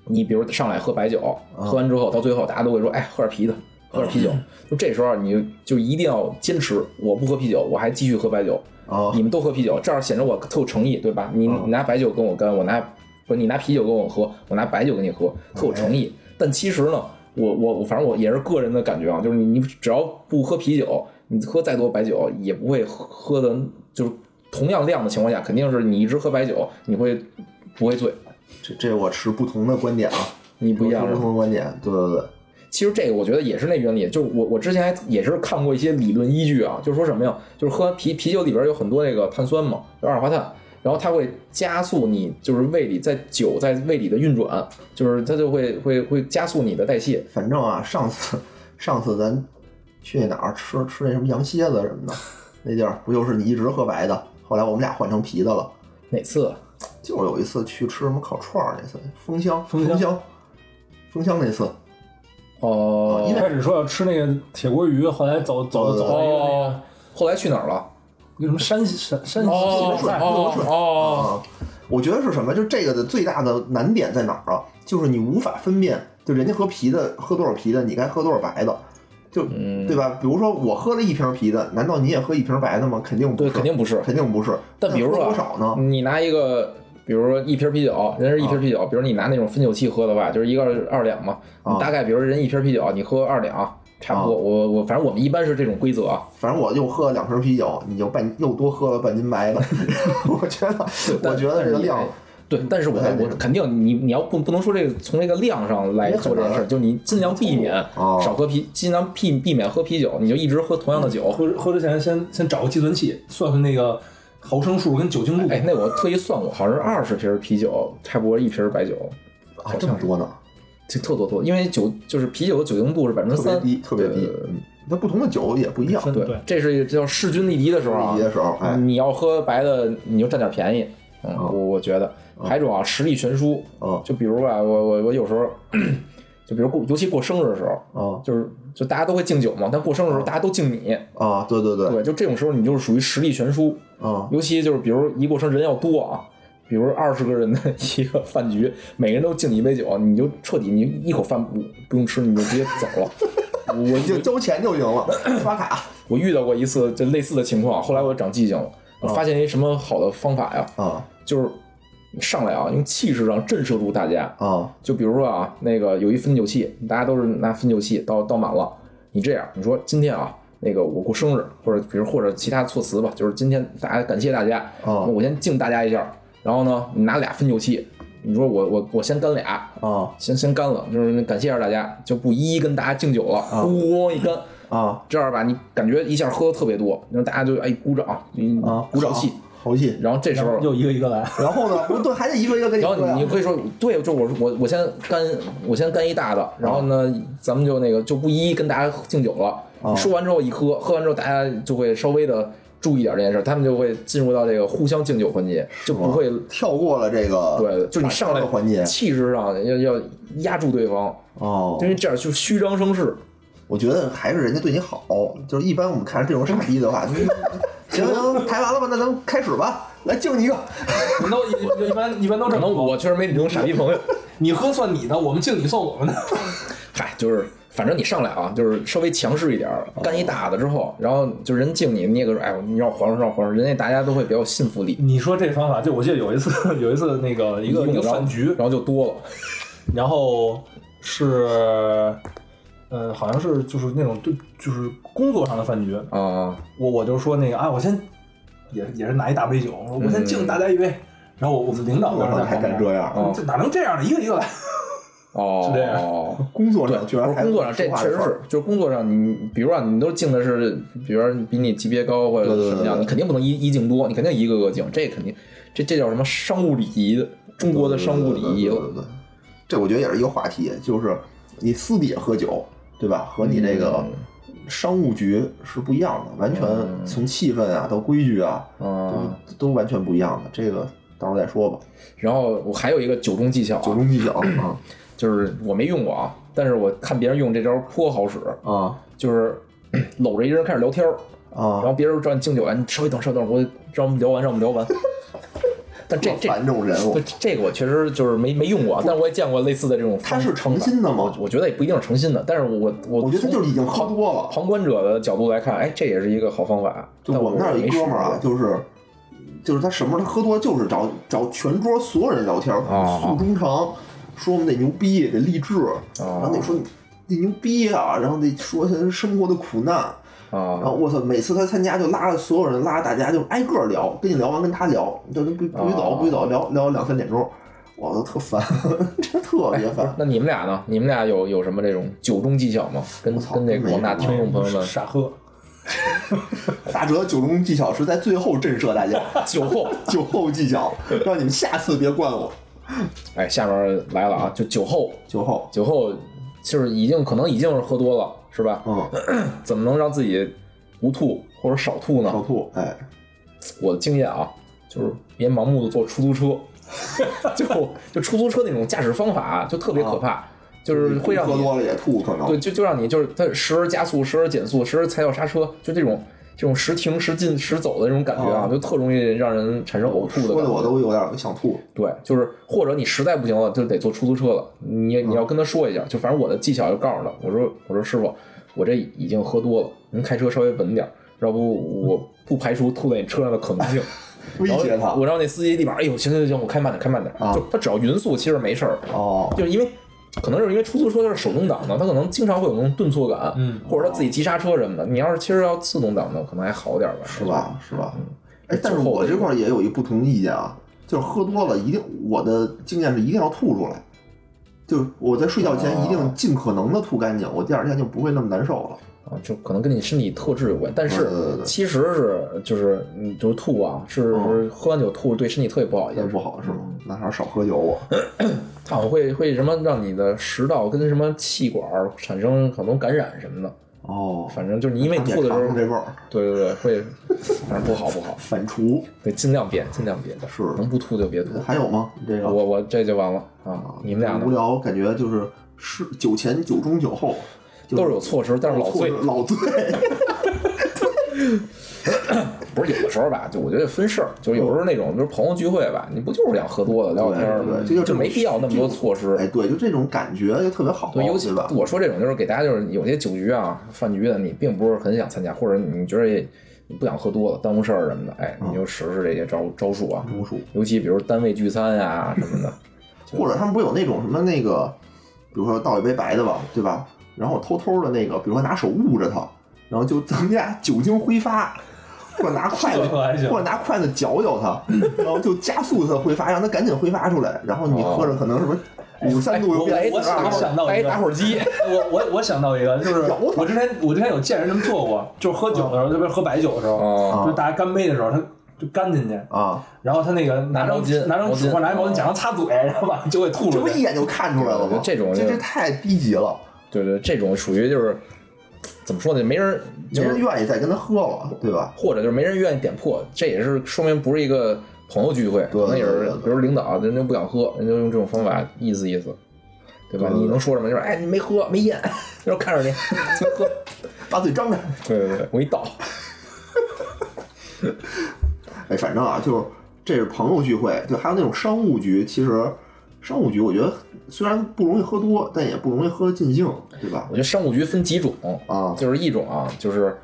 Speaker 1: 你比如上来喝白酒，
Speaker 2: 啊
Speaker 1: 喝完之后到最后大家都会说，哎，喝点啤的，喝点啤酒。 就这时候你就就一定要坚持，我不喝啤酒，我还继续喝白酒。
Speaker 2: 啊
Speaker 1: 你们都喝啤酒，这样显得我特有诚意，对吧？你
Speaker 2: 嗯
Speaker 1: 你拿白酒跟我干，我拿不是你拿啤酒跟我喝，我拿白酒跟你喝，特有诚意。但其实呢，我我我反正我也是个人的感觉啊，就是你你只要不喝啤酒，你喝再多白酒也不会喝的，就是同样量的情况下，肯定是你一直喝白酒，你会不会醉？
Speaker 2: 这这我持不同的观点啊，
Speaker 1: 你不一样
Speaker 2: 我持
Speaker 1: 是
Speaker 2: 不
Speaker 1: 吧？
Speaker 2: 同的观点，对对对。
Speaker 1: 其实这个我觉得也是那原理，就是我我之前还也是看过一些理论依据啊，就是说什么呀，就是喝啤啤酒里边有很多那个碳酸嘛，有二氧化碳，然后它会加速你就是胃里在酒在胃里的运转，就是它就会会会加速你的代谢。
Speaker 2: 反正啊，上次上次咱去那哪儿吃吃那什么羊蝎子什么的，那地儿不就是你一直喝白的，后来我们俩换成啤的了。
Speaker 1: 哪次啊？
Speaker 2: 就是有一次去吃什么烤串儿那次，枫香
Speaker 3: 枫
Speaker 2: 枫
Speaker 3: 香
Speaker 2: 香枫香那次，
Speaker 1: 哦，
Speaker 3: 一开始说要吃那个铁锅鱼，后来走走走到一个那个
Speaker 1: 哦，后来去哪儿了？
Speaker 3: 那什么山西山山西
Speaker 1: 哦
Speaker 3: 菜
Speaker 1: 哦哦，
Speaker 2: 啊，我觉得是什么？就这个的最大的难点在哪儿啊？就是你无法分辨，就人家喝啤的喝多少啤的，你该喝多少白的，就、
Speaker 1: 嗯
Speaker 2: 对吧？比如说我喝了一瓶啤的，难道你也喝一瓶白的吗？肯定不
Speaker 1: 对，
Speaker 2: 是，
Speaker 1: 肯定不是。
Speaker 2: 肯定不是。
Speaker 1: 但比如
Speaker 2: 那
Speaker 1: 说啊
Speaker 2: 喝多少呢？
Speaker 1: 你拿一个，比如说一瓶啤酒，人是一瓶啤酒，比如你拿那种分酒器喝的吧，就是一个二二两嘛，
Speaker 2: 啊
Speaker 1: 你大概比如人一瓶啤酒，你喝二两，差不多。我我反正我们一般是这种规则啊。
Speaker 2: 反正我又喝了两瓶啤酒，你就半又多喝了半斤 白的。我觉得，我
Speaker 1: 但
Speaker 2: 觉得
Speaker 1: 但
Speaker 2: 这个
Speaker 1: 是也
Speaker 2: 量嗯
Speaker 1: 对，但是我
Speaker 2: 不太那
Speaker 1: 我
Speaker 2: 什么
Speaker 1: 肯定你你要不不能说这个从这个量上来
Speaker 2: 也很
Speaker 1: 做这件事儿，
Speaker 2: 难
Speaker 1: 就你尽量避免
Speaker 2: 哦
Speaker 1: 少喝啤，尽量避避免喝啤酒，你就一直喝同样的
Speaker 2: 哦
Speaker 1: 酒。
Speaker 3: 喝喝之前先先找个计算器算算那个毫升数跟酒精 度。
Speaker 1: 哎，那我特意算过，好像是二十瓶啤酒，差不多一瓶白酒，
Speaker 2: 啊这么多呢，
Speaker 1: 这特多多，因为酒就是啤酒的酒精度是百分之
Speaker 2: 特别
Speaker 1: 三，呃
Speaker 2: 低，特别低。嗯，那不同的酒也不一样。
Speaker 1: 对，
Speaker 3: 对
Speaker 1: 这是一个叫势均力敌的时候啊
Speaker 2: 一。的时候，哎，啊
Speaker 1: 你要喝白的，你就占点便宜。嗯，我我觉得还有一种啊，实力悬殊。
Speaker 2: 哦
Speaker 1: 就比如吧，我我我有时候， 就比如过，尤其过生日的时候，
Speaker 2: 哦
Speaker 1: 就是就大家都会敬酒嘛，但过生日的时候大家都敬你，
Speaker 2: 啊，对对对，
Speaker 1: 对，就这种时候你就是属于实力悬殊。
Speaker 2: 啊
Speaker 1: 尤其就是比如一过生日人要多啊，比如二十个人的 一个饭局，每个人都敬你一杯酒，你就彻底你一口饭不不用吃，你就直接走了。 我
Speaker 2: 你就交钱就行 了，刷卡。
Speaker 1: 我遇到过一次这类似的情况，后来我长记性了，我发现一什么好的方法呀，
Speaker 2: 啊
Speaker 1: 就是上来啊，用气势上震慑住大家。
Speaker 2: 啊
Speaker 1: 就比如说啊，那个有一分酒器，大家都是拿分酒器倒倒满了，你这样，你说今天啊，那个我过生日，或者比如或者其他措辞吧，就是今天大家感谢大家，
Speaker 2: 哦
Speaker 1: 我先敬大家一下，然后呢，你拿俩分酒器，你说我我我先干俩，
Speaker 2: 啊
Speaker 1: 先先干了，就是感谢一下大家，就不一一跟大家敬酒了，咣、一干。
Speaker 2: 啊
Speaker 1: 这样吧，你感觉一下喝的特别多，然后大家就哎鼓掌，嗯
Speaker 2: 啊！
Speaker 1: 鼓
Speaker 2: 鼓
Speaker 1: 掌
Speaker 2: 掌
Speaker 1: 气。，
Speaker 2: 豪气。
Speaker 1: 然后这时候，
Speaker 3: 又一个一个 来，
Speaker 2: 然后呢？不对，啊还得一个一个给你
Speaker 1: 然
Speaker 2: 喝
Speaker 1: 后
Speaker 2: 呀
Speaker 1: 你你可以说，对，就我我我先干，我先干一大的，然后呢，咱们就那个就不一一跟大家敬酒了。
Speaker 2: 啊
Speaker 1: 说完之后一喝，喝完之后大家就会稍微的注意点这件事，他们就会进入到这个互相敬酒环节，就不
Speaker 2: 啊
Speaker 1: 会
Speaker 2: 跳过了这啊个
Speaker 1: 对，就你上来
Speaker 2: 打分的环节
Speaker 1: 气势上要要压住对方，
Speaker 2: 哦
Speaker 1: 因为这样就虚张声势。
Speaker 2: 我觉得还是人家对你好，就是一般我们看着这种傻逼的话， 就是行行，排完了吧，那咱们开始吧，来敬你一个。
Speaker 3: 你都一一般一般都
Speaker 1: 可
Speaker 3: 这
Speaker 1: 能
Speaker 3: 么
Speaker 1: 我确实没你这种傻逼朋友。
Speaker 3: 你喝算你的，我们敬你算我们的。
Speaker 1: 嗨，哎就是反正你上来啊，就是稍微强势一点
Speaker 2: 哦
Speaker 1: 儿，干一大的之后，然后就人敬你，你也跟说，哎，你让我皇上让我皇上，人家大家都会比较有信服力。
Speaker 3: 你说这方法，就我记得有一次有一次那个一个一
Speaker 1: 然
Speaker 3: 个
Speaker 1: 后
Speaker 3: 饭局
Speaker 1: 然，后就多了。
Speaker 3: 然后是，呃，好像是就是那种对就是工作上的饭局，
Speaker 1: 啊、
Speaker 3: 我我就说那个啊，我先也也是拿一大杯酒，我说我先敬大家一杯，然后我我们领导
Speaker 2: 我
Speaker 3: 当时
Speaker 2: 操，
Speaker 3: 在
Speaker 2: 还
Speaker 3: 旁
Speaker 2: 嗯敢
Speaker 3: 边，
Speaker 2: 这样？
Speaker 1: 哦
Speaker 3: 这哪能这样呢？一个一个来，
Speaker 1: 哦，
Speaker 3: 是这样
Speaker 1: 样。
Speaker 2: 工作
Speaker 1: 对
Speaker 2: 上，居
Speaker 1: 不
Speaker 2: 然
Speaker 1: 是
Speaker 2: 还
Speaker 1: 工作上，这
Speaker 2: 说话
Speaker 1: 确实
Speaker 2: 事儿
Speaker 1: 是，就是工作上你，你比如说啊你都敬的是，比如说比你级别高或者
Speaker 2: 对对对
Speaker 1: 什么样，
Speaker 2: 对
Speaker 1: 你肯定不能一一敬多，你肯定一个个敬，这肯定，这这叫什么商务礼仪的，中国的商务礼仪
Speaker 2: 对
Speaker 1: 了
Speaker 2: 对对对对这我觉得也是一个话题，就是你私底下喝酒，对吧？和你这个商务局是不一样的，完全从气氛啊到规矩啊，
Speaker 1: 啊。
Speaker 2: 都都完全不一样的。这个到时候再说吧。
Speaker 1: 然后我还有一个酒中技巧啊，
Speaker 2: 酒中技巧啊
Speaker 1: 就是我没用过啊，但是我看别人用这招颇好使，
Speaker 2: 啊
Speaker 1: 就是搂着一人开始聊天儿，然
Speaker 2: 啊！
Speaker 1: 后别人让你敬酒，哎，你稍微等，稍微等，我让我们聊完，让我们聊完。但这这
Speaker 2: 烦这种人物
Speaker 1: 这，这个我确实就是没没用过，啊但我也见过类似的这种
Speaker 2: 他
Speaker 1: 方。
Speaker 2: 是诚心的吗？
Speaker 1: 我觉得也不一定是诚心的，但是我我
Speaker 2: 我觉得他就是已经喝多了。
Speaker 1: 旁观者的角度来看，哎，这也是一个好方法。
Speaker 2: 就
Speaker 1: 但
Speaker 2: 我
Speaker 1: 我
Speaker 2: 们那儿有一
Speaker 1: 没试
Speaker 2: 哥们儿啊
Speaker 1: 过，
Speaker 2: 就是就是他什么时候他喝多了就是找找全桌所有人聊天，
Speaker 1: 哦
Speaker 2: 诉衷肠，说我们得牛逼，得励志，
Speaker 1: 哦
Speaker 2: 然后得说你得牛逼啊，然后得说他生活的苦难。然
Speaker 1: 啊，
Speaker 2: 后我操，每次他参加就拉着所有人，拉着大家就挨个儿聊，跟你聊完跟他聊，就就不不许走，
Speaker 1: 哦
Speaker 2: 不许走，聊聊两三点钟。我都特烦， 真特别 烦。
Speaker 1: 那你们俩呢？你们俩有有什么这种酒中技巧吗？跟
Speaker 2: 我操
Speaker 1: 跟那个广大听众朋友们，
Speaker 3: 傻喝，
Speaker 2: 打折九中技巧是在最后震慑大家，
Speaker 1: 酒后，
Speaker 2: 酒后技巧，让你们下次别惯我。
Speaker 1: 哎，下面来了啊，就酒后，
Speaker 2: 酒后，
Speaker 1: 酒后就是已经可能已经是喝多了，是吧？
Speaker 2: 嗯，
Speaker 1: 怎么能让自己不吐或者少吐
Speaker 2: 小
Speaker 1: 呢？
Speaker 2: 兔，哎，
Speaker 1: 我的经验啊，就是别盲目的坐出租车， 就就出租车那种驾驶方法啊就特别可怕，就是会让
Speaker 2: 喝
Speaker 1: 你
Speaker 2: 多了也吐，可能
Speaker 1: 对，就就让你就是它时而加速，时而减速，时而踩脚刹车，就这种这种时停时进时走的这种感觉啊，
Speaker 2: 哦
Speaker 1: 就特容易让人产生呕吐的
Speaker 2: 说
Speaker 1: 感
Speaker 2: 的我
Speaker 1: 觉。
Speaker 2: 都有点想吐。
Speaker 1: 对，就是或者你实在不行了，就得坐出租车了。你你
Speaker 2: 嗯
Speaker 1: 要跟他说一下，就反正我的技巧就告诉他，我说我说师傅，我这已经喝多了，您开车稍微稳点儿，要不我不排除吐在你车上的可能性。
Speaker 2: 威
Speaker 1: 然后
Speaker 2: 胁他
Speaker 1: 我让那司机立马，哎呦，行行行，我开慢点，开慢点。
Speaker 2: 啊
Speaker 1: 就他只要匀速，其实没事儿。
Speaker 2: 哦，
Speaker 1: 就是因为可能是因为出租车它是手动挡的，它可能经常会有那种顿挫感，
Speaker 3: 嗯
Speaker 1: 或者它自己急刹车什么的。你要是其实要自动挡的，可能还好点吧，
Speaker 2: 是？吧？是吧？哎
Speaker 1: 嗯，
Speaker 2: 但是
Speaker 1: 酒后
Speaker 2: 我
Speaker 1: 的
Speaker 2: 这块儿也有一不同意见啊，就是喝多了一定，我的经验是一定要吐出来。就是我在睡觉前一
Speaker 1: 哦
Speaker 2: 定尽可能的吐干净，我第二天就不会那么难受了。
Speaker 1: 啊，就可能跟你身体特质有关，但是
Speaker 2: 嗯对对对
Speaker 1: 其实是就是嗯，就是吐啊，是是喝完酒吐对身体特别不好一
Speaker 2: 也
Speaker 1: 件事
Speaker 2: 嗯不。好是
Speaker 1: 嗯
Speaker 2: 吗？那还是少喝 酒我。
Speaker 1: 它好像会会什么让你的食道跟什么气管儿产生可能感染什么的，
Speaker 2: 哦，
Speaker 1: 反正就是你因为
Speaker 2: 尝也
Speaker 1: 吐的时
Speaker 2: 尝
Speaker 1: 候
Speaker 2: 尝，这味儿，
Speaker 1: 对对对，会反正不好不好，
Speaker 2: 反刍。
Speaker 1: 得尽量别尽量别，
Speaker 2: 是
Speaker 1: 能不吐就别吐。
Speaker 2: 还有吗？这个
Speaker 1: 我我这就完了啊！你们俩呢
Speaker 2: 无？聊，感觉就是是酒前、酒中、酒后，就
Speaker 1: 都是有措施，但是老醉
Speaker 2: 错老 醉。
Speaker 1: 不是有的时候吧？就我觉得分事儿，就是有时候那种就是朋友聚会吧，你不就是想喝多了聊聊天儿
Speaker 2: 对
Speaker 1: 吗？
Speaker 2: 对这就这
Speaker 1: 就
Speaker 2: 种
Speaker 1: 没必要那么多措施
Speaker 2: 哎，。对，就这种感觉就特别好，
Speaker 1: 对，尤其
Speaker 2: 哦吧？
Speaker 1: 我说这种就是给大家就是有些酒局啊、饭局的，你并不是很想参加，或者你觉得也不想喝多了耽误事儿什么的，哎，你
Speaker 2: 嗯
Speaker 1: 就实施这些招招数啊。
Speaker 2: 中暑，
Speaker 1: 尤其比如单位聚餐呀什么的，
Speaker 2: 或者他们不是有那种什么那个，比如说倒一杯白的吧，对吧？然后我偷偷的那个，比如说拿手捂着它，然后就 增加酒精挥发，或者拿筷子
Speaker 3: 这还行
Speaker 2: 或者拿筷子嚼嚼它，然后就加速它挥发，让它赶紧挥发出来。然后你
Speaker 1: 哦哎
Speaker 2: 喝着可能什么五十三度又
Speaker 1: 我来
Speaker 2: 变
Speaker 1: 一
Speaker 2: 四十
Speaker 3: 我
Speaker 2: 二
Speaker 3: 我
Speaker 2: 度，
Speaker 3: 想到一个
Speaker 1: 来一打火机，啊
Speaker 3: 我我我想到一个，就是
Speaker 2: 摇头
Speaker 3: 我之前我之前有见人这么做过，就是喝酒的时候，特别是喝白酒的时候，
Speaker 1: 哦，
Speaker 2: 啊
Speaker 3: 就是大家干杯的时候，他就干进去，
Speaker 2: 啊，
Speaker 3: 然后他那个拿
Speaker 1: 拿毛巾
Speaker 3: 张拿张纸
Speaker 1: 毛巾
Speaker 3: 或者拿一毛巾假装擦嘴，然后把就给吐
Speaker 2: 这
Speaker 3: 出
Speaker 2: 不
Speaker 3: 去
Speaker 2: 一。眼就看出来了吗？
Speaker 1: 这种
Speaker 2: 这
Speaker 1: 就
Speaker 2: 这太低级了，
Speaker 1: 对对，这种属于就是怎么说呢？没人就
Speaker 2: 没
Speaker 1: 是
Speaker 2: 人愿意再跟他喝了，对吧？
Speaker 1: 或者就是没人愿意点破，这也是说明不是一个朋友聚会，
Speaker 2: 对
Speaker 1: 可能也
Speaker 2: 对
Speaker 1: 是
Speaker 2: 对对
Speaker 1: 比如领导啊人家不想喝，人家用这种方法意思意思，对吧？
Speaker 2: 对对对
Speaker 1: 你能说什么？就是哎，你没喝，没咽， 就是看着你，没 喝。
Speaker 2: 把嘴张开。
Speaker 1: 对对对，我一倒，
Speaker 2: 哎，反正啊，就是这是朋友聚会，对，还有那种商务局，其实商务局我觉得虽然不容易喝多，但也不容易喝尽兴，对吧
Speaker 1: 我？觉得商务局分几种，
Speaker 2: 啊，
Speaker 1: 就是一种啊，就是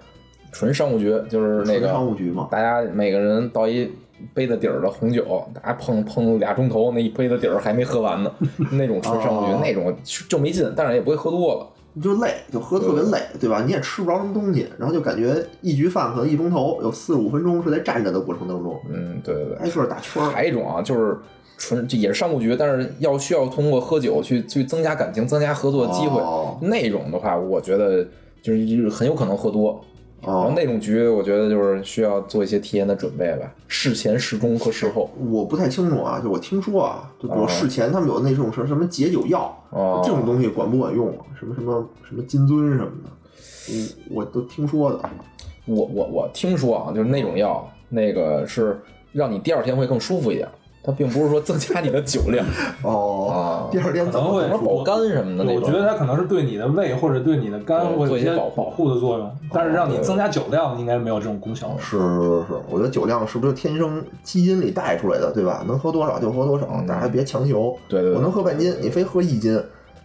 Speaker 1: 纯商务局，就是那
Speaker 2: 纯
Speaker 1: 个
Speaker 2: 商务局嘛，
Speaker 1: 大家每个人倒一杯子底儿的红酒，大家碰碰俩钟头，那一杯子底儿还没喝 完呢，那种纯商务局
Speaker 2: 哦，
Speaker 1: 那种就没劲，但是也不会喝多了。
Speaker 2: 你就累，就喝特别累，对吧？你也吃不着什么东西，然后就感觉一局饭可能一钟头有四十五分钟是在站着的过程当中，
Speaker 1: 嗯，对对对。
Speaker 2: 挨个儿打圈儿。
Speaker 1: 还有一种啊，就是纯这也是商务局，但是要需要通过喝酒去去增加感情、增加合作的机会。
Speaker 2: 哦
Speaker 1: 那种的话，我觉得就是很有可能喝多。然后
Speaker 2: 哦，
Speaker 1: 那种局，我觉得就是需要做一些提前的准备吧，事前、事中和事后。
Speaker 2: 我不太清楚啊，就我听说啊，就比
Speaker 1: 哦
Speaker 2: 如事前他们有那种什么什么解酒药，
Speaker 1: 哦
Speaker 2: 这种东西管不管用啊？什么什么什么金樽什么的，嗯，我都听说的。
Speaker 1: 我我我听说啊，就是那种药，那个是让你第二天会更舒服一点，它并不是说增加你的酒量
Speaker 2: 哦，
Speaker 1: 啊，
Speaker 2: 第二天
Speaker 3: 可
Speaker 2: 怎
Speaker 3: 能
Speaker 2: 么
Speaker 3: 会
Speaker 1: 什么保肝什么的那
Speaker 3: 对
Speaker 1: 种。
Speaker 3: 我觉得它可能是对你的胃或者对你的肝
Speaker 1: 对
Speaker 3: 会有
Speaker 1: 做一
Speaker 3: 一
Speaker 1: 些
Speaker 3: 些
Speaker 1: 保护
Speaker 3: 护的作用，但是让你
Speaker 1: 对
Speaker 3: 增加酒量应该没有这种功效。
Speaker 2: 是是是，我觉得酒量是不是天生基因里带出来的，对吧？能喝多少就喝多少，大家别强求。
Speaker 1: 嗯对对对
Speaker 2: 我能喝半斤，你非喝一斤，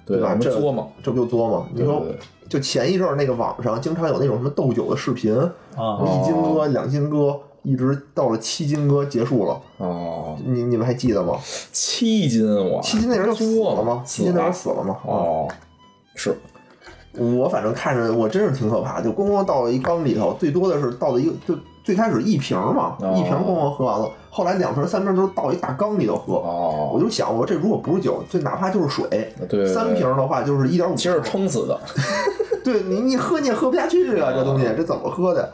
Speaker 1: 对
Speaker 2: 吧？
Speaker 1: 我们
Speaker 2: 这
Speaker 1: 作嘛，
Speaker 2: 这不就作嘛？你
Speaker 1: 对对
Speaker 2: 说
Speaker 1: 对，
Speaker 2: 就前一阵儿那个网上经常有那种什么斗酒的视频，
Speaker 3: 啊
Speaker 1: 哦
Speaker 2: 一斤哥、两斤哥，一直到了七斤哥结束了，
Speaker 1: 哦，
Speaker 2: 你你们还记得吗？
Speaker 1: 七斤我
Speaker 2: 七斤那人就死
Speaker 1: 作
Speaker 2: 了
Speaker 1: 嘛
Speaker 2: 吗？，七斤那人死了吗？啊
Speaker 1: 哦，是
Speaker 2: 我反正看着我真是挺可怕，就咣咣倒到一缸里头，最多的是倒到一个就最开始一瓶嘛，
Speaker 1: 哦
Speaker 2: 一瓶光光喝完了，后来两瓶、三瓶都倒一大缸里头喝。
Speaker 1: 哦，
Speaker 2: 我就想，我说这如果不是酒，这哪怕就是水，
Speaker 1: 对对对
Speaker 2: 三瓶的话就是一点五。
Speaker 1: 其实是撑死的，
Speaker 2: 对你，你喝你也喝不下去啊，这东西这怎么喝的？
Speaker 1: 哦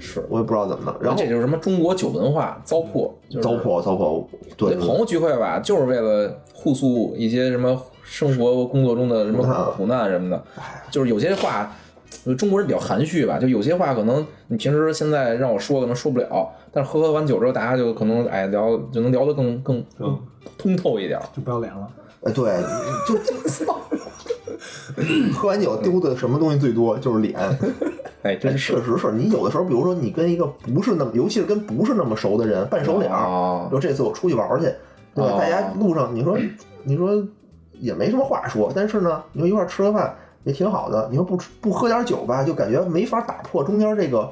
Speaker 1: 是。
Speaker 2: 我也不知道怎么弄。然后
Speaker 1: 这就是什么中国酒文化糟粕，就是
Speaker 2: 糟粕，糟粕，对
Speaker 1: 对
Speaker 2: 对
Speaker 1: 朋友聚会吧，就是为了互诉一些什么生活、工作中的什么苦难什么的，就是有些话。呃中国人比较含蓄吧，就有些话可能你平时现在让我说可能说不了，但是喝完酒之后大家就可能哎聊就能聊得更更
Speaker 3: 嗯
Speaker 1: 通透一点。
Speaker 3: 就不要脸了。
Speaker 2: 哎，对， 就 就喝完酒丢的什么东西最多就是脸，
Speaker 1: 哎，
Speaker 2: 哎
Speaker 1: 真是
Speaker 2: 确实是你有的时候，比如说你跟一个不是那么，尤其是跟不是那么熟的人半熟脸儿，
Speaker 1: 啊
Speaker 2: 就这次我出去玩儿去，对吧？
Speaker 1: 哦
Speaker 2: 大家路上你说你说也没什么话说，但是呢，你说一块儿吃个饭也挺好的，你说不吃不喝点酒吧，就感觉没法打破中间这个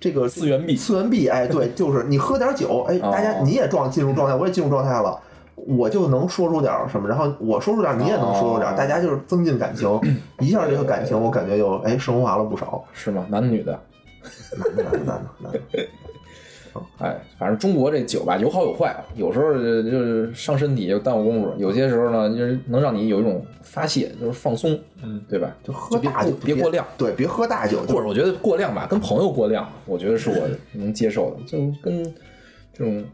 Speaker 2: 这个
Speaker 1: 次元壁
Speaker 2: 次元壁，哎， 对，就是你喝点酒，哎，
Speaker 1: 哦
Speaker 2: 大家你也状进入状态，我也进入状态了，我就能说出点什么，然后我说出点，你也能说出点，
Speaker 1: 哦
Speaker 2: 大家就是增进 感情，一下这个感情我感觉就哎升华了不少，
Speaker 1: 是吗？男的女的？
Speaker 2: 难的难的难的，
Speaker 1: 哎，反正中国这酒吧有好有坏，有时候就就是伤身体，就耽误功夫；有些时候呢，就是能让你有一种发泄，就是放松，
Speaker 3: 嗯，
Speaker 1: 对吧？
Speaker 2: 就喝
Speaker 1: 别
Speaker 2: 大酒
Speaker 1: 别过量，
Speaker 2: 对，别喝大酒，
Speaker 1: 或
Speaker 2: 就
Speaker 1: 者我觉得过量吧，跟朋友过量，我觉得是我能接受的。就跟这种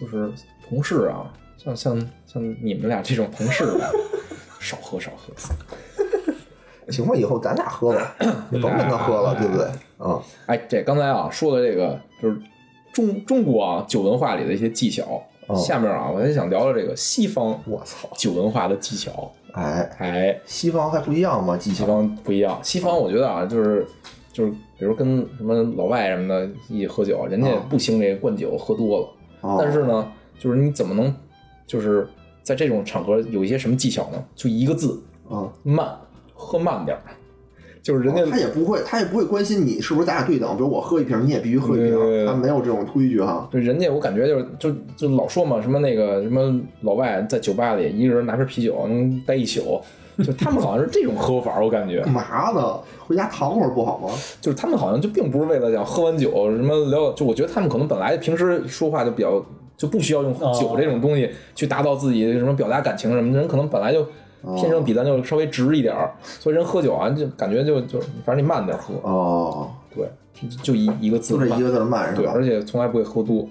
Speaker 1: 就是同事啊，像像像你们俩这种同事吧，少喝少喝。
Speaker 2: 行吧，以后咱俩喝 吧，也甭跟他喝了，对不对？啊，
Speaker 1: 哎，这刚才啊说的这个就是中中国啊酒文化里的一些技巧。
Speaker 2: 哦
Speaker 1: 下面啊，我还想聊聊这个西方
Speaker 2: 我操，
Speaker 1: 酒文化的技巧。
Speaker 2: 哎，
Speaker 1: 哎，
Speaker 2: 西方还不一样吗？技
Speaker 1: 西
Speaker 2: 巧，
Speaker 1: 方不一样，西方我觉得啊，就是就是，比如跟什么老外什么的一起喝酒，人家
Speaker 2: 啊
Speaker 1: 不兴这灌酒，喝多了。
Speaker 2: 哦
Speaker 1: 但是呢，就是你怎么能就是在这种场合有一些什么技巧呢？就一个字，
Speaker 2: 啊，
Speaker 1: 慢，喝慢点儿。就是人家
Speaker 2: 他也不会，他也不会关心你是不是咱俩对等，比如我喝一瓶，你也必须喝一
Speaker 1: 对对对
Speaker 2: 瓶，啊他没有这种规矩啊哈。
Speaker 1: 就人家，我感觉就是就就老说嘛，什么那个什么老外在酒吧里一个人拿瓶啤酒能待一宿，就他们好像是这种喝法儿，我感觉
Speaker 2: 干嘛呢？回家躺会儿不好吗？
Speaker 1: 就是他们好像就并不是为了想喝完酒什么聊，就我觉得他们可能本来平时说话就比较就不需要用
Speaker 3: 哦
Speaker 1: 酒这种东西去达到自己什么表达感情什么，人可能本来就
Speaker 2: 哦
Speaker 1: 天生比咱就稍微直一点儿，所以人喝酒啊就感觉就就反正你慢点喝，
Speaker 2: 哦，
Speaker 1: 对，就就一一个字
Speaker 2: 就这一
Speaker 1: 慢，
Speaker 2: 个字儿慢是
Speaker 1: 对，
Speaker 2: 吧
Speaker 1: 而？且从来不会喝多，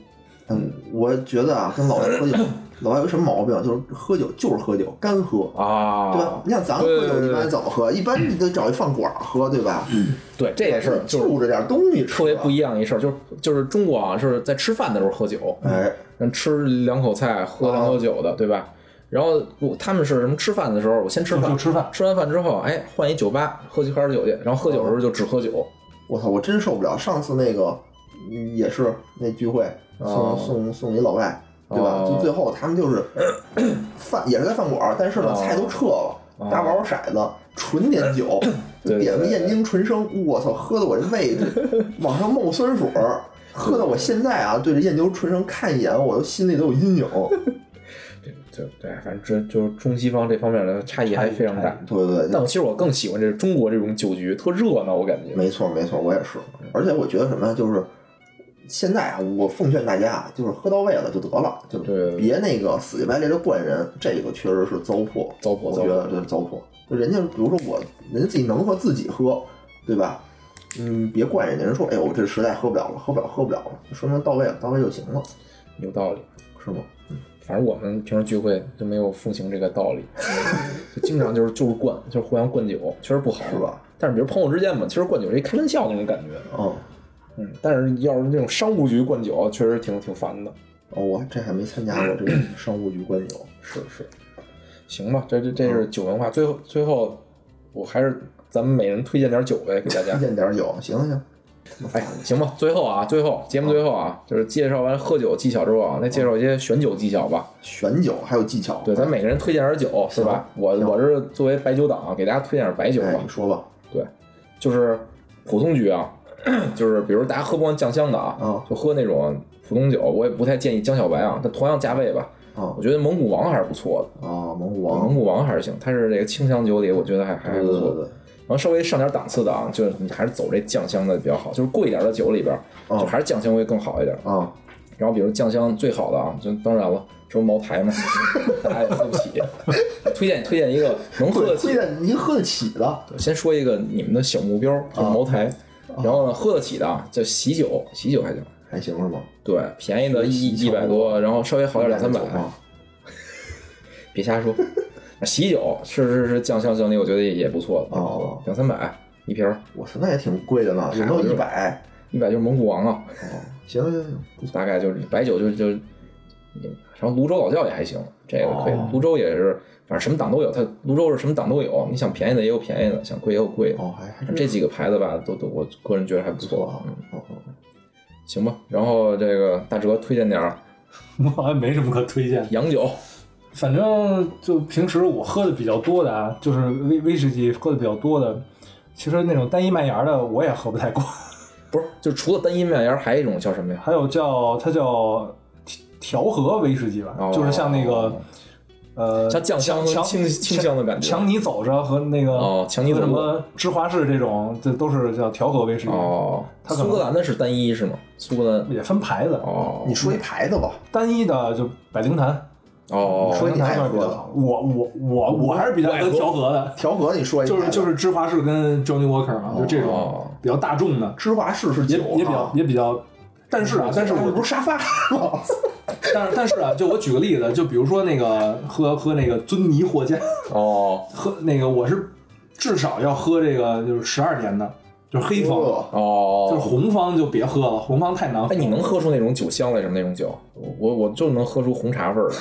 Speaker 2: 嗯，我觉得啊，跟老外喝酒，老外有什么毛病？就是喝酒就是喝酒，干喝。
Speaker 1: 啊，
Speaker 2: 对吧？你想咱们
Speaker 1: 对
Speaker 2: 喝酒
Speaker 1: 对
Speaker 2: 一般
Speaker 1: 对
Speaker 2: 怎么喝？一般你得找一饭馆儿喝，对吧？
Speaker 1: 对，这也是就是
Speaker 2: 就着点东西吃，
Speaker 1: 特别不一样一事儿，就是就是中国啊是在吃饭的时候喝酒，
Speaker 2: 哎，
Speaker 1: 嗯，吃两口菜，喝两口酒的，对吧？然后我他们是什么？吃饭的时候，我先吃
Speaker 3: 就
Speaker 1: 饭，
Speaker 3: 就吃饭
Speaker 1: 吃完饭之后，哎，换一酒吧喝几喝点酒去，然后喝酒的时候就只喝酒。
Speaker 2: 我操，我真受不了。上次那个嗯也是那聚会，送、
Speaker 1: 哦
Speaker 2: 送送一老外，对吧？
Speaker 1: 哦
Speaker 2: 就最后他们就是饭也是在饭馆儿，但是呢、
Speaker 1: 哦
Speaker 2: 菜都撤了，大家玩玩骰子，纯点酒，
Speaker 1: 对
Speaker 2: 就点个
Speaker 1: 对对
Speaker 2: 燕京纯生，我操，喝的我这胃就往上冒酸水儿。喝到我现在啊，对着燕京纯生看一眼，我都心里都有阴影。
Speaker 1: 对对对，反正这就是中西方这方面的差异还非常
Speaker 3: 差异
Speaker 1: 大。
Speaker 2: 对对对，
Speaker 1: 但我其实我更喜欢这中国这种酒局，特热闹，我感觉。
Speaker 2: 没错，没错，我也是。而且我觉得什么呀，就是现在啊，我奉劝大家啊，就是喝到位了就得了，就
Speaker 1: 对对对
Speaker 2: 别那个死乞白赖的惯人，这个确实是糟粕，
Speaker 1: 糟粕
Speaker 2: 我
Speaker 1: 糟
Speaker 2: 觉
Speaker 1: 粕
Speaker 2: 得这是糟粕。就人家，比如说我，人家自己能喝自己喝，对吧？嗯，别怪人家，人说，哎呦，我这实在喝不了了，喝不了，喝不了了，说明到位了，到位就行了，
Speaker 1: 有道理。
Speaker 2: 是吗？
Speaker 1: 反正我们平时聚会就没有奉行这个道理， 就经常就是就是灌，就是互相灌酒，确实不好，
Speaker 2: 是吧？
Speaker 1: 但是比如朋友之间嘛，其实灌酒是一开玩笑那种感觉。
Speaker 2: 嗯，
Speaker 1: 嗯，但是要是那种商务局灌酒，确实挺挺烦的。
Speaker 2: 哦，我这还没参加过这个商务局观酒，
Speaker 1: 是是，行吧，这这这是酒文化。最后最后，我还是咱们每人推荐点酒呗，给大
Speaker 2: 推
Speaker 1: 家。
Speaker 2: 荐点酒，行行，
Speaker 1: 哎，行吧，最后啊，最后节目最后啊，就是介绍完喝酒技巧之后啊，那介绍一些选酒技巧吧。
Speaker 2: 选酒还有技巧，
Speaker 1: 对，咱每个人推荐点酒，是吧？我我是作为白酒党啊，给大家推荐点白酒
Speaker 2: 哎，
Speaker 1: 吧
Speaker 2: 你。说吧，
Speaker 1: 对，就是普通局啊，就是比如大家喝不惯酱香的啊
Speaker 2: 嗯，
Speaker 1: 就喝那种普通酒，我也不太建议江小白啊，但同样价位吧，
Speaker 2: 啊
Speaker 1: 我觉得蒙古王还是不错的。
Speaker 2: 啊，蒙古
Speaker 1: 对
Speaker 2: 王
Speaker 1: 蒙，古王还是行，它是这个清香酒里，我觉得还还
Speaker 2: 对
Speaker 1: 不
Speaker 2: 对
Speaker 1: 错。
Speaker 2: 对对，
Speaker 1: 然后稍微上点档次的啊，就是你还是走这酱香的比较好，就是贵一点的酒里边，就还是酱香会更好一点。
Speaker 2: 啊，
Speaker 1: 然后比如酱香最好的啊，就当然了，这不茅台嘛， 大家也喝不起。推荐推荐一个能喝
Speaker 2: 对，
Speaker 1: 得起
Speaker 2: 推荐您喝得起的
Speaker 1: 先说一个你们的小目标，就是茅台。然后呢，喝得起的啊，叫喜酒，喜酒还行，
Speaker 2: 还行是吗？
Speaker 1: 对，便宜的一一百多，哦然后稍微好点两三百
Speaker 2: 190。吗
Speaker 1: 别瞎说， 喜酒是是是酱香型里我觉得也也不错的，
Speaker 2: 哦，
Speaker 1: 两三百一瓶儿，
Speaker 2: 我操，那也挺贵的
Speaker 1: 啊
Speaker 2: 呢，有没有一百？
Speaker 1: 一百就是蒙古王啊，
Speaker 2: 哦，行行行，
Speaker 1: 大概就是白酒就就，然后泸州老窖也还行，这个可以，
Speaker 3: 哦
Speaker 1: 泸州也是，反正什么档都有，它泸州是什么档都有，你想便宜的也有便宜的，想贵也有贵的，
Speaker 2: 哦，还还真
Speaker 1: 这几个牌子吧，都都我个人觉得还不
Speaker 2: 不错
Speaker 1: 错
Speaker 2: 啊，，
Speaker 1: 嗯，
Speaker 2: 哦哦
Speaker 1: 行吧，然后这个大哲推荐点儿
Speaker 3: 我好像没什么可推荐的。
Speaker 1: 洋酒，
Speaker 3: 反正就平时我喝的比较多的啊，就是威威士忌喝的比较多的，其实那种单一麦芽的我也喝不太惯。
Speaker 1: 不是，就除了单一麦芽，还有一种叫什么呀？
Speaker 3: 还有叫它叫调调和威士忌吧，
Speaker 1: 哦
Speaker 3: 就是像那个呃，
Speaker 1: 像酱香和
Speaker 3: 强
Speaker 1: 清清香的感觉
Speaker 3: 强尼走着和那个
Speaker 1: 哦强尼走
Speaker 3: 和
Speaker 1: 着
Speaker 3: 什么芝华士这种，这都是叫调和威士忌，
Speaker 1: 哦，
Speaker 3: 它可能
Speaker 1: 苏格兰的是单一是吗？苏格兰
Speaker 3: 也分牌子，
Speaker 1: 哦
Speaker 2: 你说一牌子吧，
Speaker 3: 单一的就百灵坛，
Speaker 1: 哦，
Speaker 2: 说
Speaker 3: 百灵
Speaker 2: 你爱
Speaker 3: 坛那
Speaker 2: 喝
Speaker 3: 儿比较
Speaker 2: 的
Speaker 3: 好。我我我我还是比较
Speaker 1: 我爱喝
Speaker 3: 喝调和的，
Speaker 2: 调和你说一牌
Speaker 3: 就
Speaker 2: 子，
Speaker 3: 是就是芝华士跟 Johnny Walker 嘛，就这
Speaker 1: 哦
Speaker 3: 种比较大众的，
Speaker 2: 芝华士是
Speaker 3: 也
Speaker 2: 酒啊，
Speaker 3: 也比较也比较。但是啊，但是我
Speaker 2: 不是沙发吗？
Speaker 3: 但是但是啊，就我举个例子，就比如说那个喝喝那个尊尼货架，
Speaker 1: 哦
Speaker 3: 喝那个我是至少要喝这个就是十二年的，就是黑方，
Speaker 2: 哦
Speaker 3: 就是
Speaker 1: 哦，
Speaker 3: 红方就别喝了，红方太难喝。
Speaker 1: 哎，你能喝出那种酒香来什么那种酒？我我我就能喝出红茶 味儿来。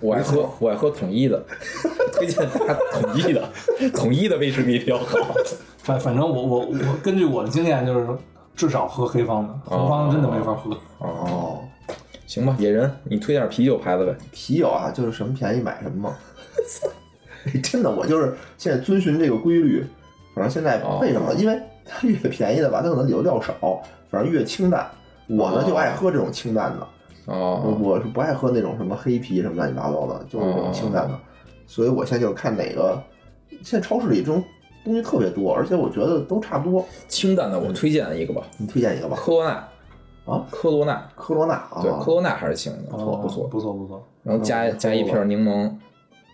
Speaker 1: 我爱喝我爱喝统一的，推荐大 家统一的，统一的威士忌比较好。
Speaker 3: 反反正我我我根据我的经验就是至少喝黑方的，红方真的没法喝。
Speaker 2: 哦，
Speaker 1: 行吧，野人，你推荐点啤酒牌子呗。
Speaker 2: 啤酒啊，就是什么便宜买什么嘛。真的，我就是现在遵循这个规律。反正现在
Speaker 1: 哦
Speaker 2: 为什么？因为它越便宜的吧，它可能有料少，反正越清淡。我呢
Speaker 1: 哦
Speaker 2: 就爱喝这种清淡的，我
Speaker 1: 哦
Speaker 2: 我是不爱喝那种什么黑啤什么乱七八糟的，就是这种清淡的。所以我现在就是看哪个，现在超市里这种东西特别多，而且我觉得都差不多。
Speaker 1: 清淡的我推荐一个吧，
Speaker 2: 你推荐一个吧？
Speaker 1: 科罗娜
Speaker 2: 嗯啊，
Speaker 1: 科罗娜，
Speaker 2: 科罗娜啊，
Speaker 1: 对，科罗娜还是行的，不错
Speaker 3: 哦
Speaker 1: 不错。
Speaker 3: 不错不错，
Speaker 1: 然后加
Speaker 2: 嗯
Speaker 1: 加一片柠檬，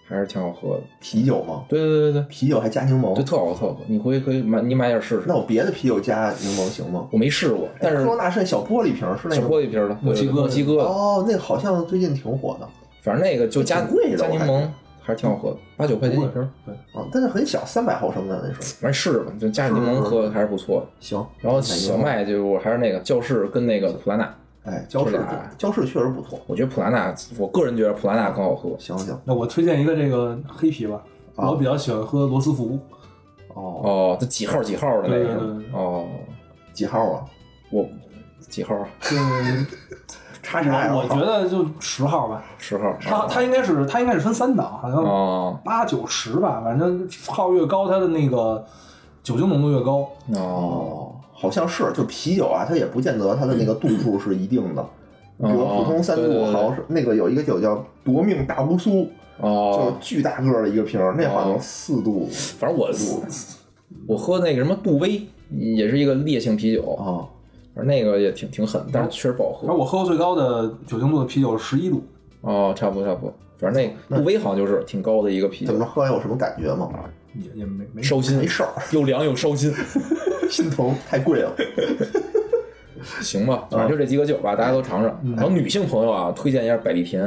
Speaker 1: 还是挺好喝的。
Speaker 2: 啤酒吗？
Speaker 1: 对对对对
Speaker 2: 啤酒还加柠
Speaker 1: 对，就
Speaker 2: 檬？
Speaker 1: 特好喝，特好喝。你回去可以买，你买点试试
Speaker 2: 那。我别的啤酒加柠檬行吗？
Speaker 1: 我没试过，但是
Speaker 2: 科罗娜是那小玻璃瓶儿，是那
Speaker 1: 小
Speaker 2: 个
Speaker 1: 玻璃瓶儿的，
Speaker 3: 墨
Speaker 1: 对对
Speaker 3: 西哥
Speaker 1: 墨西哥的，
Speaker 2: 哦，那好像最近挺火的
Speaker 1: 反正那个就加
Speaker 2: 挺贵的
Speaker 1: 加柠
Speaker 2: 我
Speaker 1: 檬
Speaker 2: 感
Speaker 1: 还是挺好喝的，八九块钱一瓶儿，
Speaker 3: 对，
Speaker 2: 啊，但是很小，三百毫升的那是。
Speaker 1: 反正试试吧，就加点柠檬喝还是不错的。
Speaker 2: 行，
Speaker 1: 然后
Speaker 2: 那
Speaker 1: 小麦就是我还是那个教室跟那个普拉纳，
Speaker 2: 哎，胶
Speaker 1: 这
Speaker 2: 质
Speaker 1: 俩
Speaker 2: 胶质确实不错。
Speaker 1: 我觉得普拉纳，我个人觉得普拉纳更好喝。
Speaker 2: 行行，
Speaker 3: 那我推荐一个这个黑啤吧，
Speaker 2: 啊
Speaker 3: 我比较喜欢喝罗斯福，
Speaker 2: 哦，
Speaker 1: 哦，这几号几号的那
Speaker 3: 对
Speaker 1: 个
Speaker 3: 对对对
Speaker 1: 哦，
Speaker 2: 几号啊？
Speaker 1: 我几号啊？
Speaker 3: 就是
Speaker 2: 叉叉
Speaker 3: 我
Speaker 2: L
Speaker 3: 我觉得就十号吧，
Speaker 1: 十号。啊
Speaker 3: 它它应该是它应该是分三档，好像
Speaker 1: 哦
Speaker 3: 八九十吧，反正号越高，它的那个酒精浓度越高。
Speaker 1: 哦
Speaker 2: 哦，好像是，就啤酒啊，它也不见得它的那个度数是一定的。比如普通三
Speaker 1: 嗯哦对对
Speaker 2: 度，
Speaker 1: 对
Speaker 2: 好像是那个有一个酒叫夺命大乌苏，就是
Speaker 1: 哦，
Speaker 2: 巨大个儿的一个瓶儿，那好像四度
Speaker 1: 反正我我喝那个什么杜威，也是一个烈性啤酒，
Speaker 2: 啊。
Speaker 1: 反正那个也挺挺狠，但是确实不好喝
Speaker 3: 然。后我喝过最高的酒精度的啤酒是十一度，
Speaker 1: 哦，差不多差不多，反正哦那杜威好像就是挺高的一个啤
Speaker 2: 怎
Speaker 1: 酒，
Speaker 2: 么喝完有什么感觉吗？
Speaker 3: 也也没没
Speaker 1: 烧心
Speaker 2: 没，事儿，
Speaker 1: 又凉又烧心，
Speaker 2: 心疼，太贵了。
Speaker 1: 行吧，
Speaker 2: 嗯
Speaker 1: 反正就这几个酒吧，大家都尝尝。然后女性朋友啊，推荐一下百利甜，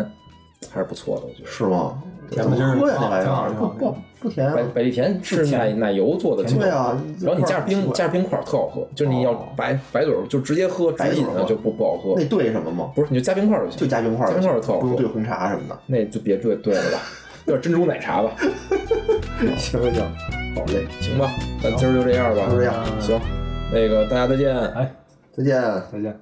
Speaker 1: 还是不错的，我觉得。
Speaker 2: 是吗？
Speaker 3: 甜
Speaker 2: 怎么啊哎
Speaker 3: 不
Speaker 2: 喝
Speaker 3: 劲儿
Speaker 2: 呀，那
Speaker 3: 挺好
Speaker 2: 玩意
Speaker 3: 挺好
Speaker 2: 儿
Speaker 3: 挺
Speaker 2: 不
Speaker 3: 好
Speaker 2: 不不甜啊。
Speaker 1: 百百利甜是奶奶油做的酒，
Speaker 2: 对啊，
Speaker 1: 然后你加点
Speaker 2: 这
Speaker 1: 冰，
Speaker 2: 块儿
Speaker 1: 加点冰块儿特好喝，就是你要
Speaker 2: 哦
Speaker 1: 白白嘴儿就直接喝，直
Speaker 2: 白嘴
Speaker 1: 饮
Speaker 2: 儿
Speaker 1: 的
Speaker 2: 喝
Speaker 1: 就不不好喝
Speaker 2: 那。兑什么吗？
Speaker 1: 不是，你就加冰块儿就行，
Speaker 2: 就加冰块儿
Speaker 1: 加
Speaker 2: 就行，
Speaker 1: 冰块儿特好
Speaker 2: 不用兑
Speaker 1: 喝，
Speaker 2: 红茶什么 的。
Speaker 1: 那就别兑兑了吧， 兑点珍珠奶茶吧，
Speaker 2: 行行，好嘞，
Speaker 1: 行吧，咱今儿就这样吧
Speaker 2: 就，这样，
Speaker 1: 行，那个大家再见。
Speaker 3: 哎，
Speaker 2: 再见。
Speaker 3: 再见。